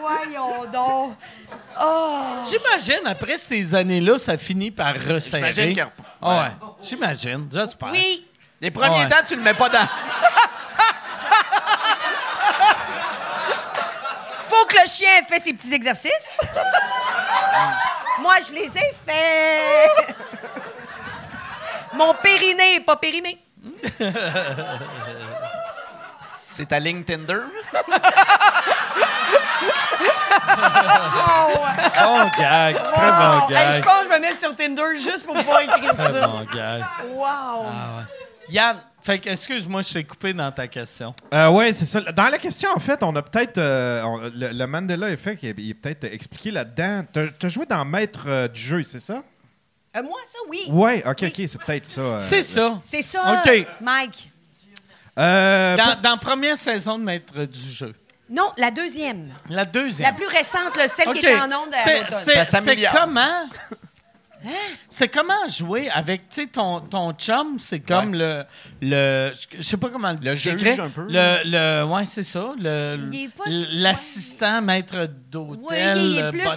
Voyons donc.
J'imagine, après ces années-là, ça finit par resserrer.
J'imagine qu'il y a-
Ah ouais. J'imagine, j'espère.
Oui! Les premiers
Ouais.
temps, tu le mets pas dans.
Faut que le chien ait fait ses petits exercices. Moi, je les ai faits. Mon périnée est pas périmé.
C'est ta ligne Tinder.
Bon gag. Très
Wow!
bon
Hey, je
gag.
pense que je me mets sur Tinder juste pour pouvoir écrire
Très
ça.
bon gag.
Wow! Euh,
Yann, fait que, excuse-moi, je t'ai coupé dans ta question.
Euh, ouais, c'est ça. Dans la question, en fait, on a peut-être. euh, on- le, le Mandela effect qui est, il est peut-être expliqué là-dedans. T'as t'as joué dans Maître euh, du jeu, c'est ça?
Euh, moi, ça, oui.
Ouais, ok, ok, c'est peut-être ça. euh,
C'est ça.
C'est ça,
OK.
Mike.
Euh,
Dans, dans première saison de Maître du jeu.
Non, la deuxième.
La deuxième.
La plus récente, là, celle
Ok.
qui était en onde à
C'est-
l'automne. Hein?
c'est-
Ça s'améliore.
C'est comment... C'est comment jouer avec, tu sais, ton, ton chum, c'est comme le, le... Je sais pas comment le
Le juge,
décrire.
un peu.
Le, le, ouais, c'est ça. le-
Il est pas-
L'assistant maître
Oui,
d'hôtel,
il est
euh,
plus
butler.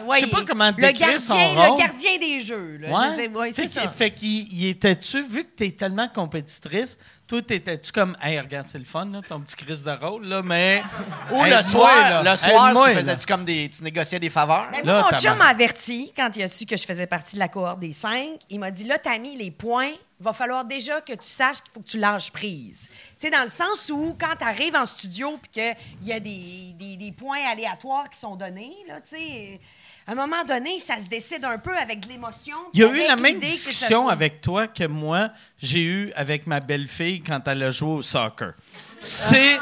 le. ouais,
Je sais pas
il-
comment
le
décrire
gardien,
son
le
rôle.
gardien des jeux. Là.
Ouais.
Ben, Je sais- ouais, c'est
Fait qu'il-
ça.
Fait qu'il il était-tu, vu que t'es tellement compétitrice, toi, t'étais-tu comme, hey, regarde, c'est le fun, là, ton petit crise de rôle, là, mais.
Ou le
Aide-moi,
soir,
là.
le soir,
Aide-moi,
tu
là.
faisais-tu comme des. Tu négociais des faveurs?
Ben,
Là,
moi, mon
ta
chum
mère.
m'a averti quand il a su que je faisais partie de la cohorte des cinq. Il m'a dit Là, t'as mis les points. Va falloir déjà que tu saches qu'il faut que tu lâches prise. Tu sais, dans le sens où, quand t'arrives en studio puis qu'il y a des, des- des points aléatoires qui sont donnés, là, tu sais, à un moment donné, ça se décide un peu avec de l'émotion.
Il y a
puis
eu la
avec
même
l'idée que ça
discussion
soit-
avec toi que moi, j'ai eu avec ma belle-fille quand elle a joué au soccer. C'est.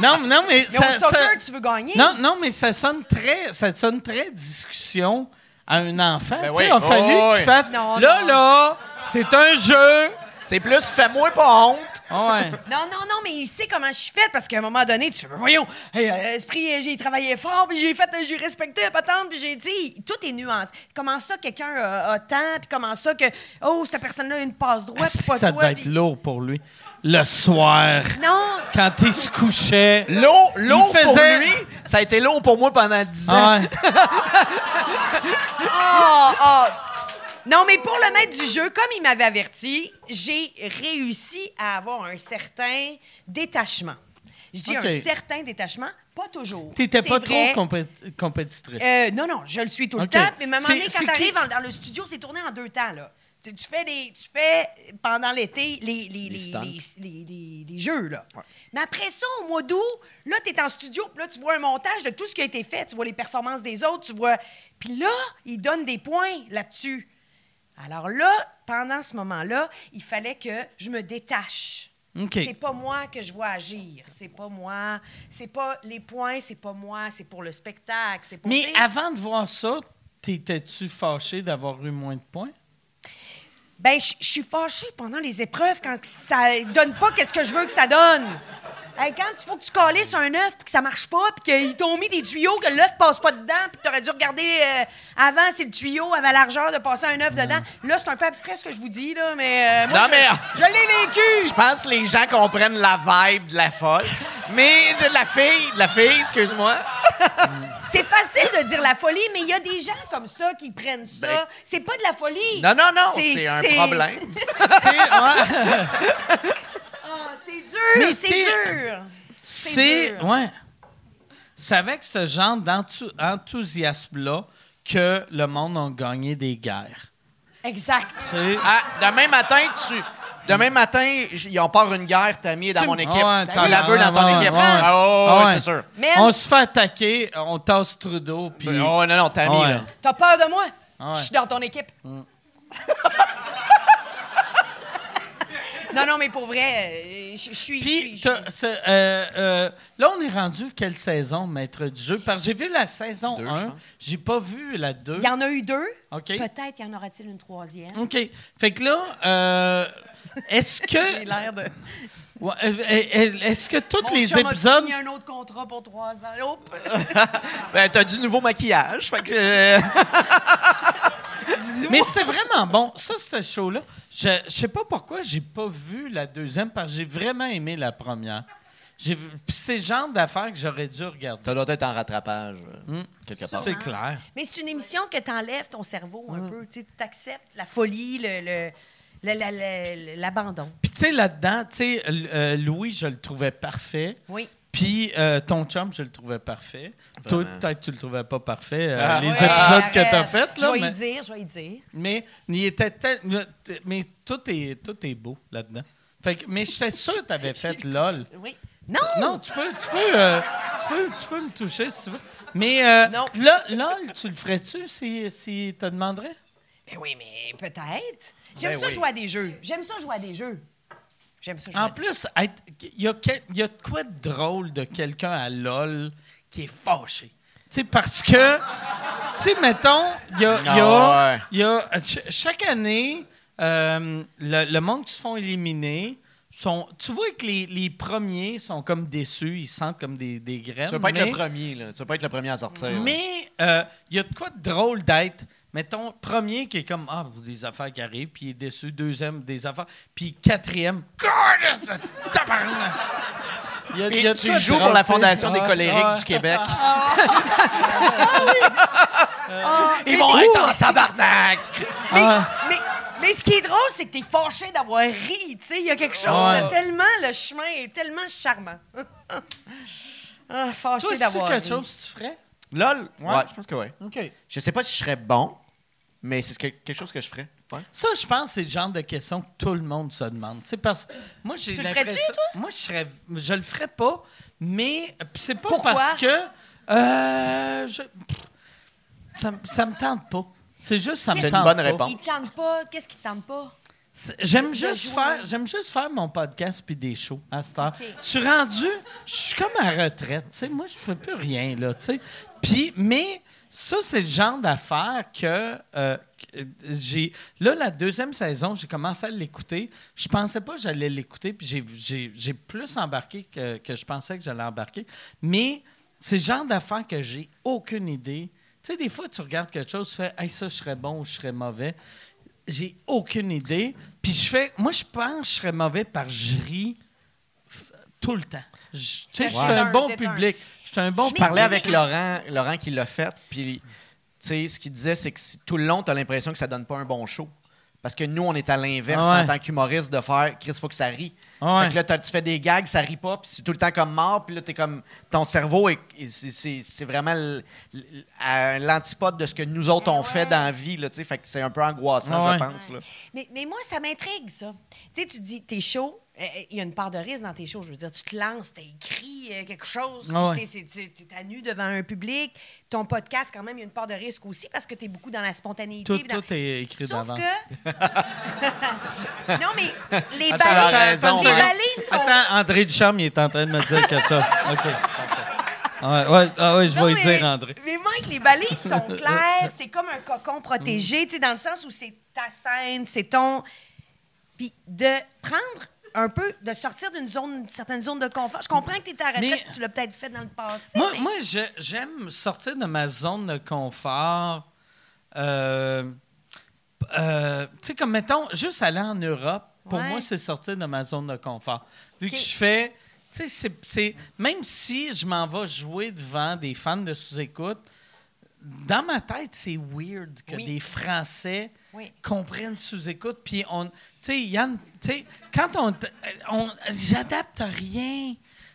Non, non, mais.
Mais
ça,
au soccer,
ça-
tu veux gagner.
Non, non, mais ça sonne très, ça sonne très discussion à un enfant.
Ben
tu sais,
oui.
il a fallu
Oh,
qu'il
oui.
fasse.
Non,
là,
non.
là, c'est un jeu.
C'est plus fais-moi pas honte.
Ouais.
Non, non, non, mais il sait comment je suis faite parce qu'à un moment donné, tu fais, voyons, hey, euh, esprit, euh, j'ai travaillé fort, puis j'ai fait, euh, j'ai respecté la patente, puis j'ai dit, tout est nuance. Comment ça quelqu'un a, a tant, puis comment ça que, oh, cette personne-là a une passe droite,
Est-ce
puis
Ah, que
pas
ça
toi.
devait être
puis-
lourd pour lui. Le soir,
Non,
quand il se couchait.
L'eau, l'eau
Il faisait-
pour lui, ça a été l'eau pour moi pendant 10 ans.
Ah ouais.
Ah, ah. Non, mais pour le maître du jeu, comme il m'avait averti, j'ai réussi à avoir un certain détachement. Je dis
OK.
un certain détachement, pas toujours.
T'étais
C'est
pas
vrai.
trop compé- compétitrice.
Euh, non, non, je le suis tout
OK.
le temps. Mais à un moment donné,
C'est-
quand
c'est
tu arrives dans le studio, c'est tourné en deux temps. Là. Tu, tu fais, des, tu fais euh, pendant l'été les, les, les,
stunts.
les- les- les- les jeux. Là. Mais après ça, au mois d'août, là, tu es en studio, puis là, tu vois un montage de tout ce qui a été fait. Tu vois les performances des autres, tu vois. Puis là, ils donnent des points là-dessus. Alors là, pendant ce moment-là, il fallait que je me détache.
OK.
C'est pas moi que je vois agir, c'est pas moi, c'est pas les points, c'est pas moi, c'est pour le spectacle, c'est pour
Mais
tu sais,
avant de voir ça, t'étais-tu fâché d'avoir eu moins de points?
Ben, je je suis fâchée pendant les épreuves quand que ça donne pas qu'est-ce que je veux que ça donne. Hey, quand il faut que tu colles sur un œuf puis que ça marche pas puis qu'ils t'ont mis des tuyaux que l'œuf passe pas dedans puis que t'aurais dû regarder euh, avant si le tuyau avait la largeur de passer un œuf dedans. Là, c'est un peu abstrait ce que je vous dis là, mais euh, moi
Mm. Non,
je,
mais-
je l'ai
Je
vécu.
pense que les gens comprennent la vibe de la folle. Mais de la fille, de la fille, excuse-moi.
C'est facile de dire la folie, mais il y a des gens comme ça qui prennent ça.
Ben-
c'est pas de la folie.
Non, non, non, c'est un problème.
Tu sais, ouais.
Ah, c'est dur,
Mais
c'est
t'es-
dur.
C'est.
dur.
Ouais. c'est avec ce genre d'enthousiasme-là que le monde a gagné des guerres.
Exact.
Tu sais?
Ah, demain matin, tu. Demain matin, j- ils ont part une guerre, Tammy est dans
Tu-
mon équipe.
Ah Ouais,
tu la veux dans ton
ouais,
équipe.
ouais.
Ah, ouais, ouais,
Ouais.
c'est sûr.
Mais
On se fait attaquer, on tasse Trudeau, puis... Ah
Oh non, non, Tammy,
Ouais.
là.
t'as peur de moi?
Ah Ouais. Mm.
Je suis dans ton équipe. non, non, mais pour vrai, euh, je je suis... je suis-
Puis,
je
t'as-
suis-
c'est, euh, euh, là, on est rendu quelle saison, maître du jeu? Parce que j'ai vu la saison
Deux, je
1,
pense.
j'ai pas vu la 2.
Il y en a eu deux.
OK.
Peut-être y en aura-t-il une troisième.
OK. Fait que là, euh, est-ce
J'ai
que...
l'air de...
Ouais, euh, euh, est-ce que tous
Mon
les
chum a
épisodes...
signé un autre contrat pour trois ans. Oh, Hop!
Ben, t'as du nouveau maquillage. Fait que. euh,
Mais c'était vraiment bon. Ça, ce show-là, je, je sais pas pourquoi j'ai pas vu la deuxième, parce que j'ai vraiment aimé la première. J'ai vu- Puis c'est le genre d'affaires que j'aurais dû regarder.
T'as l'air d'être en rattrapage, euh,
Hmm.
quelque part.
C'est clair.
Mais c'est une émission que t'enlèves ton cerveau un peu. Tu acceptes la folie, le- le- le- la- la- la- l'abandon.
Puis tu sais, là-dedans, tu sais, l- euh, Louis, je le trouvais parfait.
Oui.
Puis euh, ton chum, je le trouvais parfait. Toi, peut-être que tu le trouvais pas parfait, euh, les
Oui,
épisodes
arrête.
que t'as fait.
Je
Là,
vais y
mais,
dire, je vais y dire.
mais il était tel- mais tout est, tout est beau là-dedans. Fait que, mais j'étais sûr que t'avais fait LOL.
Oui. Non!
Non, tu peux, tu peux, euh, tu peux, tu peux me toucher si tu veux. Mais euh,
Non.
là, LOL, tu le ferais-tu si, si te demanderais?
Ben oui, mais peut-être. J'aime
Ben
ça
oui.
jouer à des jeux. J'aime ça jouer à des jeux. J'aime ça jouer à
En
des-
plus, être- il y, a quel- il y a de quoi de drôle de quelqu'un à LOL qui est fâché. Tu sais, parce que, tu sais, mettons, il y a, il y a-
Ah ouais.
il y a- ch- chaque année, euh, le, le monde qui se font éliminer, sont, tu vois que les, les premiers sont comme déçus, ils se sentent comme des, des graines.
Tu veux pas être
mais-
le premier, là. Tu veux pas être le premier à sortir. là.
mais euh, il y a de quoi de drôle d'être, mettons, premier qui est comme Ah, des affaires qui arrivent, puis il est déçu, deuxième, des affaires, puis quatrième, God, c'est un tabarnak! Il y a-
Puis
il y a de
tu
quoi de
joues
drôle,
pour la
tu sais.
Fondation des
Ouais,
colériques
ouais.
du Québec.
Ah.
Ah,
Ils vont
mais-
être en tabarnak!
Mais,
Ah.
mais, mais ce qui est drôle, c'est que t'es fâché d'avoir ri. Tu sais, il y a quelque chose
Ouais.
de tellement. Le chemin est tellement charmant. ah,
Toi,
fâché
c'est
d'avoir.
quelque
ri.
chose que tu ferais?
LOL? Ouais, je pense que oui.
OK.
Je sais pas si je serais bon, mais c'est que- quelque chose que je ferais. Ouais.
Ça, je pense, c'est le genre de question que tout le monde se demande. Tu sais, parce que moi, j'ai
Tu le
l'impression-
ferais-tu, toi?
Moi, je serais, je le ferais pas, mais euh, pis c'est pas
Pourquoi?
parce que euh, je- pff, ça, me- ça me tente pas. C'est juste, ça me
C'est
tente
une bonne
pas.
réponse.
Il tente pas. Qu'est-ce qui tente pas?
C'est- J'aime
Je
juste
joue.
faire, j'aime juste faire mon podcast puis des shows à cette heure.
Ok.
Je suis rendu, je suis comme à retraite, tu sais, moi je fais plus rien là, tu sais. Puis mais ça c'est le genre d'affaire que, euh, que, euh, j'ai là la deuxième saison, j'ai commencé à l'écouter. Je pensais pas que j'allais l'écouter puis j'ai- j'ai j'ai plus embarqué que, que je pensais que j'allais embarquer, mais c'est le genre d'affaires que j'ai aucune idée. Tu sais, des fois, tu regardes quelque chose, tu fais, hey, ça, je serais bon ou je serais mauvais. J'ai aucune idée. Puis je fais, moi, je pense que je serais mauvais par je ris f- tout le temps. Je- Tu sais, je suis
T'es
un
un,
bon
t'es un.
public. Je suis un bon
Je parlais
public.
avec Laurent, Laurent qui l'a fait, puis tu sais, ce qu'il disait, c'est que si- tout le long, tu as l'impression que ça donne pas un bon show. Parce que nous, on est à l'inverse
Ah ouais.
en tant qu'humoriste de faire Chris, faut que ça rie.
Ah ouais.
Fait que là, t'as- tu fais des gags, ça rit pas, puis c'est tout le temps comme mort, puis là, t'es comme. Ton cerveau, est- est- c'est- c'est c'est vraiment l- l- à l'antipode de ce que nous autres, on fait dans la vie, là, tu sais. Fait que c'est un peu angoissant,
Ah ouais.
je pense, là.
Mais, mais moi, ça m'intrigue, ça. Tu sais, tu dis, t'es chaud. euh, Il y a une part de risque dans tes shows. Je veux dire, tu te lances, t'as écrit euh, quelque chose,
Ah ouais.
t'es- c'est- tu- t'es à nu devant un public. Ton podcast, quand même, il y a une part de risque aussi parce que t'es beaucoup dans la spontanéité.
Tout,
puis dans-
tout est écrit
Sauf
d'avance.
que. non, mais les
Attends,
t'as
balises,
raison,
les
hein.
balises sont.
Attends, André Ducharme, il est en train de me dire quelque chose. OK, parfait. Ouais, ouais, ah ouais, je
Non,
vais lui
mais-
dire, André.
Mais Mike, les balises sont claires. C'est comme un cocon
Mm.
protégé, tu sais, dans le sens où c'est ta scène, c'est ton. Puis de prendre un peu, de sortir d'une zone, une certaine zone de confort. Je comprends que tu es à la retraite,
Mais-
puis tu l'as peut-être fait dans le passé.
Moi,
mais-
moi je- j'aime sortir de ma zone de confort. Euh, euh, tu sais, comme mettons, juste aller en Europe, pour
Ouais.
moi, c'est sortir de ma zone de confort. Vu
Ok.
que je fais. Tu sais, c'est- c'est. Même si je m'en vais jouer devant des fans de sous-écoute, dans ma tête, c'est weird que
Oui.
des Français
Oui.
comprennent sous-écoute. Puis on. Tu sais, Yann, tu sais, quand on. t- on J'adapte euh, rien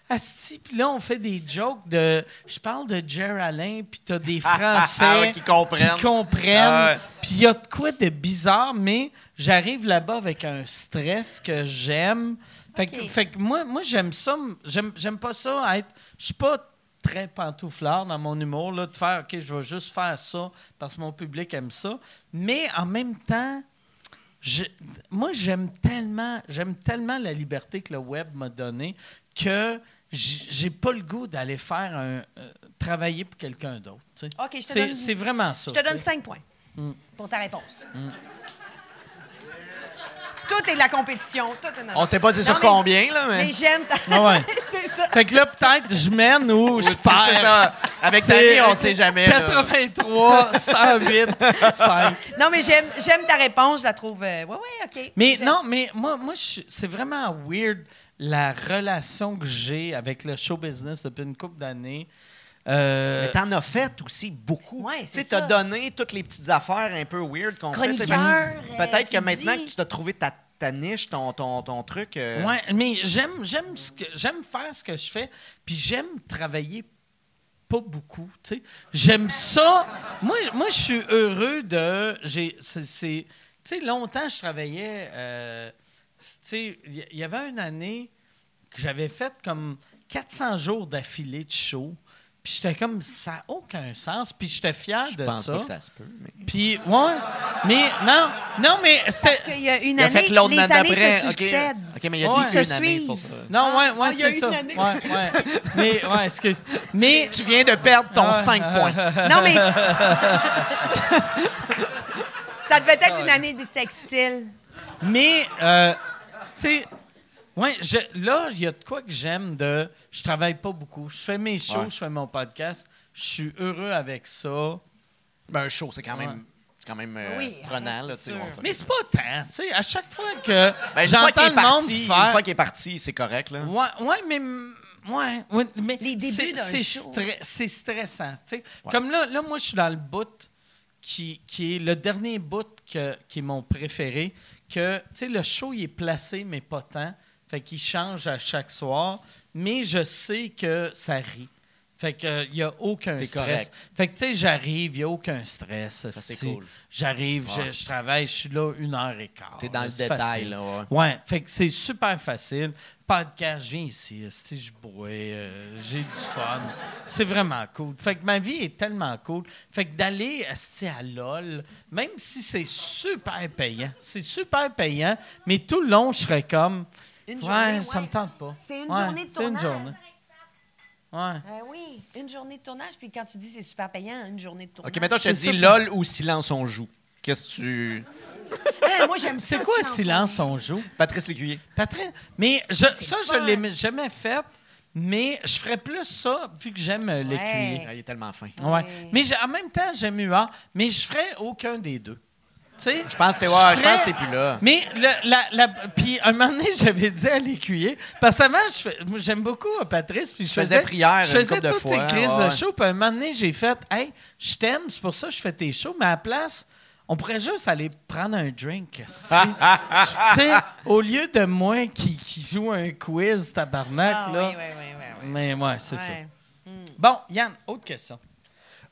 Asti, puis là, on fait des jokes de. Je parle de Jer Alain, puis t'as des Français.
Ah ouais, qui comprennent.
Qui comprennent.
Ah ouais.
Puis il y a de quoi de bizarre, mais j'arrive là-bas avec un stress que j'aime. Fait, que-
Ok.
fait que moi, moi j'aime ça. m- J'aime j'aime pas ça être. Je suis pas très pantouflard dans mon humour, là, de faire OK, je vais juste faire ça parce que mon public aime ça. Mais en même temps. Je- moi, j'aime tellement, j'aime tellement la liberté que le web m'a donnée que j- j'ai pas le goût d'aller faire un euh, travailler pour quelqu'un d'autre. tu sais.
OK, je te
c'est,
donne-
c'est vraiment ça.
Je te donne
tu sais.
5 points
Mm.
pour ta réponse. Tout est de la compétition. Tout est de la-
On sait pas c'est
Non,
sur
mais-
combien, là, mais-
Mais j'aime ta...
Ah ouais.
c'est ça.
Fait que là, peut-être, je mène ou je
C'est
perds.
ça. Avec
C'est-
Dani, on sait jamais. là.
83, 108, 5.
Non, mais j'aime, j'aime ta réponse. Je la trouve... euh, ouais, ouais, OK.
Mais
J'aime.
non, mais moi, moi je suis- c'est vraiment weird la relation que j'ai avec le show business depuis une couple d'années. Euh,
Mais t'en as fait aussi beaucoup.
Ouais,
tu
c'est
sais, t'as
ça.
donné toutes les petites affaires un peu weird qu'on fait. tu sais,
Chroniqueur,
fait-
euh,
Peut-être
tu
que maintenant
dis.
que tu t'as trouvé ta, ta niche, ton, ton, ton truc. euh,
Ouais, mais j'aime j'aime ce que j'aime faire ce que je fais, puis j'aime travailler pas beaucoup, tu sais. J'aime ça. Moi moi je suis heureux de j'ai c'est- c'est tu sais longtemps je travaillais euh, tu sais il y- il y avait une année que j'avais fait comme 400 jours d'affilée de show. Puis j'étais comme ça a aucun sens, puis j'étais fier
Je
de
pense pas
ça.
que ça se peut. mais-
Puis ouais, mais non, non mais
Parce
c'était
qu'il y a une
Il a
année,
fait l'autre
les
année
années
d'après.
se
ok.
succèdent.
OK, mais il a
Ouais.
dit
Ils
c'est
se
une année, c'est pour
suivent.
ça.
Non, ouais,
Ah,
ouais,
il y a
c'est
eu
ça.
une année.
Ouais, ouais. Mais, ouais, excuse. Mais.
Tu viens de perdre ton
Ah,
5
ah,
points.
Non, mais... ça devait
Ah,
être une année bissextile.
Mais, euh, tu sais, ouais, je- là, il y a de quoi que j'aime de. Je travaille pas beaucoup. Je fais mes shows,
Ouais.
je fais mon podcast. Je suis heureux avec ça.
Ben, un show, c'est quand
Ouais.
même, c'est quand même euh,
Oui,
prenant.
c'est
Là, tu sais,
sûr.
on fait-
Mais c'est pas tant. Tu sais, à chaque fois que
Ben, une fois qu'il
j'entends
est
le monde
parti, une
faire.
fois qu'il est parti, c'est correct. Là.
Ouais, ouais, mais. mm, Ouais, ouais, mais
Les débuts
c'est-
d'un
c'est
show.
stre- c'est stressant. tu sais. Comme là, là, moi, je suis dans le bout qui, qui est le dernier bout que- qui est mon préféré. Que, tu sais, le show, il est placé, mais pas tant. Fait qu'il change à chaque soir. Mais je sais que ça rit. Fait qu'il n'y a aucun
T'es
stress.
correct.
Fait que, tu sais, j'arrive, il n'y a aucun stress.
c'est
hostie.
cool.
J'arrive, je- je, travaille, je suis là une heure et quart.
T'es dans le
C'est
détail,
facile.
là, ouais.
Ouais, fait que c'est super facile. Podcast, je viens ici, si je bois, euh, j'ai du fun. C'est vraiment cool. Fait que ma vie est tellement cool. Fait que d'aller esti, à LOL, même si c'est super payant, c'est super payant, mais tout le long, je serais comme.
Une
ouais,
journée,
ça
ouais.
me tente pas.
C'est une
Ouais,
journée de
C'est une
tournage.
journée. Ouais.
Euh, oui, une journée de tournage. Puis quand tu dis c'est super payant, une journée de tournage.
OK, maintenant, je te
C'est
dis
ça.
LOL ou silence, on joue. Qu'est-ce que tu.
Ah, moi, j'aime ça.
C'est quoi
silence?
silence on joue?
Patrice Lécuyer.
Patrick, mais je- ça,
le
je
fun.
l'ai jamais fait, mais je ferais plus ça vu que j'aime euh, l'écuyer.
Ah, il est tellement fin.
Ouais. Mais j'ai- en même temps, j'aime UA, mais je ferais aucun des deux. Tu sais?
Je pense que t'es ouais, je
ferais-
pense que t'es plus là.
Mais le- la, la- puis un moment donné, j'avais dit à l'écuyer, parce qu'avant, je fais- moi, j'aime beaucoup euh, Patrice, puis je,
faisais prière
je
une
faisais
couple de
toutes
fois,
tes crises
ouais.
de show, puis un moment donné, j'ai fait, hey, je t'aime, c'est pour ça que je fais tes shows, mais à la place, on pourrait juste aller prendre un drink. esti. Tu sais, au lieu de moi qui, qui joue un quiz tabarnak,
Ah,
là.
oui, oui, oui, oui, oui.
Mais ouais, c'est ça.
Ouais.
Bon, Yann, autre question.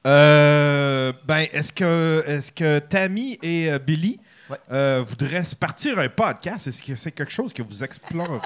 Euh, ben, est-ce que, est que Tammy et euh, Billy
Ouais.
euh, voudraient se partir un podcast? Est-ce que c'est quelque chose que vous explorez?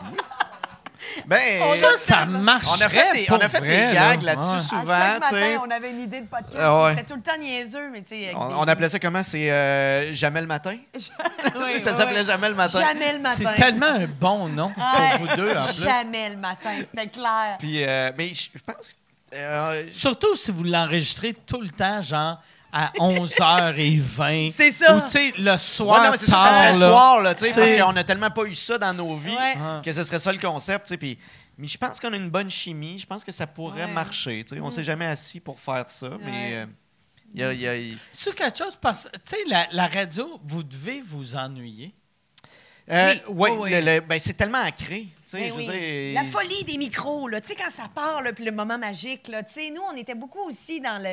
Ben,
Ça, ça marcherait
on a fait des, on
pour
a fait
vrai,
des gags
là.
là-dessus
Ouais.
À
souvent.
chaque
tu sais.
matin, on avait une idée de podcast.
Ah ouais.
C'était tout le temps niaiseux, mais tu sais. avec
On,
des-
on appelait ça comment? C'est euh, jamais le matin?
Oui,
ça
oui,
s'appelait
oui.
jamais le matin.
Jamais le matin.
C'est tellement un bon nom
Ouais.
pour vous deux, en plus.
Jamais le matin, c'était clair.
Puis, euh, mais je je pense. euh,
Surtout si vous l'enregistrez tout le temps, genre à 11h20.
C'est ça.
Ou, tu sais, le
Ouais,
soir
non, mais c'est sûr que ça
tard,
serait le
là. Ah.
soir, là, tu sais, parce
T'sais.
qu'on a tellement pas eu ça dans nos vies
Ouais.
que ce serait ça le concept, tu sais. Puis, mais je pense qu'on a une bonne chimie, je pense que ça pourrait
Ouais. Mm.
marcher, tu sais. On s'est jamais assis pour faire ça, mais euh, il y a- il y a- il-
C'est quelque chose parce que, tu sais, la, la radio, vous devez vous ennuyer.
Euh,
Oui.
ouais,
Oui, oui.
le- le- ben, c'est tellement ancré, tu sais.
Ben
je
oui.
veux dire,
La
il-
folie des micros, là, tu sais, quand ça part, là, puis le moment magique, là, tu sais, nous, on était beaucoup aussi dans le,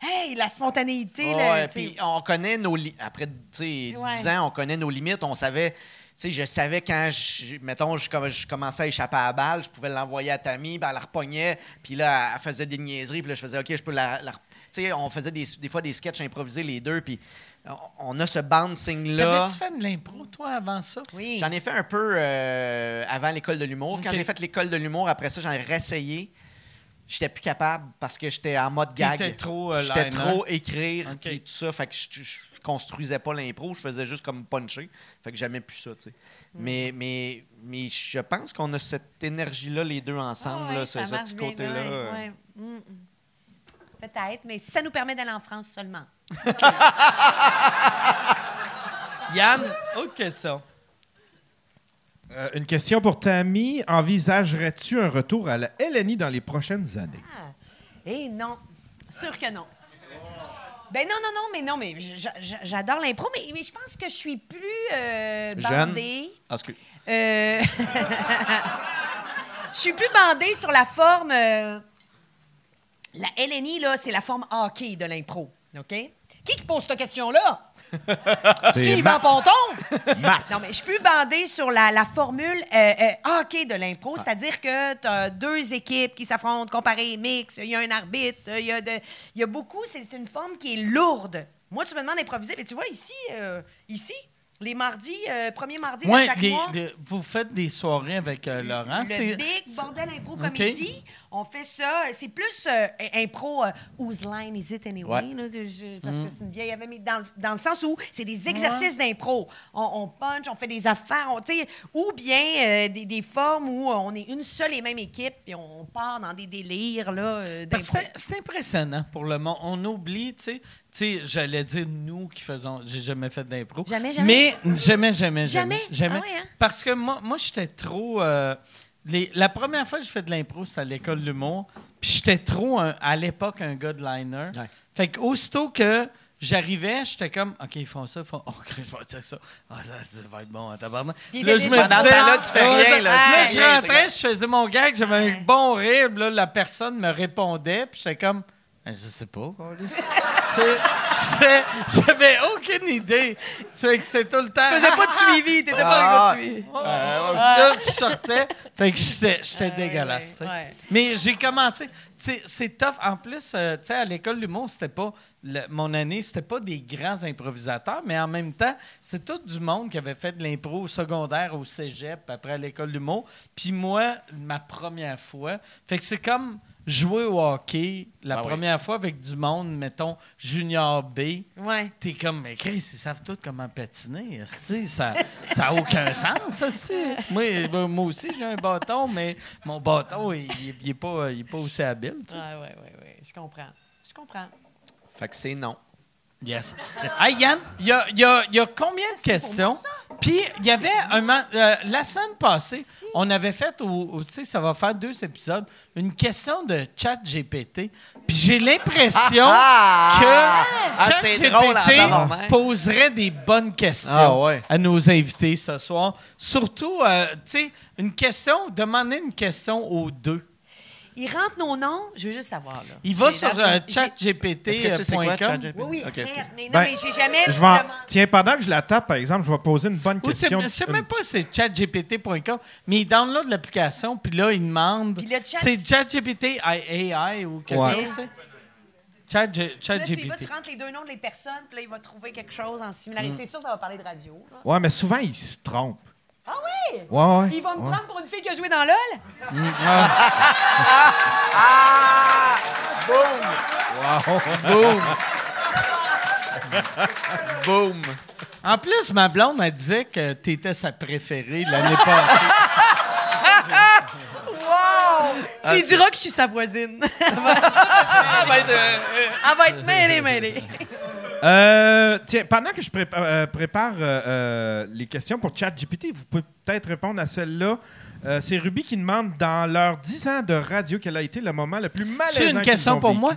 hey, la spontanéité, là,
Ouais,
tu sais.
puis on connaît nos li- après tu sais, 10
Ouais.
ans, on connaît nos limites, on savait tu sais, je savais quand, je, mettons, je, comme- je commençais à échapper à la balle, je pouvais l'envoyer à Tammy, ben, elle la repognait, puis là, elle faisait des niaiseries, puis là, je faisais, OK, je peux la. la- tu sais, on faisait des, des fois des sketchs improvisés les deux, puis on, on a ce bouncing-là.
T'avais-tu fait de l'impro, toi, avant ça?
Oui.
J'en ai fait un peu euh, avant l'école de l'humour. Quand
Ok.
j'ai fait l'école de l'humour, après ça, j'en ai réessayé. J'étais plus capable parce que j'étais en mode gag.
T'étais trop, euh,
J'étais
liner.
trop écrire
Ok.
puis tout ça. Fait que je, je construisais pas l'impro. Je faisais juste comme puncher. Fait que jamais plus ça, tu sais.
Mm.
Mais, mais, mais je pense qu'on a cette énergie-là, les deux ensemble,
Ah ouais,
là, ce,
ça
ce
marche
petit
bien,
côté-là.
ouais,
euh,
ouais. Mm, mm. Peut-être, mais ça nous permet d'aller en France seulement.
Yann, autre question.
Euh, une question pour Tammy. Envisagerais-tu un retour à la LNI dans les prochaines années?
Eh non, sûr que non. Ben non, non, non, mais non, mais j- j- j'adore l'impro, mais, mais je pense que je suis plus euh,
Jeune.
bandée.
Ah, excuse.
Euh, Je suis plus bandée sur la forme. euh, La LNI, là, c'est la forme hockey de l'impro. OK? Qui qui pose cette question-là? Steve en ponton? Ah, Non, mais je suis plus bandée sur la, la formule euh, euh, hockey de l'impro, c'est-à-dire que tu as deux équipes qui s'affrontent, comparées, mix, il y a un arbitre, il y a, de- il y a beaucoup, c'est c'est une forme qui est lourde. Moi, tu me demandes d'improviser, mais tu vois, ici, euh, ici les mardis, euh, premier mardi de
Ouais,
chaque
les-
mois,
les- vous faites des soirées avec euh, Laurent.
le
c'est-
Big
c'est-
Bordel Impro
OK.
Comédie, on fait ça, c'est plus euh, impro euh, Whose Line Is It Anyway?
Ouais.
là, je- je- parce que c'est une vieille... Mais dans, le- dans le sens où c'est des exercices d'impro. On, on punch, on fait des affaires, on, tu sais, ou bien euh, des, des formes où euh, on est une seule et même équipe puis on, on part dans des délires là, euh,
Parce que
d'impro.
c'est- c'est impressionnant pour le monde. On oublie, tu sais. Tu sais, j'allais dire nous qui faisons. J'ai jamais fait d'impro.
Jamais, jamais?
Mais jamais, jamais, jamais.
Jamais? Ah ouais, hein?
Parce que moi, moi j'étais trop. euh, les- la première fois que j'ai fait de l'impro, c'était à l'école de l'humour. Puis j'étais trop, un- à l'époque, un gars de liner.
Ouais.
Fait que aussitôt que j'arrivais, j'étais comme, OK, ils font ça, ils font, oh, Chris, je vais dire ça. Ah, ça, ça va être bon, tabarnak.
Puis
Là,
t'es
je me
déjà
disais,
Pendant ce temps-là, tu fais
Ouais,
rien, là. Tu
là,
fais
je
rien,
rentrais, je faisais mon gag, j'avais
Ouais.
un bon rire, puis là, la personne me répondait, puis j'étais comme, Ben, je sais pas, quoi, là. Tu sais, j'étais- J'avais aucune idée. C'est que c'était tout le temps.
Tu faisais pas de suivi, t'étais pas un gars de suivi.
Oh, Là, je sortais. Fait que j'étais j'étais dégueulasse. tu sais.
ouais.
Mais j'ai commencé. tu sais, C'est tough. En plus, euh, tu sais, à l'école d'humour, c'était pas. le- mon année, c'était pas des grands improvisateurs, mais en même temps, c'est tout du monde qui avait fait de l'impro au secondaire, au cégep, après à l'école d'humour. Puis moi, ma première fois. Fait que c'est comme jouer au hockey la
Ah oui.
première fois avec du monde, mettons, junior B.
Ouais.
T'es comme, mais Chris, ils savent tous comment patiner. esti, Ça n'a aucun sens, esti. Moi, ben, moi aussi, j'ai un bâton, mais mon bâton, il n'est pas, il est pas aussi habile. tu sais.
Ouais, ouais, ouais, ouais, je comprends. Je comprends.
Fait que c'est non.
Yes. Hey, Yann, il y a, il y a- il y a combien de questions? Puis, il y avait un. man- euh, la semaine passée, on avait fait, au- au- tu sais, ça va faire deux épisodes, une question de chat GPT. Puis, j'ai l'impression
Ah!
que
Ah,
chat
c'est
GPT
drôle hein? en tabarnak.
poserait des bonnes questions
Ah ouais.
à nos invités ce soir. Surtout, euh, tu sais, une question, demander une question aux deux.
Ils rentrent nos noms, je veux juste savoir. Là.
Il va
J'ai-
sur
j'ai-
euh, chatgpt.com.
Est-ce que tu sais quoi, ChatGPT?
Oui, oui,
Ok,
merde,
excuse.
mais non,
Ben,
mais j'ai jamais
Je vais en-
demandé-
Tiens, pendant que je la tape, par exemple, je vais poser une bonne
Ou c'est-
question.
je sais
Une-
même pas si c'est chatgpt.com, mais il download l'application, puis là, il demande.
Puis le chat-
C'est chatgpt AI ou quelque
Ouais.
chose, tu sais. Chat,
Là, tu y vas, tu
chatgpt.
rentres les deux noms des personnes, puis là, il va trouver quelque chose en similarité. C'est sûr, ça va parler de radio. là.
Ouais, mais souvent, ils se trompent.
Ah oui!
Ouais, ouais.
Il va me
ouais.
prendre pour une fille qui a joué dans LOL?
Ah! Boum! Boum! Boum!
En plus, ma blonde, elle disait que t'étais sa préférée l'année passée.
tu lui diras que je suis sa voisine.
Ah, ben, euh, euh,
Elle va être mêlée, mêlée.
Euh, tiens, pendant que je prépa- euh, prépare euh, euh, les questions pour ChatGPT, vous pouvez peut-être répondre à celle-là. Euh, c'est Ruby qui demande dans leurs 10 ans de radio quel a été le moment le plus malaisant.
C'est une
qu'ils
question
ont
pour
vécu.
moi?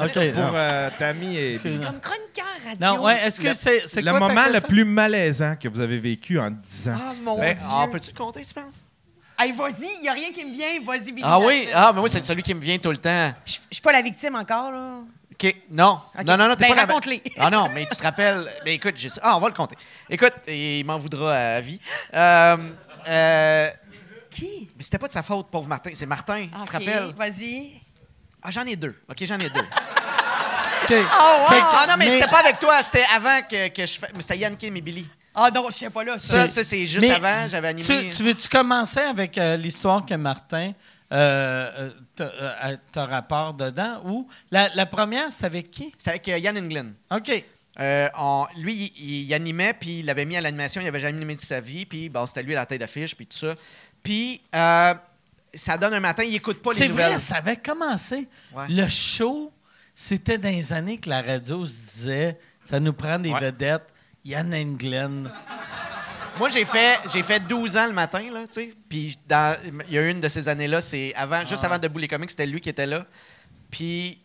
OK.
Pour
non.
euh, Tammy et.
C'est-
Comme chroniqueur radio.
Non, ouais, est-ce que c'est c'est
Le
quoi ta
moment le
question?
plus malaisant que vous avez vécu en 10 ans.
Ah, mon
ben,
Dieu.
ah, peux-tu le compter, tu penses?
Hey, vas-y, il n'y a rien qui me vient. Vas-y, Billy,
Ah oui?
j'assume.
Ah, mais moi, c'est celui qui me vient tout le temps.
Je je suis pas la victime encore, là.
OK. Non.
OK.
Non, non, non, t'es
Ben,
pas la-
raconte-les.
Ah non, mais tu te rappelles. Mais écoute, j'ai... Ah, on va le compter. Écoute, et il m'en voudra à vie. Euh, euh,
Qui?
mais c'était pas de sa faute, pauvre Martin. C'est Martin, tu
Ok,
te rappelles?
Vas-y.
Ah, j'en ai deux. OK, j'en ai
OK.
deux.
Oh,
Fait que-
wow!
ah non, mais, c'était pas avec toi. C'était avant que, que je fasse. Mais c'était Yann Kim et Billy.
Ah non, je sais pas là. Ça,
Ça, ça, c'est juste
Mais
avant. J'avais animé.
Tu, tu veux-tu commencer avec euh, l'histoire que Martin euh, euh, t'a euh, t'a rapport dedans? Ou la, la première, c'est avec qui?
C'est avec euh, Yann Englund.
OK.
Euh, on- lui, il, il animait, puis il l'avait mis à l'animation, il avait jamais animé de sa vie, puis bon, c'était lui à la tête d'affiche, puis tout ça. Puis euh, ça donne un matin, il écoute pas les
C'est
nouvelles.
vrai, ça avait commencé.
Ouais.
Le show, c'était dans les années que la radio se disait ça nous prend des
Ouais.
vedettes. Yann Englund.
Moi, j'ai fait, j'ai fait 12 ans le matin, là, tu sais. Puis dans- il y a une de ces années-là, c'est avant,
Ah.
juste avant Debout les comics, c'était lui qui était là. Puis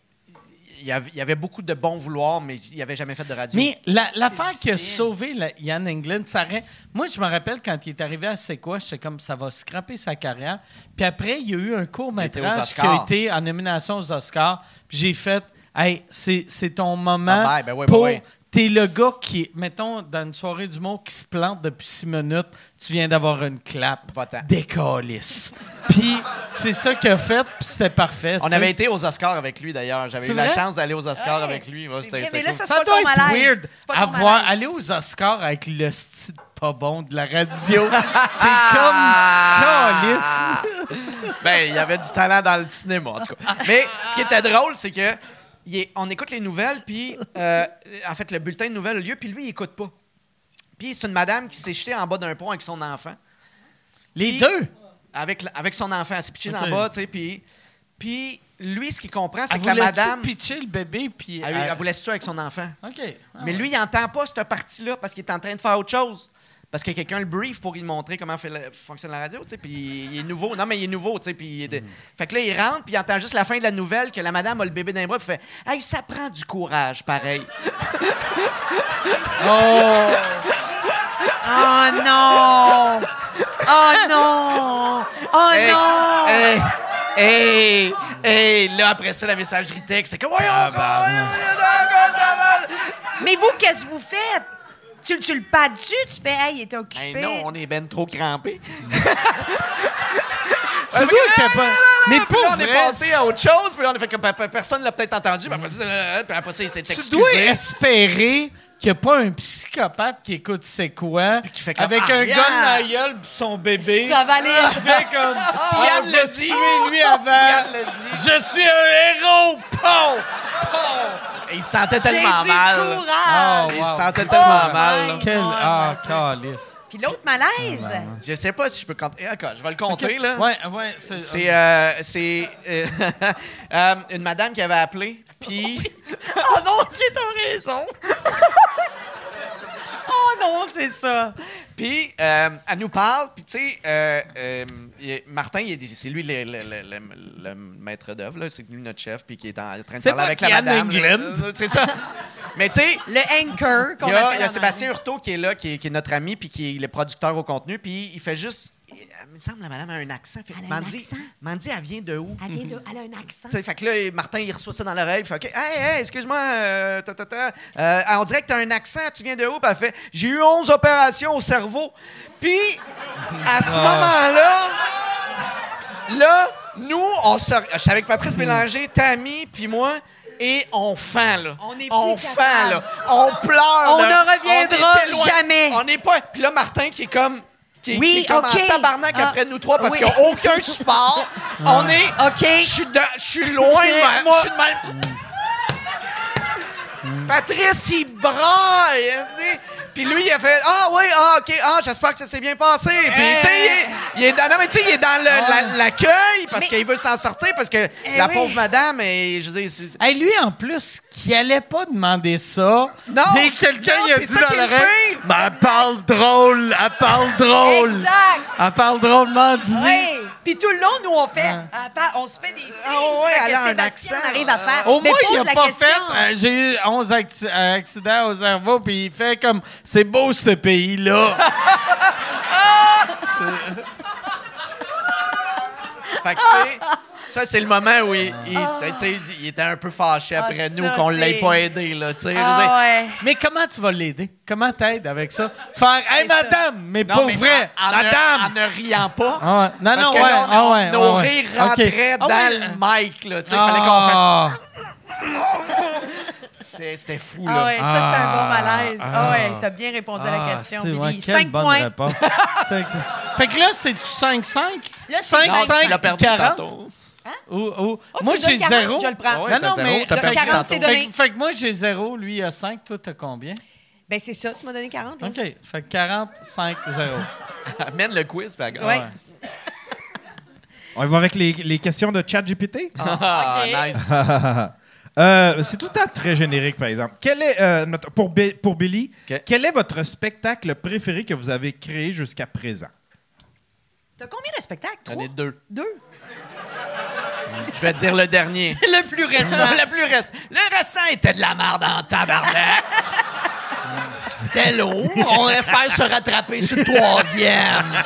il y avait, il y avait beaucoup de bons vouloirs, mais il avait jamais fait de radio.
Mais la- l'affaire qui a
difficile.
sauvé la- Yann Englund, ça aurait- Moi, je me rappelle quand il est arrivé à C'est quoi, j'étais comme ça va scraper sa carrière. Puis après, il y a eu un
était aux
court-métrage qui a
Oscars.
été en nomination aux Oscars. Puis j'ai fait Hey, c'est c'est ton moment.
Bye-bye, ben ouais, ben
pour...
ouais.
T'es le gars qui, mettons, dans une soirée du monde qui se plante depuis six minutes, tu viens d'avoir une clap.
Va-t'en.
Décalisse. Puis c'est ça qu'il a fait, puis c'était parfait.
on
tu sais.
avait été aux Oscars avec lui, d'ailleurs. J'avais
C'est
eu la
vrai?
chance d'aller aux Oscars
Ouais,
avec lui. Ouais,
c'est
c'était-
vrai,
c'était
mais là,
cool.
ça,
Ça
pas ton
doit être
malaise.
weird
C'est pas ton
avoir
malaise.
aller aux Oscars avec le style pas bon de la radio. T'es comme
Ah! ben, il y avait du talent dans le cinéma, en tout cas. Mais ce qui était drôle, c'est que il est- on écoute les nouvelles, puis euh, en fait, le bulletin de nouvelles a lieu, puis lui, il écoute pas. Puis c'est une madame qui s'est jetée en bas d'un pont avec son enfant.
Les
Puis-
deux?
Avec, la- avec son enfant. Elle s'est pitchée
Ok.
en bas, tu sais, puis... Puis lui, ce qu'il comprend, c'est
Elle
que la
voulait-tu
madame...
pitcher Ah le bébé, puis... euh,
Elle, elle voulait se tuer avec son enfant.
OK. Ah
Mais
ouais.
lui, il n'entend pas cette partie-là parce qu'il est en train de faire autre chose. Parce que quelqu'un le brief pour lui montrer comment fait la- fonctionne la radio, tu sais, puis il est nouveau. Non, mais il est nouveau, tu sais, puis il
Mm.
est- Fait que là, il rentre, puis il entend juste la fin de la nouvelle que la madame a le bébé dans les bras, puis fait « Hey, ça prend du courage, pareil.
Oh non! Oh non! Oh
Hey,
non!
hey, hey, hey! Là, après ça, la messagerie texte, c'est que « Voyons,
bah,
voyons, voyons, voyons,
Mais vous, qu'est-ce que vous faites? Tu, tu le pas dessus, tu fais, hey, il était occupé.
voyons. Hey, non, on est ben trop crampés.
Tu vois qu'il y a pas- Mais
Puis là,
pour
on est
vrai,
passé à autre chose, puis là, on a fait comme « Personne l'a peut-être entendu, puis après ça, euh, puis après ça, il s'est excusé.
tu » dois espérer qu'il n'y a pas un psychopathe qui écoute c'est quoi,
qui fait comme,
avec
Ah,
un
yeah.
gars de naïeul puis son bébé.
Ça va aller.
Ah,
qui fait comme...
Si
Ah,
Yann
je
le
vais
dit.
tuer lui avant.
Si Yann le dit.
Je suis un héros! Pow!
Et il se sentait
J'ai du
tellement mal.
courage!
Il
wow.
se sentait tellement
Oh
mal.
my
là.
Quel...
God,
Ah,
mon Dieu.
calice.
Puis l'autre malaise!
Je sais pas si je peux compter. Eh, D'accord, je vais le compter,
Oui,
là.
Ouais, ouais, c'est...
C'est euh, c'est, euh, euh, une madame qui avait appelé, puis
Oh non, qui t'as raison! oh non, c'est ça!
puis euh, elle nous parle, puis tu sais, euh, euh, il est- Martin, il est- c'est lui le, le- le- le- le maître d'œuvre, là, c'est lui notre chef, puis qui est en train de
C'est
parler
pas
avec la
Yann
madame. là.
Englund.
C'est ça. Mais tu sais,
Le anchor qu'on
Il y a,
appelle
il y a
en
Sébastien Hurtaud qui est là, qui est, qui est notre ami, puis qui est le producteur au contenu, puis il fait juste. Il, il me semble la madame a un accent. Fait,
Elle a un
Mandy,
accent.
Mandy, elle vient de où?
Elle, vient de, elle a un accent.
Tu sais, Fait que là, Martin, il reçoit ça dans l'oreille. puis Fait que, hey, hey, excuse-moi, euh, ta, ta, ta, euh, on dirait que t'as un accent, tu viens de où? Puis elle fait, j'ai eu 11 opérations au cerveau. Puis, à ce moment-là, là, nous, on se. Je suis avec Patrice Mélanger, Tammy, puis moi. Et on fend, là.
On est plus
fend,
capable.
là. On pleure,
On
là.
ne reviendra
est éloigné.
jamais.
On n'est pas... Puis là, Martin, qui est comme... Qui,
Oui,
qui est comme
OK.
en tabarnak
Ah,
après nous trois parce
oui.
qu'il n'y a aucun support. On est...
Ah. OK.
Je suis de- je suis loin, de ma-
Moi- Hmm.
je suis de même. Patrice, il braille. hein, tu sais. Puis lui, il a fait Ah oui, ah OK, ah, j'espère que ça s'est bien passé. Puis, tu sais, il est- il est dans, non, mais tu sais, il est dans le- la- l'accueil parce
Mais- Eh
qu'il veut s'en sortir parce que la
oui.
pauvre madame, et, je veux dire, c'est-
Hey, lui, en plus, qui allait pas demander ça.
Non!
J'ai quelqu'un
Non,
qui a
c'est
dit
ça
dans
qui est le
l'oreille.
pire!
Mais elle parle drôle, elle parle drôle.
Exact!
Elle parle drôlement dit.
Oui! Puis tout le long, nous, on fait.
Ah.
à part- On se fait des signes
Ah ouais,
fait
elle a
que
un
Sébastien
accent.
arrive à faire.
Au
Mais
moins, il
pose
a
la
pas
question.
hein.
fait. euh, J'ai eu 11 acti- euh, accidents au cerveau, puis il fait comme c'est beau ce pays-là.
Fait que, tu sais, Ça, c'est le moment où il, il- tu sais, il était un peu fâché
Ah,
après nous
ça,
qu'on l'ait
c'est-
pas aidé. Là, tu sais, je veux dire,
Ah, ouais.
Mais comment tu vas l'aider? Comment t'aides avec ça? Faire, hey,
C'est ça.
madame, mais
Non,
pour
mais
vrai,
en, en ne-
madame!
En ne riant pas.
Ah ouais. Non,
parce
non,
que
ouais,
là, on-
ah
on-
ouais,
nos
ah ouais.
rires rentraient
Ok. Ah
dans
oui.
le mic. Là, tu sais, il fallait qu'on fasse...
Ah.
C'était- C'était fou,
Ah
là.
ouais, ça, c'est un bon malaise. Ah, ouais, t'as bien répondu à la
Ah,
question,
c'est- ouais,
Billy.
quelle
5
bonne
points.
réponse. Cinq- fait que là, c'est-tu 5-5?
Là, c'est Oh,
Non, tu
5-5
l'as perdu
40?
tantôt.
Ou- ou-
tu
moi,
me donnes
j'ai
40,
0.
je le prends.
Ah ouais, t'as zéro, t'as perdu
40, c'est donné.
Fait, fait que moi, j'ai 0, lui, il a 5. Toi, t'as combien?
Ben, c'est ça, tu m'as donné 40. là.
OK. Fait que 40, 5, 0.
Amène le quiz, par contre.
Ouais.
On va avec les, les questions de ChatGPT.
Ah,
Ok.
nice.
Euh, c'est tout le temps très générique, par exemple. Quel est, euh, notre- pour, Bi- pour Billy,
Ok.
quel est votre spectacle préféré que vous avez créé jusqu'à présent?
T'as combien de spectacles?
J'en
Trois?
ai deux.
Deux.
Je vais dire le dernier.
Le plus récent.
le plus récent. Le récent était de la merde en tabarnak. C'était lourd. On espère se rattraper sur le troisième.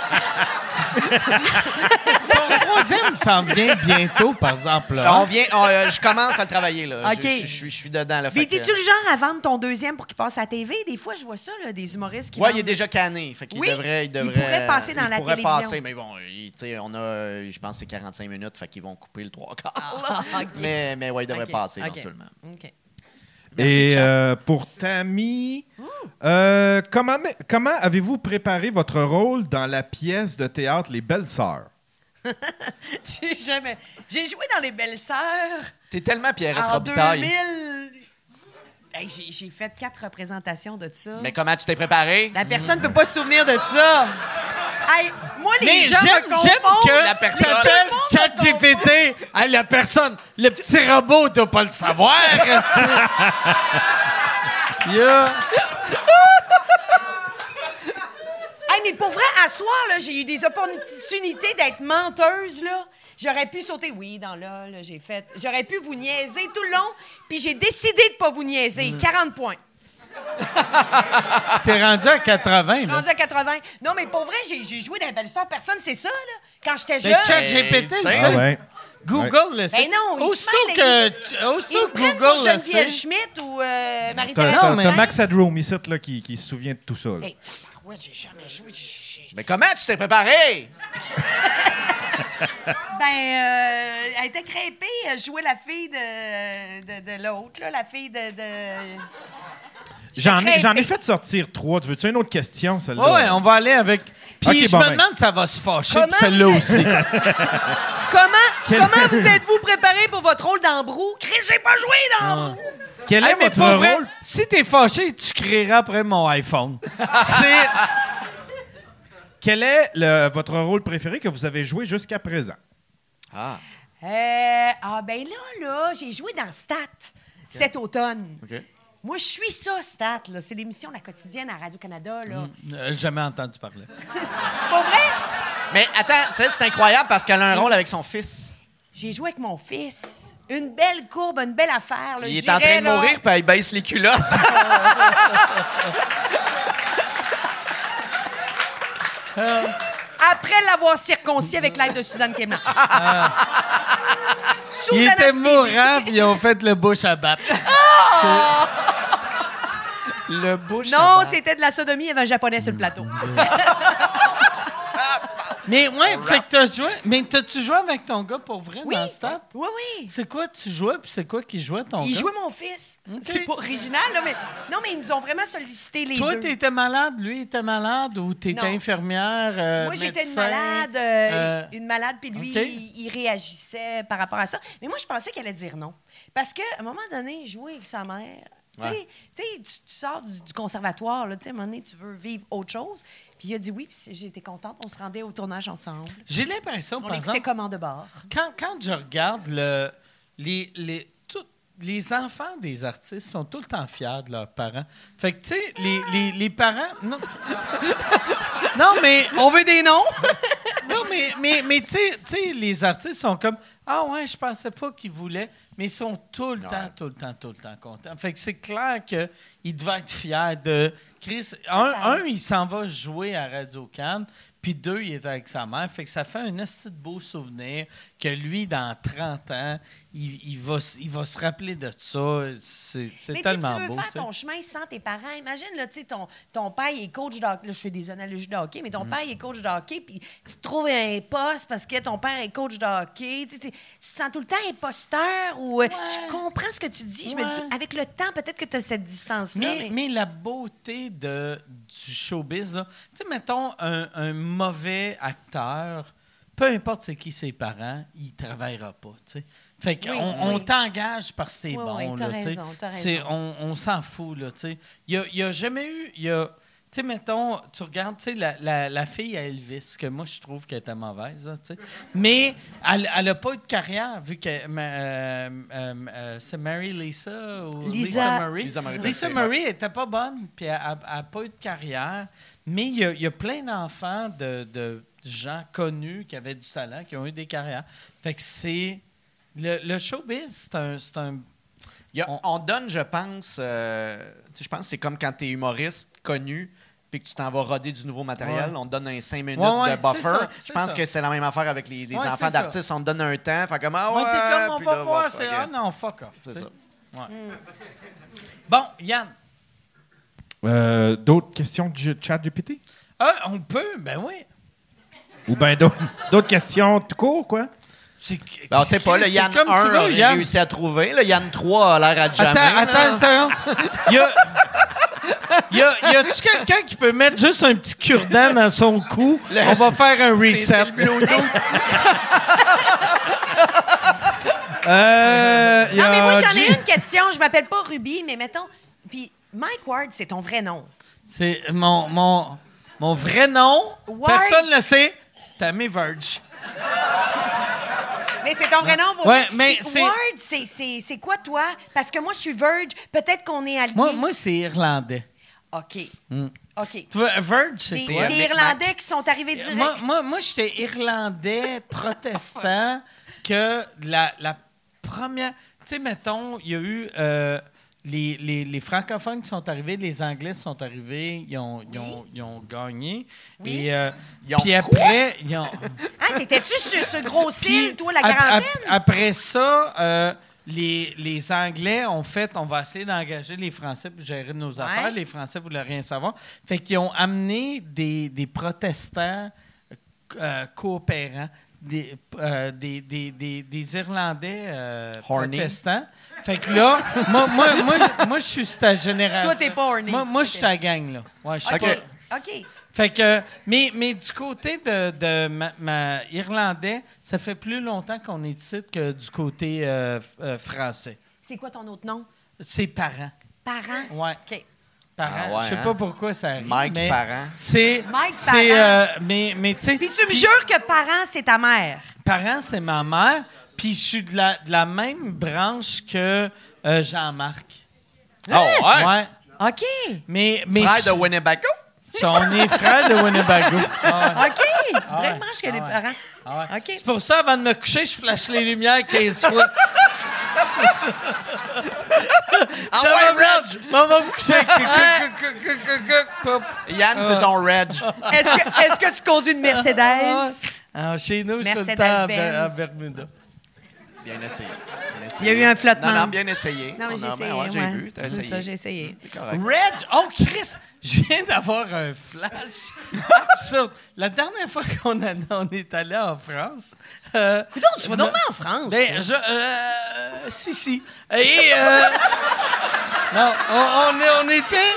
Ton troisième s'en vient bientôt, par exemple. là.
On vient, on, euh, je commence à le travailler, là.
Ok.
Je, je- je suis- je suis dedans, là.
Mais
Fait que-
t'es-tu le genre à vendre ton deuxième pour qu'il passe à la TV? Des fois, je vois ça, là, des humoristes qui
Ouais,
vendent-
il est déjà canné. Fait qu'il
Oui,
devrait, il
il
devrait. euh,
pourrait passer dans
il
la
pourrait
télévision.
passer, mais bon, il- tu sais, on a, euh, je pense, que c'est 45 minutes, fait qu'ils vont couper le trois quarts. là.
Ah, ok.
Mais, mais ouais, il devrait
Ok,
passer
ok.
éventuellement.
OK.
Merci,
Et
Chad.
euh, pour Tammy, euh, comment, comment avez-vous préparé votre rôle dans la pièce de théâtre Les Belles Sœurs?
J'ai jamais... J'ai joué dans Les Belles-Sœurs
T'es tellement Pierrette
en
Robitaille.
2000. Hey, j'ai, j'ai fait quatre représentations de ça.
Mais comment tu t'es préparé?
La personne peut pas se souvenir de ça. Hey, moi, les
Mais
gens
j'aime
me confondent.
j'aime que
la personne.
t'appelles
Tout le monde me
ChatGPT à la personne. Le petit robot doit pas le savoir. est-ce que- yeah.
Hey, mais pour vrai, à soir, là, j'ai eu des opportunités d'être menteuse, là. J'aurais pu sauter, oui, dans LOL, j'ai fait. J'aurais pu vous niaiser tout le long, puis j'ai décidé de pas vous niaiser.
Mm.
40 points.
T'es rendu à 80.
Mm.
Je suis
là.
rendu à 80. Non, mais pour vrai, j'ai, j'ai joué dans Belle Sœur. Personne, c'est ça, là. Quand j'étais jeune.
Mais ChatGPT,
Eh,
le
tu
Ah
sait.
sais.
Google le sait.
non, il se
aussitôt
mêle,
que,
Ils
aussitôt
me
que
prennent pour
Google le
Geneviève
sait.
Schmidt ou euh,
T'as,
Marie-Thérèse.
t'as-
Non, mais-
t'as Max Adroom ici là, qui, qui se souvient de tout ça. là.
Hey, tabarouette, j'ai jamais joué. J'ai- j'ai-
Mais comment tu t'es préparé?
Ben, euh, elle était crêpée, elle jouait la fille de, de, de l'autre, là, la fille de. de-
J'en, ai,
J'étais
j'en ai
crêpée.
fait sortir trois. Tu veux-tu une autre question, celle-là?
Ouais, ouais, on va aller avec. Puis
Ok,
je
bon,
me
ben.
demande si ça va se fâcher
Comment
pour celle-là
vous-
aussi.
Comment,
Quel-
comment vous êtes-vous préparé pour votre rôle d'Ambrou? Chris, j'ai pas joué
Ah.
d'Ambrou!
Quel est
Hey, mais
votre
pas vrai,
rôle?
si t'es fâché, tu crieras après mon iPhone. C'est.
Quel est le- votre rôle préféré que vous avez joué jusqu'à présent?
Ah,
Euh, ah, ben là, là, j'ai joué dans Stat cet automne.
OK.
Moi, je suis ça, Stat, là. C'est l'émission La Quotidienne à Radio-Canada, là.
Mm.
Euh, jamais entendu parler.
Pour vrai,
Mais attends, ça, c'est incroyable parce qu'elle a un rôle avec son fils.
j'ai joué avec mon fils. Une belle courbe, une belle affaire, là.
Il
je
est en train
dirais,
de
là.
mourir, puis il baisse les culottes.
après l'avoir circoncis avec l'aide de Suzanne Clément.
Ah.
Suzanne
Il était
Astélie.
hein.
mourant, puis ils ont fait le bouche à battre.
Le bouche.
Non, c'était de la sodomie, il y avait un japonais sur le plateau.
Mais ouais, fait que t'as joué. Mais t'as-tu joué avec ton gars pour vrai
Oui.
dans ce temps?
Oui, oui.
C'est quoi tu jouais, puis c'est quoi qui jouait ton
Il
gars?
jouait mon fils. C'est pas original, là, mais. Non, mais ils nous ont vraiment sollicité les
Toi,
deux.
t'étais malade, lui, il était malade, ou t'étais
Non.
infirmière? euh,
Moi, j'étais une
médecin,
malade, euh,
euh,
une malade, puis lui,
OK.
il, il réagissait par rapport à ça. Mais moi, je pensais qu'elle allait dire non. Parce qu'à un moment donné, jouer avec sa mère, tu sais, tu sais, tu, tu sors du, du conservatoire, là, tu sais, à un moment donné, tu veux vivre autre chose. Puis il a dit oui, puis j'étais contente, on se rendait au tournage ensemble.
J'ai l'impression,
On
par
l'écoutait
exemple,
comment de bord.
quand, quand je regarde le, les, les, tout- les enfants des artistes sont tout le temps fiers de leurs parents. Fait que, tu sais, les, les, les parents. Non. non, mais.
On veut des noms?
Non, mais, mais, mais tu sais- tu sais, les artistes sont comme Ah ouais, je pensais pas qu'ils voulaient, mais ils sont tout le temps, tout le temps, tout le temps contents. Fait que c'est clair qu'ils devaient être fiers de Chris. Un, un, il s'en va jouer à Radio Cannes, Puis deux, il était avec sa mère. Fait que ça fait un assez de beau souvenir que lui, dans 30 ans, il, il va, s- il va se rappeler de ça. C'est c'est
Mais tu sais,
tellement
tu veux
beau.
faire
tu sais.
ton chemin sans tes parents. Imagine, là, tu sais, ton, ton père il est coach de hockey. Là, je fais des analogies de hockey, mais
Mm.
ton père il est coach de hockey, puis tu te trouves un poste parce que ton père est coach de hockey. Tu, sais, tu- tu te sens tout le temps imposteur ou. euh, Je comprends ce que tu dis. Je me
Ouais.
dis, avec le temps, peut-être que tu as cette distance-là.
Mais, mais la beauté de, du showbiz, là, tu sais, mettons un, un mauvais acteur, peu importe c'est qui ses parents, il travaillera pas. tu sais. Fait qu'on
Oui,
on
oui.
t'engage parce que t'es
Oui,
bon.
oui, t'as
là, tu sais.
raison, t'as
C'est-
raison.
On, on s'en fout. Là, tu sais. il, y a, il y a jamais eu. il y a- tu sais, mettons, tu regardes tu sais, la, la, la fille à Elvis, que moi je trouve qu'elle était mauvaise. là, tu sais. Mais elle n'a pas eu de carrière, vu que. ma- euh, euh, euh, c'est Mary Lisa ou
Lisa-
Lisa Marie.
Lisa Marie
Lisa
Presley,
Marie était pas bonne, puis elle n'a pas eu de carrière. Mais il y, a- il y a plein d'enfants de, de gens connus qui avaient du talent, qui ont eu des carrières. Fait que c'est. Le, le showbiz, c'est un. c'est un-
Il y a-
On-
on... donne, je pense, euh, tu sais, je pense que c'est comme quand tu es humoriste connu puis que tu t'en vas roder du nouveau matériel,
Ouais.
on te donne un 5 minutes
Ouais, ouais,
de
c'est ça,
buffer.
c'est
Je pense
ça.
que c'est la même affaire avec les, les
Ouais, c'est
enfants
ça.
d'artistes, on te donne un temps, fait comme ah ouais,
Ouais, t'es comme, on
puis
va
là,
voir,
va-
c'est.
ok.
Ah non, fuck off.
C'est
tu sais.
ça.
Ouais.
Mm.
Bon, Yann.
Euh, D'autres questions du chat GPT?
Ah, on peut, ben oui.
Ou bien d'autres d'autres questions tout court, quoi?
C'est
Ben, on sait pas, le
c'est
Yann 1
comme tu veux,
a
Yann.
réussi à trouver, le Yann 3 a l'air à jamais.
Attends,
là.
attends une seconde. Y a, y a- y a-tu quelqu'un qui peut mettre juste un petit cure-dent dans son cou? On va faire un
C'est- c'est
reset.
le Bluetooth.
Euh, il y
Non,
a
mais moi, j'en ai
J-
une question. Je m'appelle pas Ruby, mais mettons. Puis, Mike Ward, c'est ton vrai nom.
C'est mon, mon, mon vrai nom.
Ouais.
Personne ne le sait. Tammy Verge.
Mais c'est ton vrai nom pour
Ouais,
vrai.
mais
Puis
c'est-
Ward, c'est- c'est c'est quoi toi? Parce que moi, je suis Verge. Peut-être qu'on est alliés.
Moi, moi Hmm. c'est irlandais.
OK. OK.
Tu vois, Verge, c'est
Des,
quoi?
des Irlandais qui sont arrivés direct.
Euh, Moi, moi, moi j'étais irlandais protestant que la, la première. Tu sais, mettons, il y a eu. euh, les, les- les francophones qui sont arrivés, les anglais qui sont arrivés, ils ont, ils ont- ils ont gagné.
Oui.
Et, euh,
Ils ont
puis après, ils ont.
Hein, T'étais-tu sur ce gros
Puis,
cil, toi, la
ap- ap-
quarantaine?
après ça, euh, les, les Anglais ont fait, on va essayer d'engager les Français pour gérer nos affaires. Les Français voulaient rien savoir. Fait qu'ils ont amené des, des protestants euh, coopérants, des, euh, des, des- des- des Irlandais euh,
Horny.
protestants. Fait que là, moi, moi, moi, moi, je suis cette génération.
Toi, t'es pas horny.
Moi, moi, je suis ta gang, là. Ouais, je suis
Ok.
pas-
OK.
fait que, mais, mais du côté de, de ma, ma irlandais, ça fait plus longtemps qu'on est ici que du côté euh, f- euh, français.
C'est quoi ton autre nom?
C'est parents.
Parent?
Ouais.
OK.
Parents.
Ah ouais,
Je sais
hein?
pas pourquoi ça arrive.
Mike
mais
Parent.
C'est.
Mike
c'est,
Parent.
euh, mais mais tu sais.
Puis tu me jures que parent, c'est ta mère.
Parents, c'est ma mère. Puis je suis de la, de la même branche que euh, Jean-Marc.
Ah ouais?
Ouais.
OK.
Mais. mais
Frère
je-
de Winnebago?
On est frère de Winnebago. Ah ouais.
OK.
ouais.
Vraiment, je connais
Ah ouais.
parents.
Ah ouais.
OK.
C'est pour ça, avant de me coucher, je flash les lumières 15 fois.
Ah
Ça va,
ouais,
Reg? Maman, vous couchez avec tes
Ah,
Ouais.
cuc, cuc, cuc, cuc, cuc, pop.
Reg! Yann, c'est ton Reg.
Est-ce que, est-ce que tu conduis une
Ah
Mercedes?
Alors, chez nous, je suis tout le temps à Ber- à
Mercedes-Benz.
Bermuda.
Bien essayé. Bien
Il y a
essayé.
eu un flottement.
Non, non, bien essayé.
Non, mais
On
j'ai
a-
essayé.
Ah ouais, j'ai
ouais.
vu, t'as
C'est
essayé.
ça, j'ai essayé.
C'est correct.
Reg, oh Chris, je viens d'avoir un flash absurde. La dernière fois qu'on a- on est allé en France, euh,
Coudon, tu vas dormir en France.
ben, je, euh, si si, et euh, non, on, on est- on était,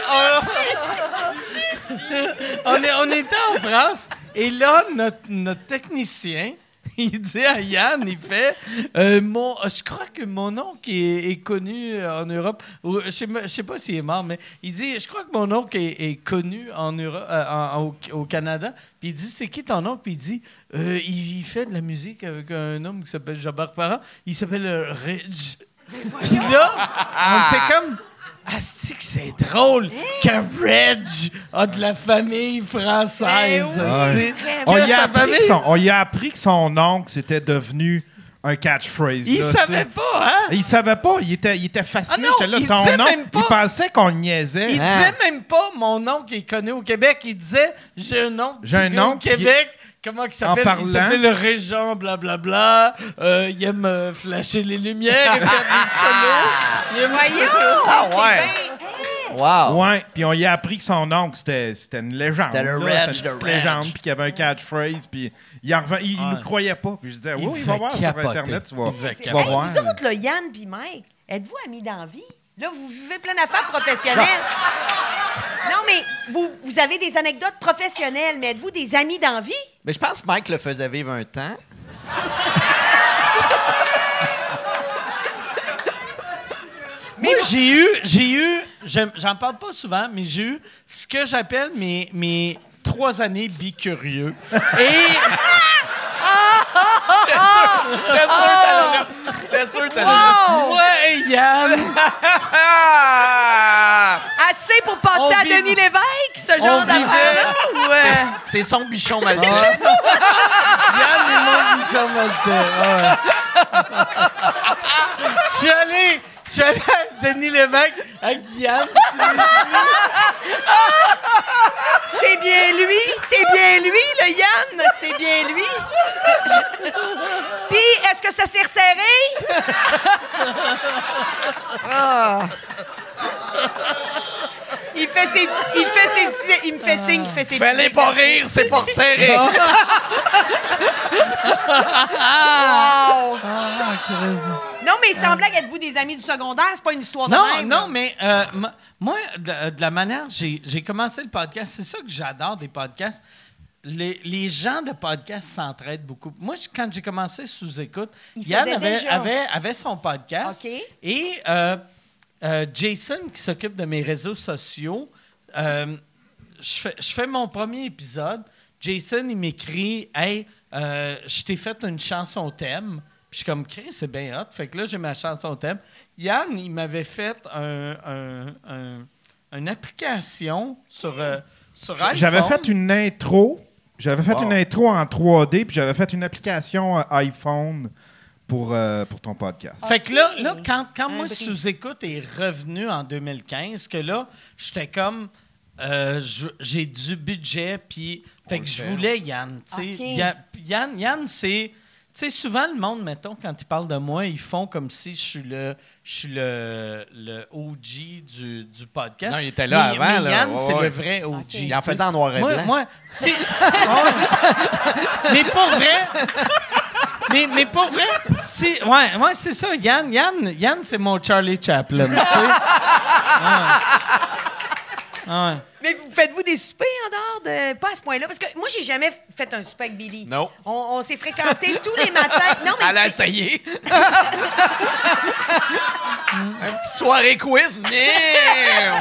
on- on, est- on était en France et là, notre, notre technicien, il dit à Yann, il fait euh, mon, Je crois que mon oncle est, est connu euh, en Europe. Ou, je ne sais pas s'il est mort, mais il dit Je crois que mon oncle est, est connu en Europe, euh, en- au, au Canada. Puis il dit C'est qui ton oncle Puis il dit Euh, il, il fait de la musique avec un homme qui s'appelle Jabbar Parent. Il s'appelle euh, Ridge. Puis là,
Ah.
on était comme Asti que c'est drôle
Hein?
que Reg a de la famille française.
Ben oui.
c'est-
On
que
y, a
sa
appris
famille-
que son, on y a appris que son oncle s'était devenu un catchphrase.
Il
là,
savait
tu sais.
pas, hein?
Il savait pas, il était, il était fasciné.
Ah non,
J'étais là,
il
ton
disait
nom.
même pas.
Il pensait qu'on le niaisait.
Il
Ah.
disait même pas mon nom qui est connu au Québec. Il disait j'ai un nom.
J'ai un
qui vit au
oncle qui-
Québec. Comment il s'appelle?
parlant.
Il s'appelle le régent, blablabla. Euh, il aime euh, flasher les lumières et faire
Ah.
des solos. Il aime ça.
Ah ouais!
hein?
Wow!
Ouais, puis on y a appris que son oncle, c'était c'était une légende.
C'était le
là,
Reg
c'était une
de
petite
Reg.
légende, puis qu'il y avait un catchphrase, puis il, en reven- il, il nous
Ouais.
croyait pas. Puis je disais, oui,
Il
oui,
devait
va voir
capoter.
sur Internet, tu vas,
Il devait
tu vas
Hey,
voir.
hein.
vous autres, là, Yann puis Mike, êtes-vous amis d'envie? Là, vous vivez plein d'affaires professionnelles. Non, mais vous, vous avez des anecdotes professionnelles, mais êtes-vous des amis d'envie?
Mais je pense que Mike le faisait vivre un temps.
Moi, j'ai eu, j'ai eu, j'aime- j'en parle pas souvent, mais j'ai eu ce que j'appelle mes, mes trois années bicurieux. Et.
T'es sûr que T'es sûr que
Ouais, Yann!
Assez pour passer
On
à
vit-
Denis Lévesque, ce
On
genre
vivait.
d'affaires-là?
Ouais!
C'est son bichon mal
Yann et mon Michel Maltais. ouais. Je suis allé, je suis allé avec Denis Lévesque, avec Yann.
C'est bien lui, c'est bien lui, le Yann, c'est bien lui. Puis, est-ce que ça s'est resserré?
Ah!
Il fait ses, il fait ses petits, il me fait signe, il fait ses petits.
Fallait pas rire, c'est pour serrer!
Wow! Non, mais sans blague, êtes-vous des amis du secondaire? C'est pas une histoire de
Non,
même.
non, mais euh, m- moi, de, euh, de la manière, j'ai j'ai commencé le podcast. C'est ça que j'adore des podcasts. Les, les gens de podcast s'entraident beaucoup. Moi, je- quand j'ai commencé sous écoute,
Il
Yann
faisait
avait,
déjà.
avait, avait son podcast.
OK.
Et euh, euh, Jason, qui s'occupe de mes réseaux sociaux, euh, je fais, je fais mon premier épisode. Jason, il m'écrit Hey, euh, je t'ai fait une chanson thème. Puis je suis comme, Chris, c'est bien hot. Fait que là, j'ai ma chanson thème. Yann, il m'avait fait un, un- un- une application sur, euh, sur iPhone.
J'avais fait une intro. J'avais fait une intro en 3D, puis j'avais fait une application euh, iPhone pour, euh, pour ton podcast.
Fait que là, là
Ok.
quand, quand
Un
moi,
bris.
sous-écoute est revenu en 2015, que là, j'étais comme, euh, je- j'ai du budget, puis. Fait que je voulais Yann. tu sais.
Ok.
Ya- Yann, Yann, c'est. Tu sais, souvent, le monde, mettons, quand ils parlent de moi, ils font comme si je suis le, je suis le, le OG du, du podcast.
Non, il était là
Mais-
avant,
mais
là.
Yann,
Ouais,
c'est
ouais.
le vrai OG.
Il en
tu sais.
faisait en noir et
Moi-
blanc.
moi, c'est- c'est- ouais. mais pour vrai. Mais, mais pour vrai, c'est, ouais, ouais, c'est ça. Yann, Yann, Yann c'est mon Charlie Chaplin. tu sais. Ouais. Ouais.
Mais vous faites-vous des soupers en dehors de. Pas à ce point-là? Parce que moi, j'ai jamais fait un souper avec Billy.
Non.
On, on s'est fréquentés tous les matins. Non, mais.
Elle a
c'est-
essayé. Une petite soirée quiz. Yeah!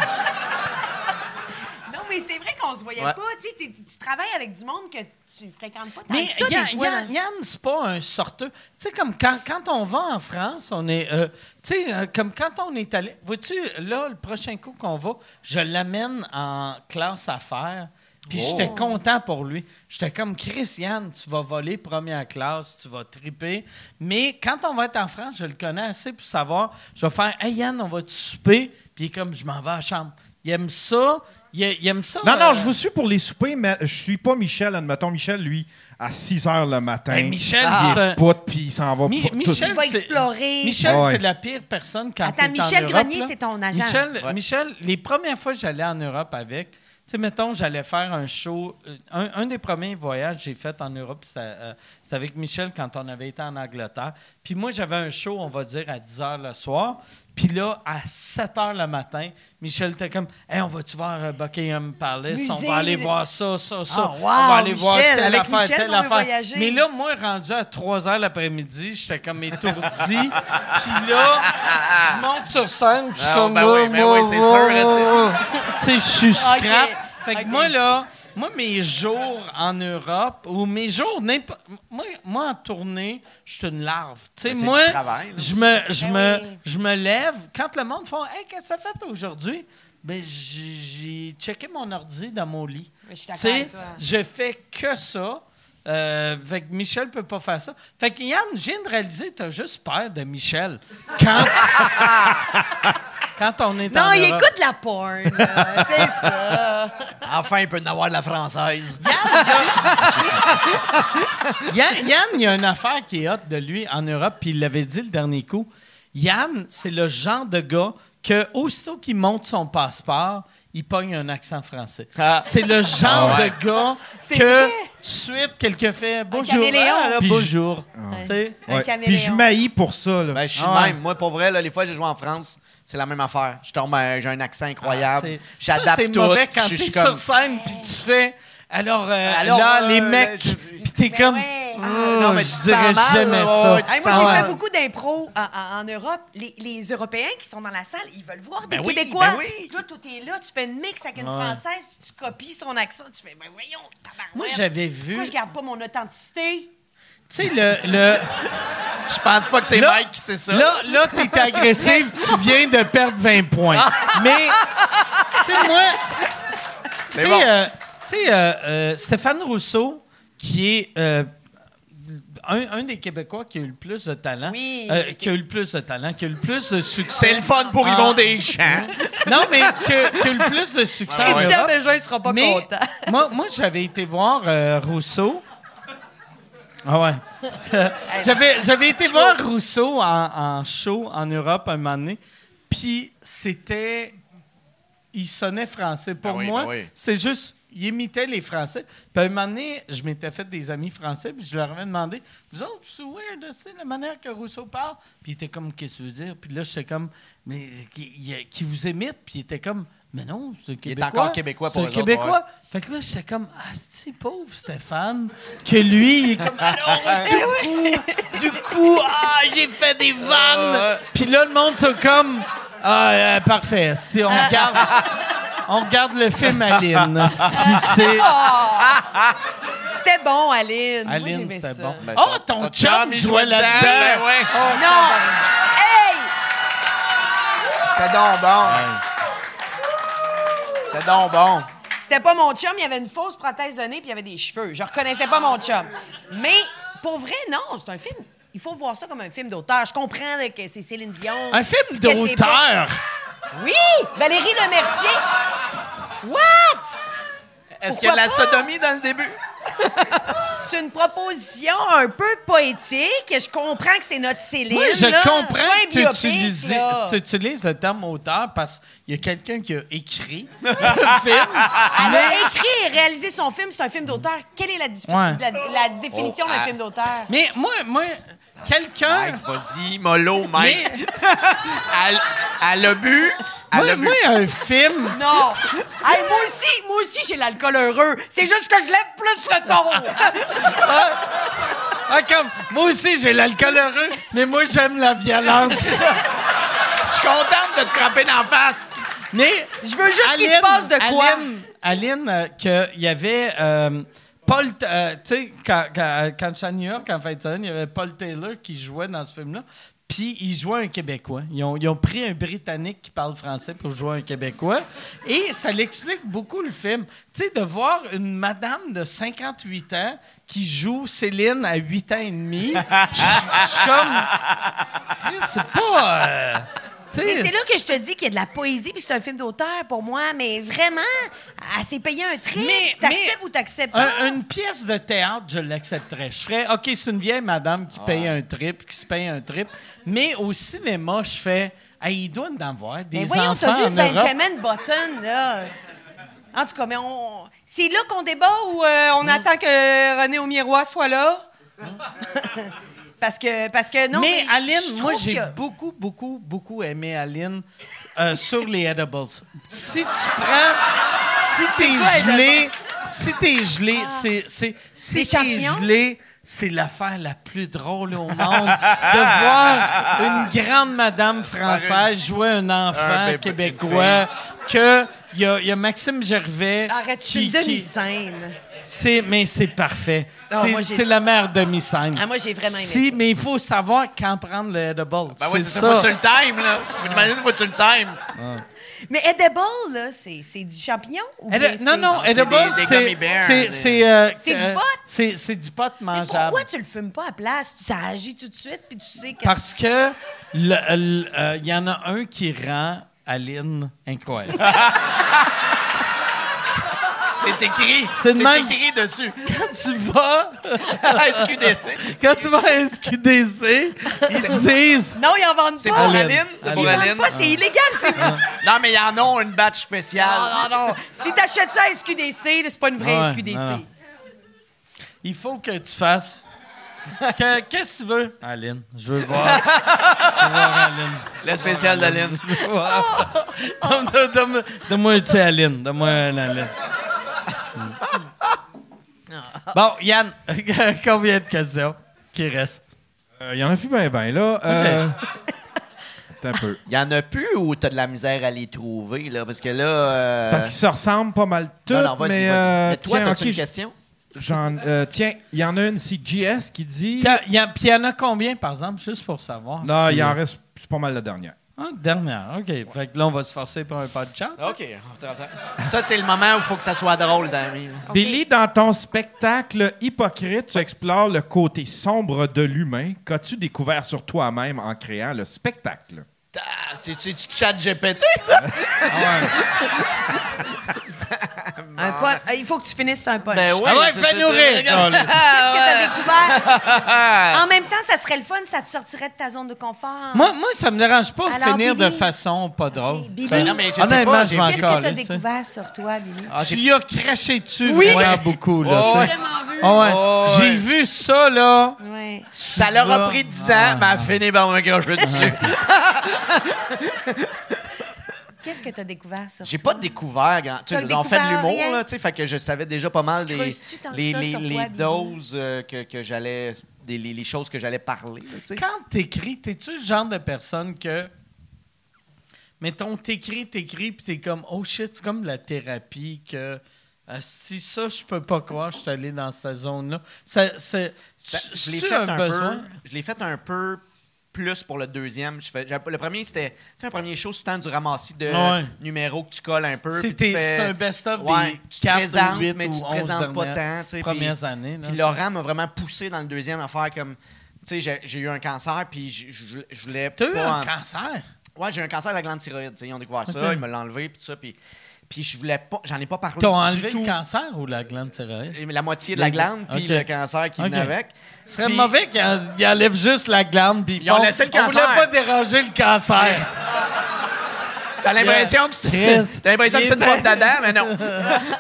Non, mais c'est vrai qu'on se voyait
Ouais.
pas. Tu sais, t'es- tu travailles avec du monde que tu fréquentes pas tant
Mais
que ça,
Yann,
des fois,
Yann-
là.
Yann, c'est pas un sorteux. Tu sais, comme quand, quand on va en France, on est. euh, tu sais, euh, comme quand on est allé. Vois-tu, là, le prochain coup qu'on va, je l'amène en classe affaires. Puis
Oh.
j'étais content pour lui. J'étais comme Christiane, tu vas voler première classe, tu vas triper. Mais quand on va être en France, je le connais assez pour savoir. Je vais faire Hey Yann, on va te souper. Puis il est comme je m'en vais à la chambre. Il aime ça. Il, il aime ça.
Non, non,
euh,
je vous suis pour les soupers, mais je suis pas Michel. Admettons, Michel, lui, à 6 h le matin.
Hey, Ben, Michel,
il
c'est un-
est pote, puis il s'en va
Mi-
pour tout-
Michel,
Il va
c'est-
explorer.
Michel,
Ah ouais.
c'est la pire personne quand
Attends,
t'es en
Michel
Europe,
Grenier,
là.
c'est ton agent.
Michel, Michel, les premières fois que j'allais en Europe avec, tu sais, mettons, j'allais faire un show. euh, Un, un des premiers voyages que j'ai fait en Europe, c'était euh, c'était avec Michel quand on avait été en Angleterre. Puis moi, j'avais un show, on va dire, à 10 h le soir. Puis là, à 7 h le matin, Michel était comme Hey, on va-tu voir euh, Buckingham Palace? on
Musée,
va aller
musée.
voir ça, ça, ça.
Ah,
on va
wow,
aller voir
Michel,
telle
avec
affaire,
Michel,
telle
on veut
affaire.
voyager.
Mais là, moi, rendu à 3 h l'après-midi, j'étais comme étourdi. Puis là, je monte sur scène, puis je suis
Ah,
comme.
ben oui, ben oui, c'est sûr, là,
Tu sais, je suis scrap.
Ok,
Fait que
ok.
moi, là, moi, mes jours en Europe, ou mes jours, n'importe. Moi, moi, en tournée, je suis une larve. Tu sais,
Ben, c'est
moi,
du travail, là,
je me, je
Ben
me,
oui.
je me lève. Quand le monde fait Hey, qu'est-ce que ça fait aujourd'hui? Ben, j'ai j'ai checké mon ordi dans mon lit.
Mais je suis
Tu
d'accord
sais,
avec toi.
je fais que ça. Euh, fait que Michel peut pas faire ça. Fait que Yann, j'ai viens de réaliser, t'as juste peur de Michel. Quand, quand on est en
Non, il
Europe.
écoute la porn, là. c'est ça.
Enfin, il peut en avoir de la française.
Yann, Yann, il y a une affaire qui est hot de lui en Europe, puis il l'avait dit le dernier coup. Yann, c'est le genre de gars que, aussitôt qu'il monte son passeport, il pogne un accent français.
Ah.
C'est le genre
Ah ouais.
de gars
C'est
que,
vrai.
tout de suite, quelqu'un fait bonjour.
caméléon.
ah, là,
Puis je-
bonjour. Tu sais?
Un
Ouais.
caméléon.
Puis je maillis pour ça. là.
Ben, je suis
Ah ouais.
même. Moi, pour vrai, là, les fois que j'ai joué en France, c'est la même affaire. Je tombe, à- j'ai un accent
Ah,
incroyable.
c'est- Ça,
J'adapte
c'est
tout.
mauvais quand
Je-
t'es
je suis
sur
comme-
scène puis tu fais. Alors, euh,
Alors,
là,
euh,
les
là,
mecs,
je- Ah,
puis t'es
Mais
comme.
Ben ouais.
Oh,
non, mais tu
je
te
dirais
sens mal,
jamais
ouais,
ça.
ouais, tu
Hey,
te
moi,
sens
j'ai
mal.
fait beaucoup d'impro
euh,
en, en- en Europe. Les, les Européens qui sont dans la salle, ils veulent voir des
Ben oui,
Québécois.
ben oui.
Toi, toi, t'es là, tu fais une mix avec une Française, puis tu copies son accent. Tu fais, ben voyons, tabarouette.
Moi, j'avais vu.
Pourquoi je
Tu
garde pas mon authenticité?
sais, le- le
Je pense pas que c'est
Là-
Mike qui sait ça.
Là, là t'es agressive, tu viens de perdre 20 points.
Ah.
Mais, tu sais, moi. Tu
Mais
sais,
bon.
euh, tu sais, euh, euh, Stéphane Rousseau, qui est euh, un, un des Québécois qui a eu le plus de talent,
Oui.
euh, qui a eu le plus de talent, qui a eu le plus de succès.
c'est le fun pour
Ah.
Yvon Deschamps.
Non, mais que, que le plus de succès. en
Christian
Europe.
Bégin sera pas
Mais
content.
moi, moi j'avais été voir euh, Rousseau. Ah ouais. j'avais, j'avais été voir Rousseau en, en show en Europe un moment donné. Puis c'était. Il sonnait français. Pour
Ben oui,
moi,
ben oui.
c'est juste. Il imitait les Français. Puis à un moment donné, je m'étais fait des amis français, puis je leur avais demandé Vous autres, c'est weird, c'est la manière que Rousseau parle Puis il était comme Qu'est-ce que tu veux dire Puis là, j'étais comme Mais qui, il- qui vous imite Puis il était comme Mais non, c'est un
Il est
Québécois.
encore Québécois pour
C'est un
eux autres,
Québécois.
ouais.
Fait que là, j'étais comme, ah, c'est pauvre Stéphane, que lui, il est comme, alors, du coup, du coup, ah, j'ai fait des vannes. Puis là, le monde, c'est comme, ah, euh, parfait, si on regarde, on regarde le film Aline. Si c'est.
C'était bon, Aline. Oh, Moi,
Ah! Aline,
j'aimais
c'était
ça.
bon.
Ben,
oh,
ton-
ton
ton
chum
chum, il
jouait
jouait dedans.
là-dedans.
Ben ouais.
Oh,
Non! Hey!
C'était donc bon. C'était donc bon.
C'était pas mon chum, il avait une fausse prothèse de nez puis il avait des cheveux. Je reconnaissais pas mon chum. Mais pour vrai, non, c'est un film. Il faut voir ça comme un film d'auteur. Je comprends là, que c'est Céline Dion.
Un film
que c'est pas-
d'auteur.
Oui! Valérie Lemercier! What?
Est-ce qu'il y a de la
Pourquoi pas?
sodomie dans le début?
C'est une proposition un peu poétique. Je comprends que c'est notre Céline.
Moi, je
là.
comprends
C'est
que
pas un biopic,
tu utilises,
là.
tu utilises le terme auteur parce qu'il y a quelqu'un qui a écrit le film.
Ah, Elle a écrit et réalisé son film. C'est un film d'auteur. Quelle est la, diffi-
Ouais.
la- la définition
Oh,
d'un
ah.
film d'auteur?
Mais moi, moi quelqu'un.
Mike, vas-y, mollo,
Mais
Mike. Elle, elle a bu. Elle
moi,
a bu.
moi, un film.
Non! Hey, moi aussi, moi aussi j'ai l'alcool heureux. C'est juste que je lève plus le ton.
Ah, comme, moi aussi, j'ai l'alcool heureux, mais moi, j'aime la violence.
Je suis contente de te frapper d'en face.
Mais
Je veux juste qu'il se passe de quoi.
Aline, Aline, euh, que il y avait euh, Paul, T- euh, tu sais, quand, quand, quand j'étais à New York en fin de semaine, il y avait Paul Taylor qui jouait dans ce film-là. Puis il jouait un Québécois. Ils ont, ils ont pris un Britannique qui parle français pour jouer un Québécois. Et ça l'explique beaucoup le film. Tu sais, de voir une madame de 58 ans qui joue Céline à 8 ans et demi, je je suis comme. C'est pas. euh, tu sais,
Mais c'est là que je te dis qu'il y a de la poésie, puis c'est un film d'auteur pour moi, mais vraiment, elle s'est payée un trip.
Mais-
T'acceptes
mais-
ou t'acceptes
Un-
pas?
une pièce de théâtre, je l'accepterais. Je ferais, OK, c'est une vieille madame
Ah.
qui paye un trip, qui se paye un trip. Mais au cinéma, je fais, hey, il doit en avoir des
Mais
Ben
voyons,
enfants
t'as vu
en Europe.
Benjamin Button, là. En tout cas, mais on... c'est là qu'on débat ou euh, on attend que René au miroir soit là? parce, que, parce que Ben non,
mais,
mais, je- je
Aline, moi,
trouve
j'ai
que-
beaucoup, beaucoup, beaucoup aimé Aline euh, sur les edibles. Si tu prends, si t'es
quoi, Ah.
gelé, si t'es gelé, c'est, c'est, si
Des
t'es
champignons?
gelé, c'est l'affaire la plus drôle au monde de voir une grande madame française jouer un enfant
un bébé,
québécois que il y, a- il y a Maxime Gervais
Arrête, c'est
qui,
une
qui-
demi-scène.
c'est, mais c'est parfait.
Ah,
c'est,
moi, j'ai-
c'est la mère demi-scène.
Ah, moi, j'ai vraiment aimé
Si,
ça.
mais il faut savoir quand prendre le edible.
Ben oui, c'est ça. Faut que tu le times, là. Vous imaginez, faut que tu le times.
Mais edible, là, c'est c'est du champignon? Ou
Elle-
bien
non,
c'est-
non,
c'est
edible,
des- des
c'est
gummy bears,
c'est-
des-
c'est, euh,
C'est du
euh,
pot?
C'est c'est du pot mangeable.
Pourquoi tu le fumes pas à place? Tu- Ça agit tout de suite, puis tu sais que...
Parce que il y en a un qui rend Aline incroyable.
C'est écrit.
C'est
C'est
le même.
écrit dessus.
quand tu vas,
SQDC.
quand tu vas à SQDC, ils disent
Non, ils en vendent
C'est
pas!
pour
Aline.
Aline. C'est pour
Ils en
Aline. hein. Ah.
Aline.
vendent pas, c'est illégal! c'est-
Non, mais il y en a une batch
Non,
spéciale.
non, non. Si t'achètes ça à SQDC, là, c'est pas une vraie
Ouais,
SQDC.
non, non. il faut que tu fasses. Que- Qu'est-ce que tu veux? Aline. Je veux voir. Je veux voir Aline.
Le spécial d'Aline.
Donne- donne- donne- Donne-moi un petit Aline. Donne-moi un Aline.
Ah.
Bon, Yann, combien de questions qui restent?
Euh, Il y en a plus ben ben, là. Euh, T'as un peu.
Il y en a plus ou t'as de la misère à les trouver, là? Parce que là. euh,
Parce qu'ils se ressemblent pas mal tous.
Non, non, vas-y,
mais,
vas-y.
euh,
mais toi,
tiens,
t'as-tu
ok,
une question?
j'en- euh, tiens, il y en a une, c'est GS qui dit.
Puis il y, a- puis il y en a combien, par exemple, juste pour savoir?
Non,
si-
il en reste c'est pas mal la dernière.
Ah, dernière, OK. Fait que là, on va se forcer pour un pod chat.
OK. attends, attends. Ça, c'est le moment où il faut que ça soit drôle, Dami.
Billy, dans ton spectacle hypocrite, tu explores le côté sombre de l'humain. Qu'as-tu découvert sur toi-même en créant le spectacle?
Ah, C'est-tu du chat GPT, ça?
Un punch. Ah, Il faut que tu finisses sur un punch.
Ben oui.
Ah ouais,
c'est-
fais
c'est-
nous rire, Carlis.
Ah,
Qu'est-ce que t'as découvert?
ah.
En même temps, ça serait le fun, ça te sortirait de ta zone de confort.
Moi, moi, ça me dérange pas de
Alors,
finir
Billy?
de façon pas drôle.
Ok, Billy?
Ben non, mais je sais
Honnêtement,
pas.
je
j'ai-
m'en
Qu'est-ce que t'as
calisse, hein.
découvert sur toi, Lily?
Ah,
tu
j'ai-
y as craché dessus
Oui.
vraiment beaucoup, là,
Oh,
tu sais.
ouais.
Ah ouais.
Oh,
J'ai
ouais.
vu ça, là.
Ah.
Ouais.
Ça leur
Ah,
a pris 10 ans, mais elle a fini par me cracher dessus.
Qu'est-ce que t'as découvert sur
J'ai
toi?
pas découvert grand. Tu
T'as
sais, on fait de
découvert rien?
l'humour, là, tu sais, fait que je savais déjà pas mal
Tu
les,
creuses-tu tant que
les,
ça
les,
sur toi,
les
Billy?
doses euh, que, que j'allais. des- Les, les choses que j'allais parler, là, tu sais.
Quand t'écris, t'es-tu le genre de personne que. Mettons, t'écris, t'écris, puis t'es comme, oh shit, c'est comme de la thérapie que. ah, Si ça, je peux pas croire, je suis allé dans cette zone-là. Ça, c'est,
Ça, Ben, je l'ai
c'est-tu
fait un,
besoin?
peu. Je l'ai fait un peu plus pour le deuxième. Je fais- j'avais pas- le premier, c'était tu sais, un premier show, c'est le temps du ramassis de
Ouais.
numéros que tu colles un peu.
C'est
puis
tes-
tu fais-
c'est un best-of des
ouais, tu te
quatre ou
présentes,
huit
mais
ou
tu te
onze
présentes pas
dernières-
tant. tu sais,
premières
puis-
années, là.
Puis Laurent m'a vraiment poussé dans le deuxième à faire comme. Tu sais, j'ai- j'ai eu un cancer, puis je, je- je voulais
T'as eu
pas
un
en-
cancer?
Ouais, j'ai un cancer de la glande thyroïde. tu sais, Ils ont découvert
Ok.
ça, ils me l'ont enlevé, puis tout ça. Puis, puis je voulais pas. J'en ai pas parlé.
T'as
du
enlevé
tout.
le cancer ou la glande thyroïde?
La moitié de la
Les-
glande, puis
Ok.
le cancer qui venait
Ok.
avec.
Ce serait
Puis-
mauvais qu'ils en- ils enlèvent juste la glande, puis
Ils ont
font,
laissé le
On voulait
cancer.
pas déranger le cancer.
T'as l'impression que
Chris.
tu t'as l'impression que c'est une
Il est-
porte d'Adam, mais non.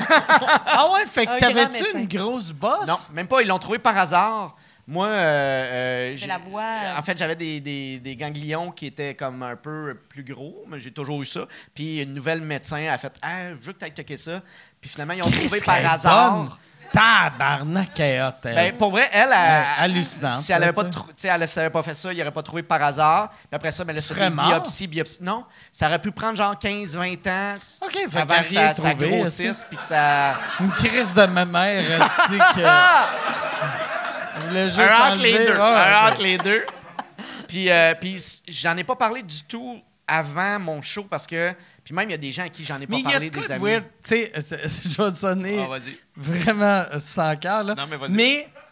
ah ouais, fait que
Un grand
t'avais-tu
médecin.
une grosse bosse?
Non, même pas. Ils l'ont trouvé par hasard. Moi, euh, euh, j'ai-
la voix, euh.
En fait, j'avais des, des- des ganglions qui étaient comme un peu plus gros, mais j'ai toujours eu ça. Puis une nouvelle médecin a fait, ah, je veux que tu ailles checker ça. Puis finalement, ils ont trouvé par hasard.
Tabarnak, elle est hot, elle.
Ben, pour vrai, elle, elle,
Euh, hallucinante,
Si elle avait
là,
pas,
tu sais.
trou- tu sais, elle avait pas fait ça, il aurait pas trouvé par hasard. Puis après ça, mais là, c'était
serais
des
mort?
biopsies, biopsies. Non, ça aurait pu prendre genre 15-20 ans
OK, fait
avant que
qu'elle rien
ça, ça
trouvé,
grossisse puis que ça...
Une crise de ma mère, esti, que... Je voulais juste
Un entre les
enlever- Ah,
deux.
Ouais, ben,
Un
ouais.
entre les deux. Puis, euh, puis s- j'en ai pas parlé du tout avant mon show parce que. Puis même, il y a des gens à qui j'en ai pas
Mais il y a
parlé,
de quoi
des
de
amis.
weird, tu sais, euh, c'est- c'est- je vais sonner
Ah, vas-y.
vraiment euh, sans cœur, là.
Non, mais vas-y.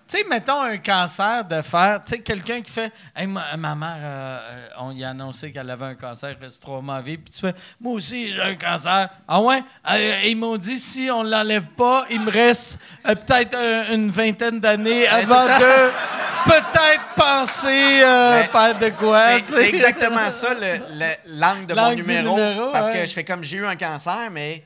tu sais, mettons un cancer de faire, tu sais, quelqu'un qui fait, hey, ma, ma mère, euh, euh, on y a annoncé qu'elle avait un cancer, reste trois mois à vivre, puis tu fais, moi aussi, j'ai un cancer. Ah ouais? Euh, ils m'ont dit, si on l'enlève pas, il me reste euh, peut-être un- une vingtaine d'années avant
c'est ça.
de peut-être penser euh,
Ben,
faire de quoi.
C'est-
tu sais.
C'est exactement ça, le- le- l'angle de
L'angle
mon
du
numéro.
numéro,
parce
ouais. Mm.
que je fais comme j'ai eu un cancer, mais.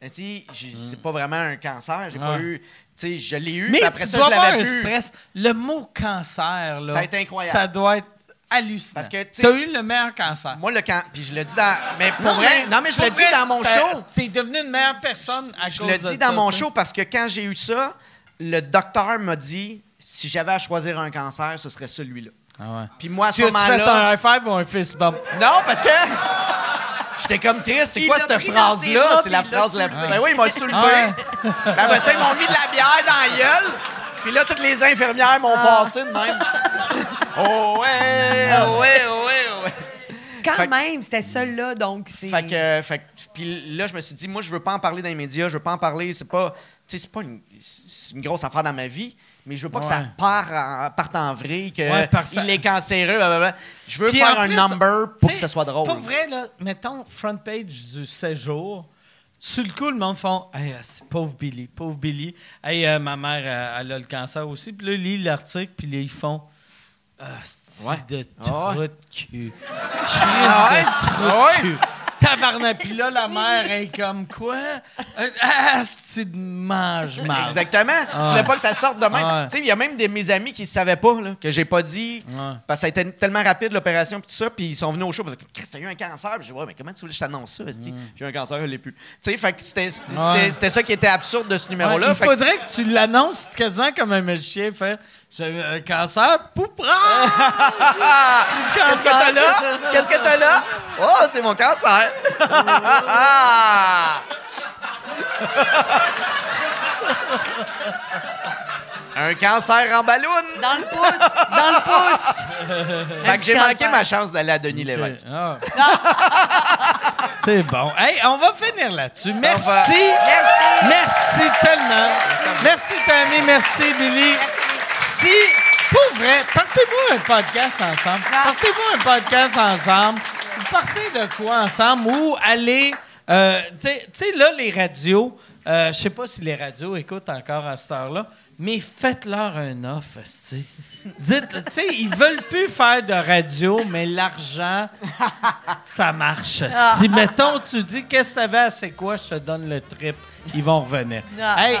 mais Tu sais, j'ai- c'est pas vraiment un cancer. J'ai pas
Ouais.
eu. Tu sais, je l'ai eu,
Mais
puis après
tu
ça,
dois
je
avoir
l'avais
un
plus.
stress. Le mot cancer, là,
Ça a été incroyable.
Ça doit être hallucinant.
Parce que, tu sais-
t'as eu le meilleur cancer.
Moi, le can... Puis je le dis dans. Mais pour vrai. non, mais je
pour
le dis
vrai,
dans mon
ça-
show.
T'es devenu une meilleure personne à
Je
cause
le
de
dis dans
ça,
mon
tu sais.
show parce que quand j'ai eu ça, le docteur m'a dit si j'avais à choisir un cancer, ce serait celui-là.
Ah ouais.
Puis moi, à
Tu
ce
as-tu fait
moment-là.
un high five ou un fist bump?
Non, parce que. J'étais comme Chris, c'est
Il
quoi
l'a
cette
pris dans ses bras,
phrase-là? C'est
puis
la
il l'a
phrase la
soulevé.
Ben oui, il m'a soulevé.
Ah ouais.
Ben après ça, ils m'ont mis de la bière dans la gueule. Puis là, toutes les infirmières
Ah.
m'ont passé de même. Oh ouais, oh ouais, oh ouais, oh ouais.
Quand
Fait
quand
que-
même, c'était celle-là, donc c'est.
Fait que, euh, fait que- puis là, je me suis dit, moi, je veux pas en parler dans les médias, je veux pas en parler, c'est pas, tu sais, c'est pas une, c'est une grosse affaire dans ma vie, mais je veux pas que ça
Ouais.
part en- parte en vrille, que
Ouais, par ça-
il est cancéreux, blablabla. Je veux
Puis
faire
en
un
plus,
number pour que
t'sais,
ça soit drôle.
C'est pas vrai, là. Mettons, front page du séjour. Sur le coup, le monde font Hey, euh, c'est pauvre Billy, pauvre Billy. Hey, euh, ma mère, euh, elle a le cancer aussi. Puis là, ils lisent l'article, puis là, ils font Ah, c'est
Ouais.
de
Ah
trou de cul.
Ah ouais? Ah ouais?
cul. Tabarnak. Puis là, la mère est comme quoi Euh, Ah, c'est de mange
Exactement. Je
Ouais.
voulais pas que ça sorte de même.
Ouais.
Tu sais, il y a même des mes amis qui ne savaient pas, là, que j'ai pas dit.
Ouais.
Parce que ça a été tellement rapide, l'opération, puis tout ça. Puis ils sont venus au show. Parce que, Christ, t'as eu un cancer. Puis j'ai dit, ouais, mais comment tu voulais que je t'annonce ça? esti? J'ai eu un cancer, je l'ai plus. Tu sais, fait que c'était c'était-
Mm. Ouais.
c'était- c'était ça qui était absurde de ce numéro-là.
Ouais, il
Fait que-
faudrait que tu l'annonces quasiment comme un magicien, faire j'avais un cancer, poupra!
Ah! Qu'est-ce que t'as là? Qu'est-ce que t'as là? Oh, c'est mon cancer! Un cancer en ballon!
Dans le pouce! dans le pouce!
Fait que j'ai
cancer.
manqué ma chance d'aller à Denis Lévesque.
Ah. C'est bon. Hey, on va finir là-dessus. Merci.
revoir.
Merci. tellement. Merci, Tammy. Merci, Billy. Si, pour vrai, partez-vous un podcast ensemble. Partez-vous un podcast ensemble. Vous partez de quoi ensemble ou allez. euh, tu sais- tu sais, là, les radios, euh, je sais pas si les radios écoutent encore à cette heure-là, mais faites-leur un offre, esti. Dites, tu sais, ils veulent plus faire de radio, mais l'argent, ça marche. Si, mettons, tu dis qu'est-ce que t'avais, c'est quoi, je te donne le trip. Ils vont revenir. hey,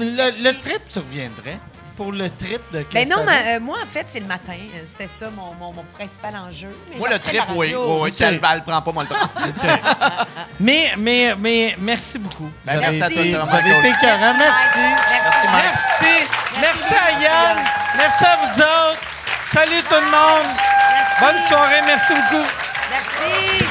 le, le trip, tu reviendrais pour le trip de qu'est-ce
Ben non,
que t'avais?
mais, euh, moi, en fait, c'est le matin. Euh, C'était ça mon, mon, mon principal enjeu. Mais
Moi,
j'en
le
ferai
trip,
la
oui.
radio.
Oui, oui, si elle, elle prend pas, moi, le temps.
Mais, mais, mais, merci beaucoup.
Ben,
Vous avez
merci à toi,
été-
c'est
Vous
vraiment
avez été
cool.
écœurants. Merci.
Merci, Mike.
Merci. Merci à Yann. Merci à vous autres. Salut tout le monde. Bonne soirée. Merci beaucoup.
Merci!